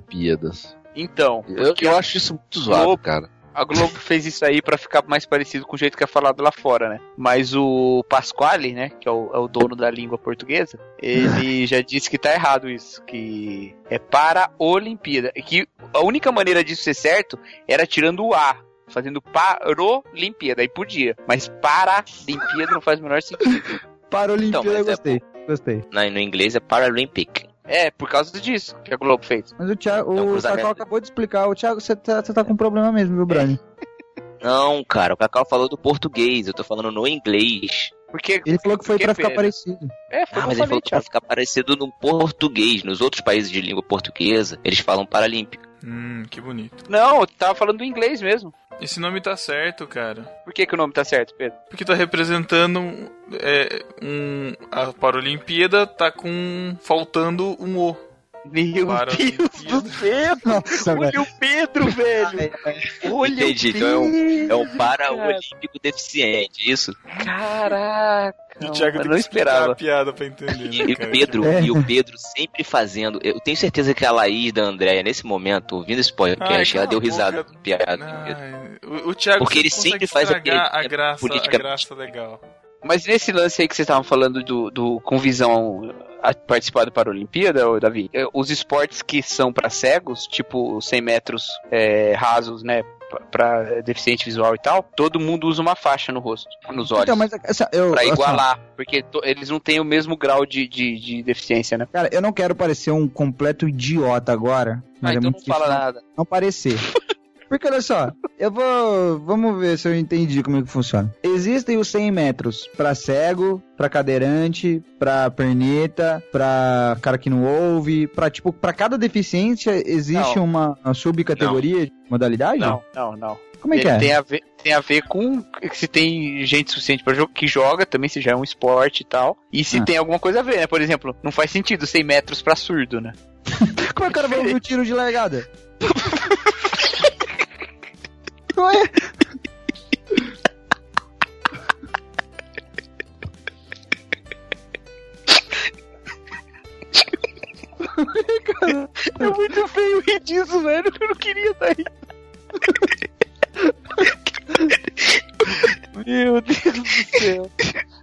S2: Paralimpíadas?
S5: Então,
S2: Eu, eu acho isso muito zoado,
S5: Globo-
S2: cara.
S5: a Globo fez isso aí pra ficar mais parecido com o jeito que é falado lá fora, né? Mas o Pasquale, né, que é o, é o dono da língua portuguesa, ele já disse que tá errado isso, que é para a Olimpíada. E que a única maneira disso ser certo era tirando o A, fazendo Parolimpíada, aí podia. Mas para Olimpíada não faz o menor sentido.
S4: Paralimpíada,
S1: Então, mas
S4: eu
S1: é-
S4: gostei. Gostei.
S1: Na- no inglês é Paralympic.
S5: É, por causa disso que a Globo fez.
S4: Mas o Thiago,
S5: Então,
S1: É um
S4: o
S1: cruzamento.
S4: Sacol acabou de explicar. O Thiago, você tá, você tá com problema mesmo, viu, Brani?
S1: Não, cara, o Cacau falou do português, eu tô falando no inglês.
S5: Porque.
S4: Ele falou que foi
S5: Que
S4: pra ficar
S5: pena.
S4: parecido.
S5: É, foi
S1: Ah,
S5: o
S1: mas
S5: que eu
S1: ele
S5: falei,
S1: falou que pra
S5: Thiago.
S1: ficar parecido no português. Nos outros países de língua portuguesa, eles falam Paralímpico.
S3: Hum, que bonito.
S5: Não, eu tava falando do inglês mesmo.
S3: Esse nome tá certo, cara.
S5: Por que, que o nome tá certo, Pedro?
S3: Porque tá representando é, um. A Paralimpíada tá com. faltando um O.
S5: Meu
S3: Paralimpíada.
S5: céu!
S4: Nossa, velho.
S5: o Pedro, velho! Olha
S1: Entendi, então é um, é um Paralímpico deficiente, isso?
S5: Caraca!
S3: o Thiago
S5: eu
S3: tem
S5: não
S3: que explicar
S5: esperava.
S3: a piada pra entender,
S1: E,
S3: né,
S1: o
S3: cara?
S1: Pedro,
S4: É.
S1: e o Pedro sempre fazendo. Eu tenho certeza que a Laís da Andréia, nesse momento, ouvindo esse podcast,
S3: Ai,
S1: ela deu
S3: cala a
S1: risada
S3: boca.
S1: com a piada do Pedro.
S3: Ai, é, o, o Thiago
S1: Porque ele sempre
S3: consegue
S1: faz a
S3: estragar
S1: piadinha
S3: a graça, a
S1: politicamente-
S3: graça legal.
S5: Mas nesse lance aí que vocês estavam falando do, do com visão a participar do Paralimpíada, ô, Davi, eh, os esportes que são pra cegos, tipo 100 metros eh, rasos, né? pra- Pra deficiente visual e tal, todo mundo usa uma faixa no rosto, nos olhos.
S4: Então, mas essa, eu,
S5: Pra
S4: assim, ó,
S5: igualar, porque to- eles não têm o mesmo grau de, de, de deficiência, né?
S4: Cara, eu não quero parecer um completo idiota agora.
S5: Ah,
S4: mas é
S5: então não
S4: muito
S5: fala
S4: difícil
S5: nada.
S4: não parecer. Porque olha só, eu vou. Vamos ver se eu entendi como é que funciona. Existem os 100 metros pra cego, pra cadeirante, pra perneta, pra cara que não ouve, pra tipo, pra cada deficiência existe
S5: Não.
S4: uma, uma subcategoria de modalidade?
S5: Não, não, não.
S4: Como é que é?
S5: Tem a ver, tem a ver com se tem gente suficiente para jogo que joga também, se já é um esporte e tal. E se
S4: Ah.
S5: tem alguma coisa a ver, né? Por exemplo, não faz sentido 100 metros pra surdo, né?
S4: Como é que o cara vai ouvir o tiro de largada? Ué?
S5: É muito feio rir disso, velho. Eu não queria daí. Meu Deus do céu.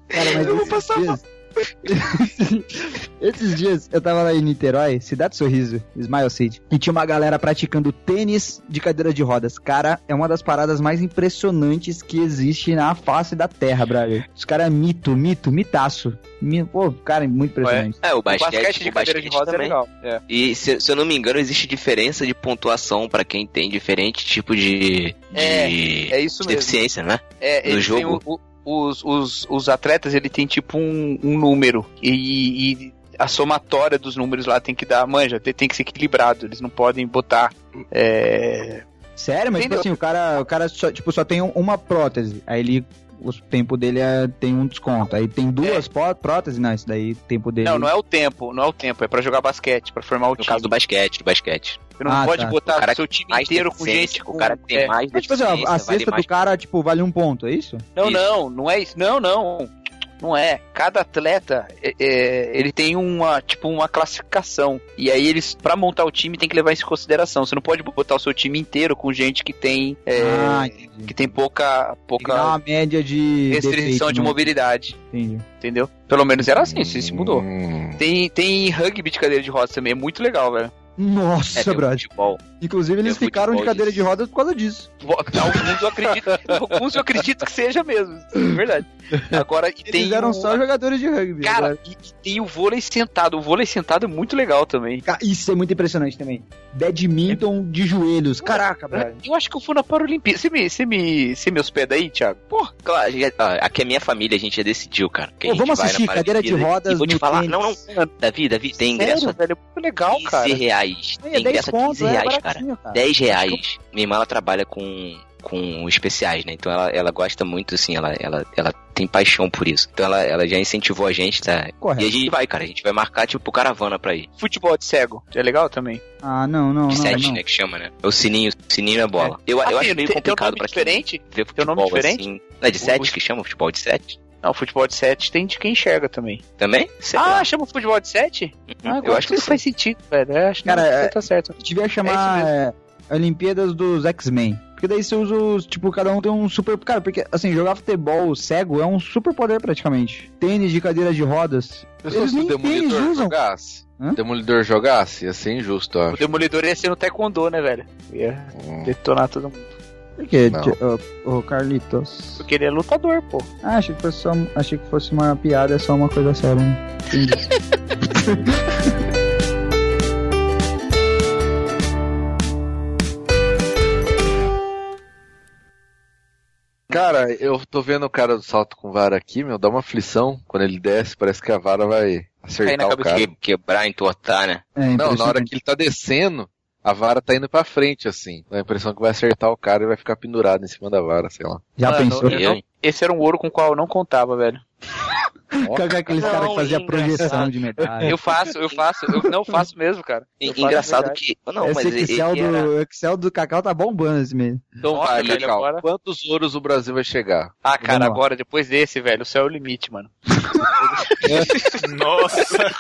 S4: Cara, mas
S5: Eu vou
S4: esses
S5: passar
S4: dias... Esses dias eu tava lá em Niterói, Cidade Sorriso, Smile City, e tinha uma galera praticando tênis de cadeira de rodas. Cara, é uma das paradas mais impressionantes que existe na face da terra, brother. Os caras é mito, mito, mitaço. Mi- Pô, cara, é muito impressionante.
S1: É, o
S5: O
S1: basquete,
S5: basquete de
S1: o
S5: cadeira de
S1: basquete
S5: roda é
S1: também.
S5: legal. É.
S1: E se, se eu não me engano, existe diferença de pontuação pra quem tem diferente tipo de,
S5: É,
S1: de
S5: é isso mesmo.
S1: deficiência, né?
S5: É,
S1: No
S5: eles têm
S1: jogo?
S5: o- o- os, os, os atletas, ele tem tipo um, um número. E, e a somatória dos números lá tem que dar. Manja, tem tem que ser equilibrado. Eles não podem botar. é,
S4: Sério, mas tipo
S5: Entendeu?
S4: assim, o cara, o cara só, tipo, só tem um- uma prótese. Aí ele. O tempo dele é- tem um desconto. Aí tem duas pró- próteses, não, isso daí o tempo dele.
S5: É. Não, não é o tempo, não é o tempo, é pra jogar basquete, pra formar o
S1: No
S5: time.
S1: caso do basquete, do basquete.
S5: Você não
S4: Ah,
S5: pode
S4: tá.
S5: botar
S1: O cara
S5: seu time
S1: Mais
S5: inteiro com
S1: deficiência,
S5: gente.
S1: o cara que tem
S5: é.
S1: mais
S4: Mas, tipo assim,
S1: deficiência,
S4: ó, a
S1: vale
S4: cesta
S1: mais
S4: do cara, tipo, vale um ponto, é isso?
S5: Não,
S1: Isso.
S5: não, não é isso. Não, não. Não é. Cada atleta, é, é, ele tem uma, tipo, uma classificação. E aí eles, pra montar o time, tem que levar isso em consideração. Você não pode botar o seu time inteiro com gente que tem, é,
S4: Ah, entendi.
S5: que tem pouca,
S4: Tem que
S5: pouca
S4: dar uma média de.
S5: restrição
S4: defeito,
S5: de
S4: né?
S5: mobilidade,
S4: Entendi.
S5: entendeu? Pelo menos era assim, isso se mudou.
S2: Hum.
S5: Tem, tem rugby de cadeira de rodas também, é muito legal, velho.
S1: É,
S4: Nossa,
S1: tem o
S4: Brad.
S1: futebol.
S4: Inclusive, eles
S1: tem o
S4: ficaram de
S1: futebol
S4: cadeira de
S1: disso.
S4: rodas por causa disso.
S5: Alguns eu acredito, alguns eu acredito que seja mesmo, é verdade. Agora, e
S4: Eles
S5: tem
S4: eram
S1: um
S5: o-
S4: só né? jogadores de rugby.
S5: Cara,
S4: agora.
S5: e, e tem o vôlei sentado. O vôlei sentado é muito legal também.
S4: Ca- Isso é muito impressionante também.
S1: É.
S4: Badminton de joelhos. Caraca, Brad.
S5: Eu acho que eu fui na Paralimpíada. Você me, você me, você me hospeda aí, Thiago? Porra,
S1: Claro, a gente- ó, aqui é minha família, a gente já decidiu, cara. que a
S4: Pô,
S1: gente
S4: vamos
S1: vai na
S4: assistir cadeira de
S1: Paralimpíada.
S4: rodas
S1: E vou te
S4: no
S1: falar,
S4: tênis.
S1: não, não, Davi, Davi, tem ingresso
S5: sério, velho? É muito
S1: a
S5: legal,
S1: 15
S5: cara.
S1: reais.
S4: É,
S1: Tem ingresso a 15
S4: é
S1: reais, cara.
S4: baratinho, cara.
S1: 10 reais. Minha irmã, ela trabalha com, com especiais, né? Então ela, ela gosta muito, assim, ela, ela, ela tem paixão por isso. Então ela, ela já incentivou a gente, tá? E a
S4: Correto.
S1: gente vai, cara. A gente vai marcar, tipo, caravana pra ir.
S5: Futebol de cego. É legal também.
S4: Ah, não, não, não.
S1: De sete,
S4: não.
S1: né? Que chama, né? É o sininho. Sininho é bola. Eu, eu
S5: Ah,
S1: acho
S5: tem-
S1: meio
S5: tem- tem um
S1: complicado
S5: nome
S1: pra quem
S5: diferente?
S1: vê
S5: Tem um
S1: futebol,
S5: nome diferente?
S1: assim. Não é de
S5: O-
S1: sete que chama? Futebol de sete?
S5: Não, futebol de 7 tem de quem enxerga também.
S1: Também? Sei
S5: ah,
S1: lá.
S5: chama futebol de 7? Ah,
S1: eu
S5: agora
S1: acho que
S5: tudo
S1: sim.
S5: faz sentido, velho. É, acho que
S4: Cara,
S5: não, você
S4: é-
S5: tá certo.
S4: Devia chamar é, Olimpíadas dos X-Men. Porque daí você usa os. Tipo, cada um tem um super. Cara, porque assim, jogar futebol cego é um super poder praticamente. Tênis de cadeira de rodas.
S2: Pessoal,
S4: Eles
S2: se o
S4: nem tênis
S2: Demolidor
S4: usam.
S2: jogasse.
S4: Hã?
S2: Demolidor jogasse, ia ser injusto, ó.
S5: O Demolidor ia ser no Taekwondo, né, velho? Ia
S2: Hum.
S5: detonar todo mundo.
S4: Por quê?
S2: Não.
S4: Ô, ô, Carlitos.
S5: Porque ele é lutador, pô.
S4: Ah, achei que, fosse só, achei que fosse uma piada, é só uma coisa séria. né?
S2: Cara, eu tô vendo o cara do salto com vara aqui, meu, dá uma aflição. Quando ele desce, parece que a vara vai
S1: Cair na
S2: acertar o
S1: cabeça,
S2: cara.
S1: que- quebrar, entortar, né?
S4: É
S2: Não, na hora
S4: impressionante.
S2: que ele tá descendo, a vara tá indo pra frente, assim. Dá a impressão que vai acertar o cara e vai ficar pendurado em cima da vara, sei lá.
S4: Já
S5: Mano,
S4: pensou?
S5: eu não- Esse era um ouro com o qual eu não contava, velho.
S4: Cagar aqueles
S5: Não,
S4: caras que faziam
S5: engraçado.
S4: projeção de medalha.
S5: Eu faço, eu faço, eu não faço mesmo, cara.
S1: E-
S5: Eu faço
S1: engraçado
S5: verdade.
S1: que. Não, mas
S4: Esse
S1: ele,
S4: Excel,
S1: ele era-
S4: do, o Excel do Cacau tá bombando esse mês.
S5: Então
S1: Nossa,
S5: vai,
S1: velho,
S5: velho, agora.
S2: Quantos ouros o Brasil vai chegar?
S5: Ah, cara,
S4: Vamos lá.
S5: agora, depois desse, velho, o céu é o limite, mano.
S3: Nossa,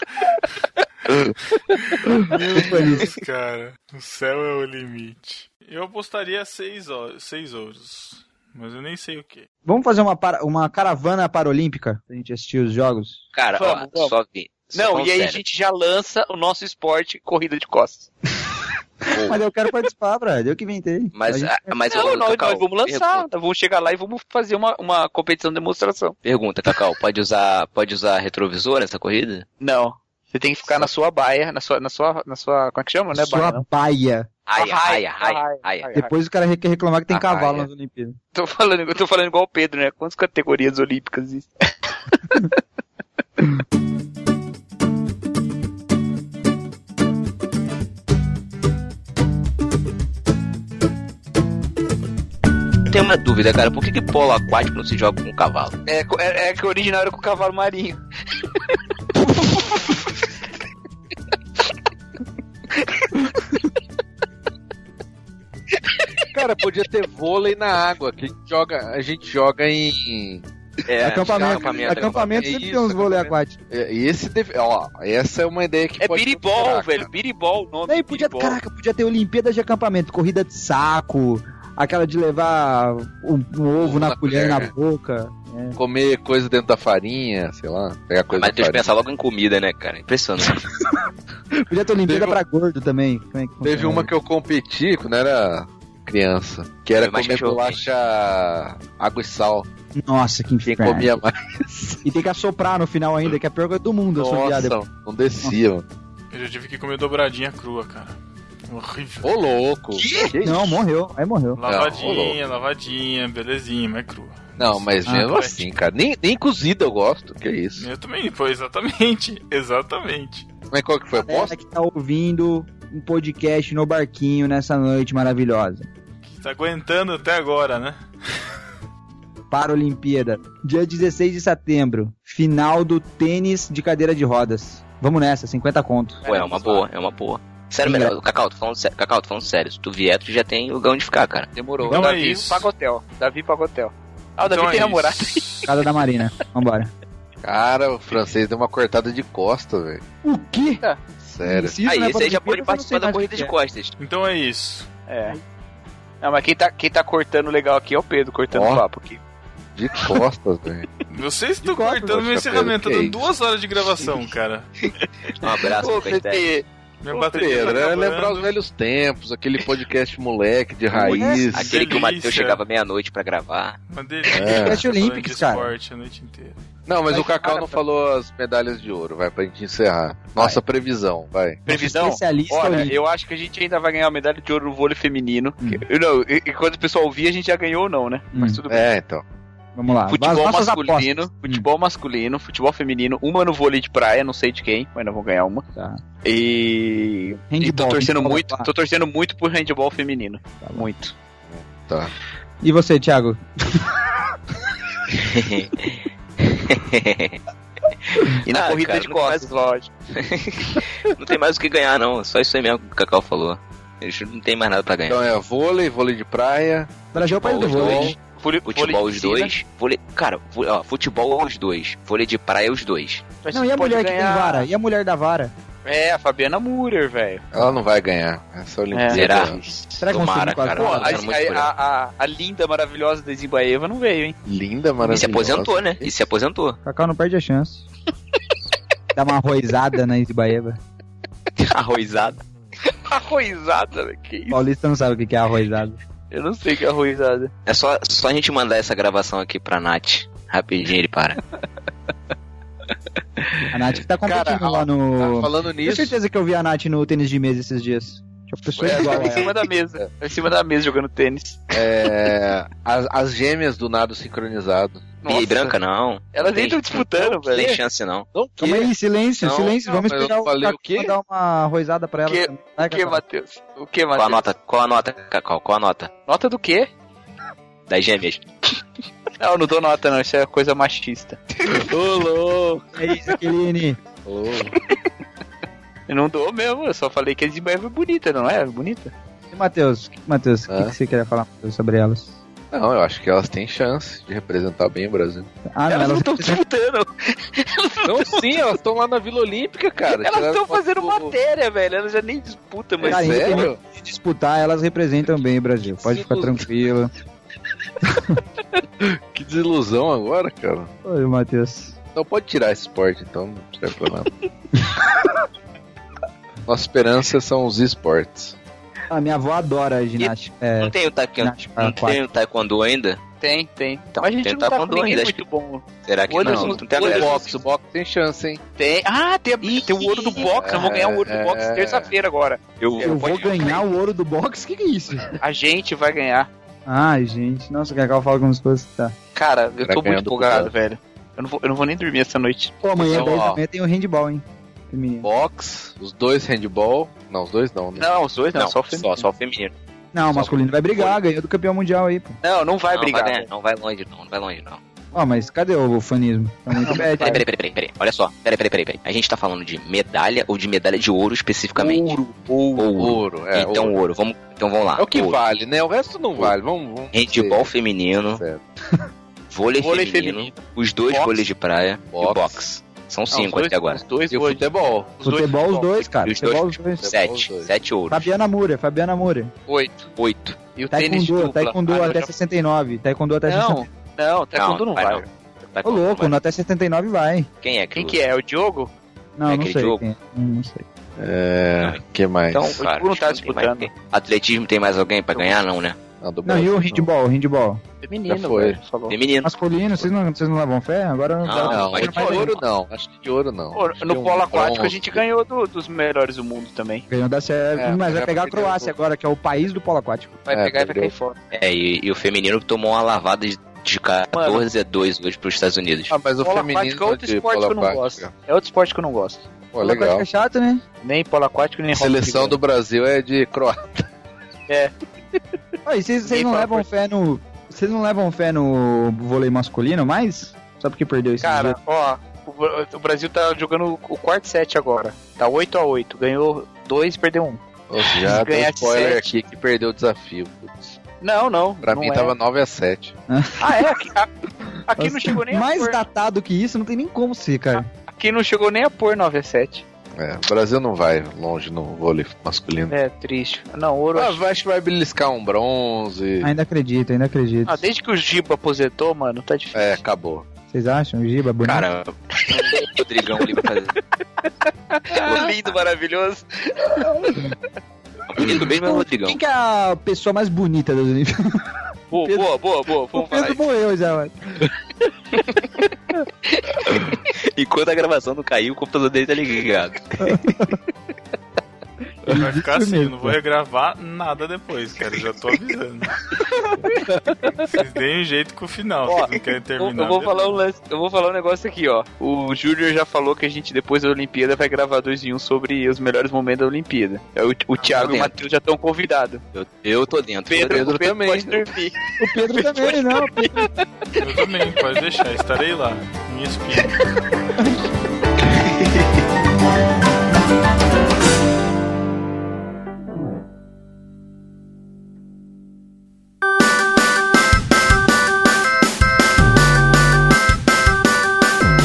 S4: Foi isso.
S3: cara. O céu é o limite. Eu apostaria seis, ou- seis ouros. Mas eu nem sei o que.
S4: Vamos fazer uma, para- uma caravana paralímpica pra gente assistir os jogos?
S1: Cara,
S5: Vamos,
S1: ó,
S5: vamos.
S1: só vi. só
S5: não,
S1: falando
S5: e aí a
S1: sério.
S5: gente já lança o nosso esporte corrida de costas.
S4: Mas eu quero participar, brother. Eu que inventei.
S1: Mas,
S4: A
S2: é,
S4: gente-
S1: a- mas
S5: não,
S1: ô,
S5: nós,
S1: Cacau,
S5: nós vamos lançar,
S1: Pergunta,
S5: nós vamos chegar lá e vamos fazer uma, uma competição de demonstração.
S1: pergunta, Cacau, pode usar, pode usar retrovisor nessa corrida?
S5: Não. Você tem que ficar na sua baia, na sua, na sua, na sua, como é que chama, né,
S4: sua
S5: baia? não?
S4: baia.
S1: Ai,
S5: A
S1: ai, ai,
S5: raia, a raia,
S1: ai.
S5: a raia.
S4: Depois o cara re- quer reclamar que tem
S1: Ah,
S4: cavalo
S1: é.
S4: nas Olimpíadas.
S5: Tô falando, eu tô falando igual o Pedro, né? Quantas categorias olímpicas existem?
S1: Tem uma dúvida, cara, por que, que polo aquático não se joga com cavalo?
S5: É, co- é, é que o original era com o cavalo marinho.
S2: Cara, podia ter vôlei na água, que a gente joga, a gente joga em.
S1: É,
S4: acampamento,
S1: acampamento,
S4: acampamento,
S2: acampamento.
S4: sempre
S2: É
S4: tem uns
S2: isso,
S4: vôlei
S2: acampamento.
S4: aquático.
S2: E e esse deve. Ó, essa é uma ideia que
S5: É
S2: pode.
S5: biribol,
S2: prosperar,
S5: velho. Biribol o nome.
S4: Daí podia,
S5: biribol.
S4: caraca, podia ter Olimpíadas de acampamento, corrida de saco, aquela de levar um, um ovo na,
S2: na
S4: colher e na
S2: colher.
S4: boca.
S2: cara. Comer coisa dentro da farinha, sei lá. Pegar coisa
S1: Mas
S2: da
S1: Deus
S2: farinha.
S1: pensa logo em comida, né, cara? Impressionante.
S4: Podia ter Olimpíada
S2: Teve-
S4: pra gordo também. Como é que
S2: Teve
S4: funciona?
S2: uma que eu competi quando era criança, que era
S1: Eu mais
S2: comer
S1: cachorro.
S2: bolacha água e sal.
S4: Nossa, que
S2: Quem
S4: inferno.
S2: comia mais.
S4: E tem que assoprar no final ainda, que é a pior coisa do mundo assobiar
S2: Nossa,
S4: depois.
S2: não descia, mano.
S3: Eu já tive que comer dobradinha crua, cara. Horrível.
S2: Ô louco! Que
S4: Não,
S2: isso?
S4: morreu. Aí morreu.
S3: Lavadinha, lavadinha, belezinha, mas é crua.
S2: Não, mas
S4: Ah,
S2: mesmo
S3: cara.
S2: assim, cara. Nem, nem cozida eu gosto. Que isso?
S3: Eu também, foi exatamente. Exatamente.
S2: Mas qual que foi a
S4: Você
S2: bosta?
S4: que tá ouvindo um podcast no barquinho nessa noite maravilhosa.
S3: Tá aguentando até agora, né?
S4: Paralimpíada. Dia 16 de setembro. Final do tênis de cadeira de rodas. Vamos nessa, 50 conto.
S1: Pô, é uma boa, é uma boa. Sério,
S4: é.
S1: melhor, Cacau, tô falando sério, Cacau, tô falando sério. Se tu vier, tu já tem lugar onde ficar, cara.
S5: Demorou.
S3: Então é
S5: Davi
S3: isso.
S5: paga hotel. Davi paga hotel. Ah, o Davi
S3: Então
S5: tem
S3: é
S5: namorado.
S3: isso.
S4: Casa da Marina. Vambora.
S2: Cara, o francês deu uma cortada de costa, velho.
S4: O quê?
S2: Sério.
S4: Se isso
S1: aí,
S4: não é
S1: esse aí já pode
S4: Paralimpíada, eu não sei
S1: participar da
S4: mais o
S1: corrida
S4: que
S1: de
S4: é.
S1: costas.
S3: Então é isso.
S5: É. Não, mas quem tá, quem tá cortando legal aqui é o Pedro, cortando
S2: Ó.
S5: o papo aqui.
S2: De costas, velho.
S3: Vocês estão
S4: copo,
S3: cortando meu
S2: Capelo,
S3: encerramento,
S2: que é
S3: dando
S2: isso?
S3: duas horas de gravação, cara.
S1: Um abraço,
S5: Ô,
S1: Fentec.
S5: Fete,
S3: Minha
S5: Ô,
S3: bateria
S2: Pedro,
S3: tá
S2: era
S3: acabando.
S2: lembrar os velhos tempos, aquele podcast moleque de raiz.
S1: Aquele que o Matheus
S3: delícia.
S1: chegava meia-noite pra gravar.
S3: Uma delícia.
S2: É.
S3: Falando de
S4: Olympics, cara.
S3: esporte a noite inteira.
S2: Não, mas
S4: Vai
S2: o Cacau
S4: cara,
S2: não
S4: tá.
S2: falou as medalhas de ouro, vai, pra gente encerrar. Nossa previsão, vai.
S5: previsão.
S4: Especialista
S5: Olha,
S4: olímpico.
S5: eu acho que a gente ainda vai ganhar a medalha de ouro no vôlei feminino.
S1: Hum.
S5: Que- Não, e, e quando o pessoal ouvir, a gente já ganhou ou não, né? Mas
S4: Hum.
S5: tudo bem.
S2: É, então.
S4: Vamos
S1: É.
S4: lá. As
S5: Futebol
S4: nossas
S5: masculino,
S4: apostas. Hum.
S5: futebol masculino, futebol feminino, uma no vôlei de praia, não sei de quem, mas nós vamos ganhar uma.
S4: Tá.
S5: E, e tô
S4: Handball,
S5: torcendo
S4: handball,
S5: muito,
S4: tá.
S5: tô torcendo muito por handball feminino. muito.
S4: E você, Thiago?
S5: E
S1: Ah,
S5: na corrida
S1: cara,
S5: de
S1: não
S5: costas, lógico.
S1: não tem mais o que ganhar, não. É Só isso aí mesmo que o Cacau falou. Eles não tem mais nada pra ganhar.
S2: Então é vôlei, vôlei de praia.
S4: Brasil é o país do
S1: Futebol,
S4: vôlei.
S1: dois.
S5: Vôlei-
S1: Futebol
S5: vôlei de
S1: os
S5: piscina.
S1: dois. Vôlei, cara, vô- ó, futebol é os dois. Vôlei de praia é os dois.
S5: Mas
S4: Não, e a
S5: pode
S4: mulher que
S5: ganhar-
S4: tem vara? E a mulher da vara?
S5: É, a Fabiana Murer, velho.
S2: Ela não vai ganhar. Essa é
S4: É,
S2: Olimpíada.
S1: Será?
S4: que vão
S1: Tomara,
S4: subir quase?
S1: cara.
S4: Pô,
S5: Pô,
S1: Tomara
S5: a,
S1: muito por ela.
S5: a, a- a linda, maravilhosa da Zimbaeva não veio, hein?
S2: Linda,
S1: E
S2: maravilhosa.
S1: se aposentou, né? E se aposentou.
S4: Cacau não perde a chance. Dá uma arrozada na Isibaeba.
S1: Arroizado.
S5: Arroizada, velho, que isso.
S4: Paulista não sabe o que que é arrozada.
S5: Eu não sei que é ruizada.
S1: É só, só a gente mandar essa gravação aqui pra Nath. Rapidinho ele para.
S4: A Nath que tá competindo
S2: Cara,
S4: lá
S2: Tá
S4: no.
S2: falando
S4: Tenho
S2: nisso.
S4: certeza que eu vi a Nath no tênis de mesa esses dias. Tinha uma pessoa
S5: Ela
S4: igual
S5: tava
S4: a
S5: em
S4: ela.
S5: cima da mesa. Em cima da mesa jogando tênis.
S2: É, as, as gêmeas do nado sincronizado.
S1: Bia e branca, não.
S5: Elas
S1: Tem-
S5: nem estão disputando,
S1: Não tem
S5: velho.
S1: chance, não.
S2: Não, que?
S4: Calma aí, silêncio,
S1: Não,
S4: silêncio.
S2: não,
S4: Vamos
S2: mas eu
S4: esperar o
S2: falei o
S4: Kaku
S2: quê?
S4: mandar uma roisada pra ela.
S5: Que-
S4: também. né, Vai,
S5: O que,
S4: Cacau.
S5: Matheus? O que,
S1: Qual a
S5: Matheus?
S1: nota? Qual a nota, Cacau? Qual a nota?
S5: Nota do quê?
S1: Das gêmeas.
S5: Não, eu não dou nota, não. Isso é coisa machista.
S2: Ô, louco.
S4: É isso, Aquilini.
S2: Ô,
S5: Eu não dou mesmo. Eu só falei que a Zimbabwe é bonita, não é? É bonita.
S4: E Matheus? Matheus, o que,
S2: Ah.
S4: que você queria falar Matheus, sobre elas?
S2: Não, eu acho que elas têm chance de representar bem o Brasil.
S4: Ah,
S5: elas
S4: não,
S5: não
S4: elas
S5: estão disputando.
S2: Não, sim, elas estão lá na Vila Olímpica, cara.
S5: Elas
S2: Tiraram
S5: estão
S2: foto
S5: fazendo
S2: do-
S5: matéria, velho. Elas já nem disputam, mas.
S4: Cara,
S2: É sério?
S4: de disputar, elas representam bem o Brasil. Pode ficar tranquilo.
S2: Que desilusão agora, cara.
S4: Oi, Matheus.
S2: Então pode tirar esse esporte, então não precisa reclamar. Nossa esperança são os esportes.
S4: Ah, minha avó adora ginástica. É,
S1: Não tem o taekwondo,
S4: ginástica
S1: não
S4: aquática.
S1: tem o taekwondo ainda?
S5: Tem, tem. Então, a gente
S1: Tem
S5: não tá com
S1: taekwondo
S5: ninguém
S1: ainda,
S5: muito bom.
S1: Será que
S5: Olha
S1: não?
S5: os-
S1: Não tem a
S5: olha
S2: O
S1: galera.
S5: os-
S2: boxe, o boxe tem chance, hein?
S5: Tem. Ah, tem, a- tem o ouro do boxe. Nós vamos ganhar o ouro do boxe
S2: É.
S5: terça-feira agora.
S1: Eu,
S4: Eu vou ganhar o ouro do boxe? O que, que é isso?
S5: A gente vai ganhar.
S4: Ai, gente. Nossa, o Cacau fala como se fosse. Tá.
S5: Cara, eu
S2: Vai
S5: tô
S2: ganhar
S5: muito
S2: do
S5: empolgado, velho. Eu não, vou, eu não vou nem dormir essa noite.
S4: Pô, amanhã,
S2: Então,
S4: 10 da
S2: ó.
S4: manhã, tem o handball, hein? Feminino.
S2: Boxe, os dois handball. Não, os dois não, né?
S5: Não, os dois não,
S1: Não,
S5: só o
S1: só,
S5: feminino.
S1: só o feminino.
S4: Não, o masculino vai brigar, ganhou do campeão mundial aí, pô.
S5: Não, não vai
S1: não,
S5: brigar.
S1: Vai ganhar, não vai longe, não. Não vai longe, não.
S4: Ó, mas cadê o fanismo? Tá muito bad,
S1: Peraí,
S4: cara.
S1: peraí, peraí, peraí. Olha só. Peraí, peraí, peraí, peraí. A gente tá falando de medalha ou de medalha de ouro especificamente?
S2: Ouro, ouro,
S1: Ouro.
S2: ouro, é,
S1: então,
S2: ouro.
S1: ouro. Vamos, então vamos lá.
S2: É o que
S1: ouro.
S2: vale, né? O resto não vale. Vamos, vamos.
S1: Handball feminino,
S2: Certo.
S1: vôlei,
S5: Vôlei
S1: feminino,
S5: feminino.
S1: os dois
S5: Boxe.
S1: vôleis de praia e
S2: Boxe.
S1: boxe. São
S5: Não, os
S1: cinco
S5: dois-
S1: até agora.
S5: Os dois,
S2: E o
S5: hoje.
S2: futebol?
S5: Os dois
S4: Futebol, os
S5: futebol.
S4: dois, cara.
S1: E os
S4: Futebol, os dois.
S1: Sete.
S2: os dois.
S1: Sete ouros.
S4: Fabiana Moura, Fabiana Moura.
S5: Oito.
S1: Oito.
S5: E o tênis de
S4: Taekwondo,
S5: dupla.
S4: Taekwondo
S5: Ah, não,
S4: até
S5: já-
S4: 69. Taekwondo até 69.
S5: Não, não, Taekwondo não, vai.
S1: Vai
S4: Ô, louco, no até 79 vai.
S1: Quem é?
S5: né? Quem que é? É O Diogo?
S4: Não,
S1: É
S4: não
S1: aquele
S4: sei.
S1: jogo?
S4: quem é. Hum, Não sei.
S2: É. que mais?
S1: Então,
S5: O
S1: cara,
S5: Diogo não tá
S1: acho que tem mais
S5: disputando. Então,
S1: ninguém. Atletismo tem mais alguém pra ganhar? Não, né?
S2: não, Ah, do
S4: Não,
S2: Brasil,
S4: e o handball, o handball.
S5: Feminino,
S2: Já foi.
S5: velho, falou.
S1: Feminino.
S4: Masculino, vocês não, vocês não levam fé? Agora
S2: Não,
S1: Não,
S2: não, é
S1: mas
S2: acho que de ouro não. Acho que de ouro não.
S5: Pô,
S2: Acho que
S5: no
S2: um
S5: polo aquático a
S2: bronze.
S5: gente ganhou do- dos melhores do mundo também.
S4: ganhou da Sérvia.
S2: É,
S4: mas vai
S2: é
S4: pegar a
S2: porque
S4: Croácia
S2: eu-
S4: agora, que é o país do polo aquático.
S5: Vai
S2: É,
S5: pegar e vai
S2: perdeu.
S5: cair fora.
S1: É, e, e o feminino tomou uma lavada de- de 14 a 2 hoje pros Estados Unidos.
S2: Ah, mas o
S5: polo aquático é
S2: feminino
S5: outro
S2: de
S5: esporte
S2: polo
S5: que eu não
S2: aquático.
S5: gosto. É outro esporte que eu não gosto.
S2: Pô,
S4: polo
S2: legal.
S4: aquático é chato, né?
S5: Nem polo aquático, nem
S2: A
S5: hockey,
S2: seleção
S5: velho.
S2: do Brasil é de Croácia.
S4: Ah, e vocês vocês
S5: Ninguém
S4: não
S5: fala
S4: levam fé no. Vocês não levam fé no vôlei masculino mais? Só porque perdeu esse
S5: Cara,
S4: jogo.
S5: ó, o Bra- o Brasil tá jogando o quarto set agora. Tá 8 a 8 Ganhou dois, perdeu um.
S2: Ou seja, já deu
S5: ganhar de
S2: spoiler
S5: sete.
S2: aqui que perdeu o desafio. Putz.
S5: Não, não.
S2: Pra
S5: não
S2: mim
S5: é.
S2: tava 9x7.
S5: Ah, é? Aqui, a- aqui não
S4: Nossa,
S5: chegou nem a
S4: Mais
S5: pôr.
S4: datado que isso, não tem nem como ser, cara.
S5: Aqui não chegou nem a pôr 9 a 7
S2: É, o Brasil não vai longe no vôlei masculino.
S5: É, triste. Não, ouro.
S2: Ah,
S5: acho-
S2: vai- acho que vai beliscar um bronze.
S4: Ainda acredito, ainda acredito.
S5: Ah, desde que o Giba aposentou, mano, tá difícil.
S2: É, acabou.
S4: Vocês acham? Giba, bonito.
S1: Cara, o Rodrigão ali pra fazer.
S5: lindo, maravilhoso.
S1: O menino mesmo é o Rodrigão.
S4: Quem que é a pessoa mais bonita dos Olimpíadas?
S5: Boa,
S4: Pedro-
S5: boa, boa, boa.
S4: O
S5: Vamos falar
S4: Pedro
S5: isso.
S4: morreu já, mano.
S1: Enquanto a gravação não caiu, o computador dele tá ligado.
S3: Vai ficar
S4: Isso
S3: assim, eu
S4: mesmo.
S3: não vou regravar nada depois, cara. Eu já tô avisando. Vocês deem um jeito com o final,
S5: Ó,
S3: vocês não querem
S5: Eu,
S3: terminar.
S5: eu vou
S3: beleza.
S5: falar um lance- eu vou falar um negócio aqui, ó. O Júnior já falou que a gente depois da Olimpíada vai gravar dois em um sobre os melhores momentos da Olimpíada. É O, o Thiago e o
S1: dentro.
S5: Matheus já estão convidados.
S1: Eu, eu tô dentro.
S5: Pedro,
S1: eu tô
S5: o Pedro
S2: também.
S5: pode dormir.
S4: O Pedro também, não. O Pedro
S3: Eu também, pode deixar, estarei lá. Minha espinha.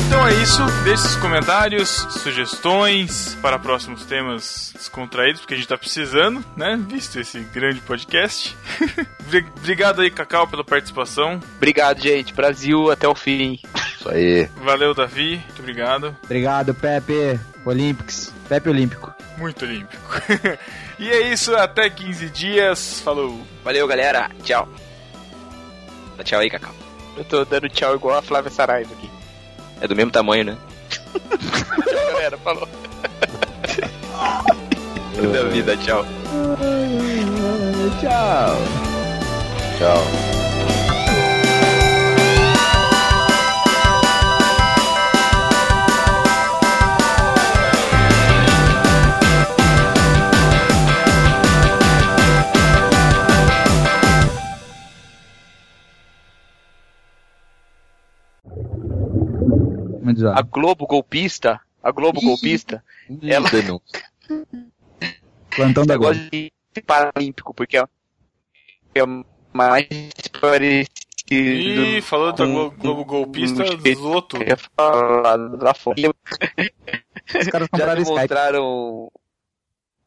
S3: Então é isso, deixe seus comentários, sugestões para próximos temas descontraídos, porque a gente tá precisando, né? Visto esse grande podcast. Bri- Obrigado aí, Cacau, pela participação.
S5: Obrigado, gente. Brasil até o fim.
S2: Isso aí.
S3: Valeu, Davi. Muito obrigado.
S4: Obrigado, Pepe. Olympics. Pepe Olímpico.
S3: Muito olímpico. e é isso, até 15 dias. Falou.
S1: Valeu, galera. Tchau. Dá Tchau aí, Cacau.
S5: Eu tô dando tchau igual a Flávia Saraiva aqui.
S1: É do mesmo tamanho, né?
S5: Tchau, galera. Falou.
S1: Da vida, tchau.
S4: Tchau.
S2: Tchau.
S4: Muito zoado.
S5: A Globo golpista, a Globo golpista, Ela-
S2: Denúncia.
S4: Plantão
S5: Ah, esse
S4: da Globo.
S5: negócio de paralímpico, porque é, é o mais parecido
S3: Ih, falou da Glo-
S5: Hum,
S3: Globo
S5: hum,
S3: Golpista,
S5: hum, hum,
S3: zoou tudo.
S5: que eu ia falar lá fora.
S4: Os
S5: Já
S4: caras compraram Skype.
S5: demonstraram.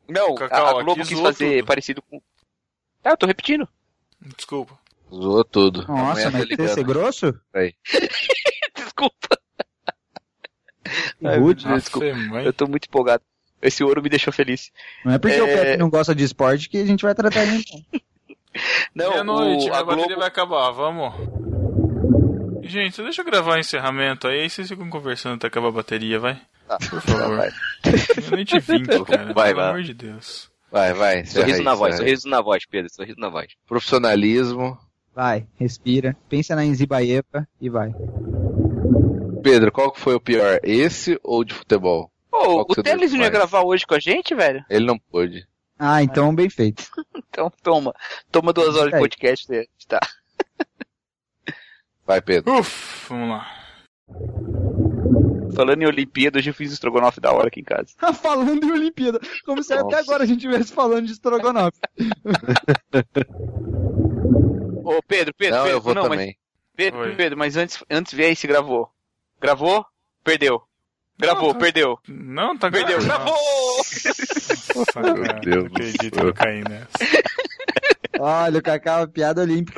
S5: Não, a-
S3: Cacau,
S5: a Globo
S3: aqui
S5: quis
S3: zoou
S5: fazer
S3: tudo.
S5: parecido com. Ah, eu tô repetindo.
S3: Desculpa.
S2: Zoou tudo.
S4: Nossa,
S5: tá
S4: mas
S2: ligando.
S4: você ser grosso?
S5: Desculpa, Ai,
S4: Rude.
S5: desculpa.
S3: Nossa, mãe.
S5: eu tô muito empolgado. Esse ouro me deixou feliz.
S4: Não é porque o
S5: É.
S4: Pepe não gosta de esporte que a gente vai tratar ele. não.
S5: Não,
S3: Meia-noite,
S5: o,
S3: minha
S5: a
S3: bateria
S5: Globo.
S3: vai acabar, vamos. Gente, deixa eu gravar o encerramento aí, vocês ficam conversando até acabar a bateria, vai.
S5: Ah,
S3: Por favor.
S5: vai.
S3: Meia-noite e vinte, cara.
S2: Vai,
S3: pelo
S2: vai.
S3: amor de Deus.
S2: Vai, vai. encerra
S1: Sorriso
S2: aí,
S1: na voz,
S2: encerra aí.
S1: sorriso na voz, Pedro. Sorriso na voz.
S2: Profissionalismo.
S4: Vai, respira. Pensa na Enzibaepa e vai.
S2: Pedro, qual que foi o pior? Esse ou de futebol?
S5: Ô,
S2: Qual que
S5: o
S2: você
S5: Teles não ia
S2: faz?
S5: gravar hoje com a gente, velho?
S2: Ele não pôde.
S4: Ah, então bem feito.
S5: Então toma. Toma
S2: É
S5: duas horas de
S4: Aí.
S5: podcast dele. Tá.
S2: Vai, Pedro.
S3: Uf, vamos lá.
S5: Falando em Olimpíada, hoje eu fiz o estrogonofe da hora aqui em casa.
S4: falando de Olimpíada. Como se até
S2: Nossa.
S4: agora a gente estivesse falando de estrogonofe.
S5: Ô, Pedro, Pedro,
S2: não,
S5: Pedro.
S2: eu vou
S5: não, mas
S2: também.
S5: Pedro,
S3: Oi.
S5: Pedro, mas antes, antes vê aí se gravou. Gravou? Perdeu. Gravou,
S3: Não, tá-
S5: perdeu.
S3: Não, tá
S5: Perdeu.
S3: gravando.
S5: Gravou!
S3: Nossa, cara,
S2: Meu Deus
S3: não
S2: do
S3: acredito que
S2: céu.
S3: eu caí nessa.
S4: Olha, o Cacau, piada olímpica.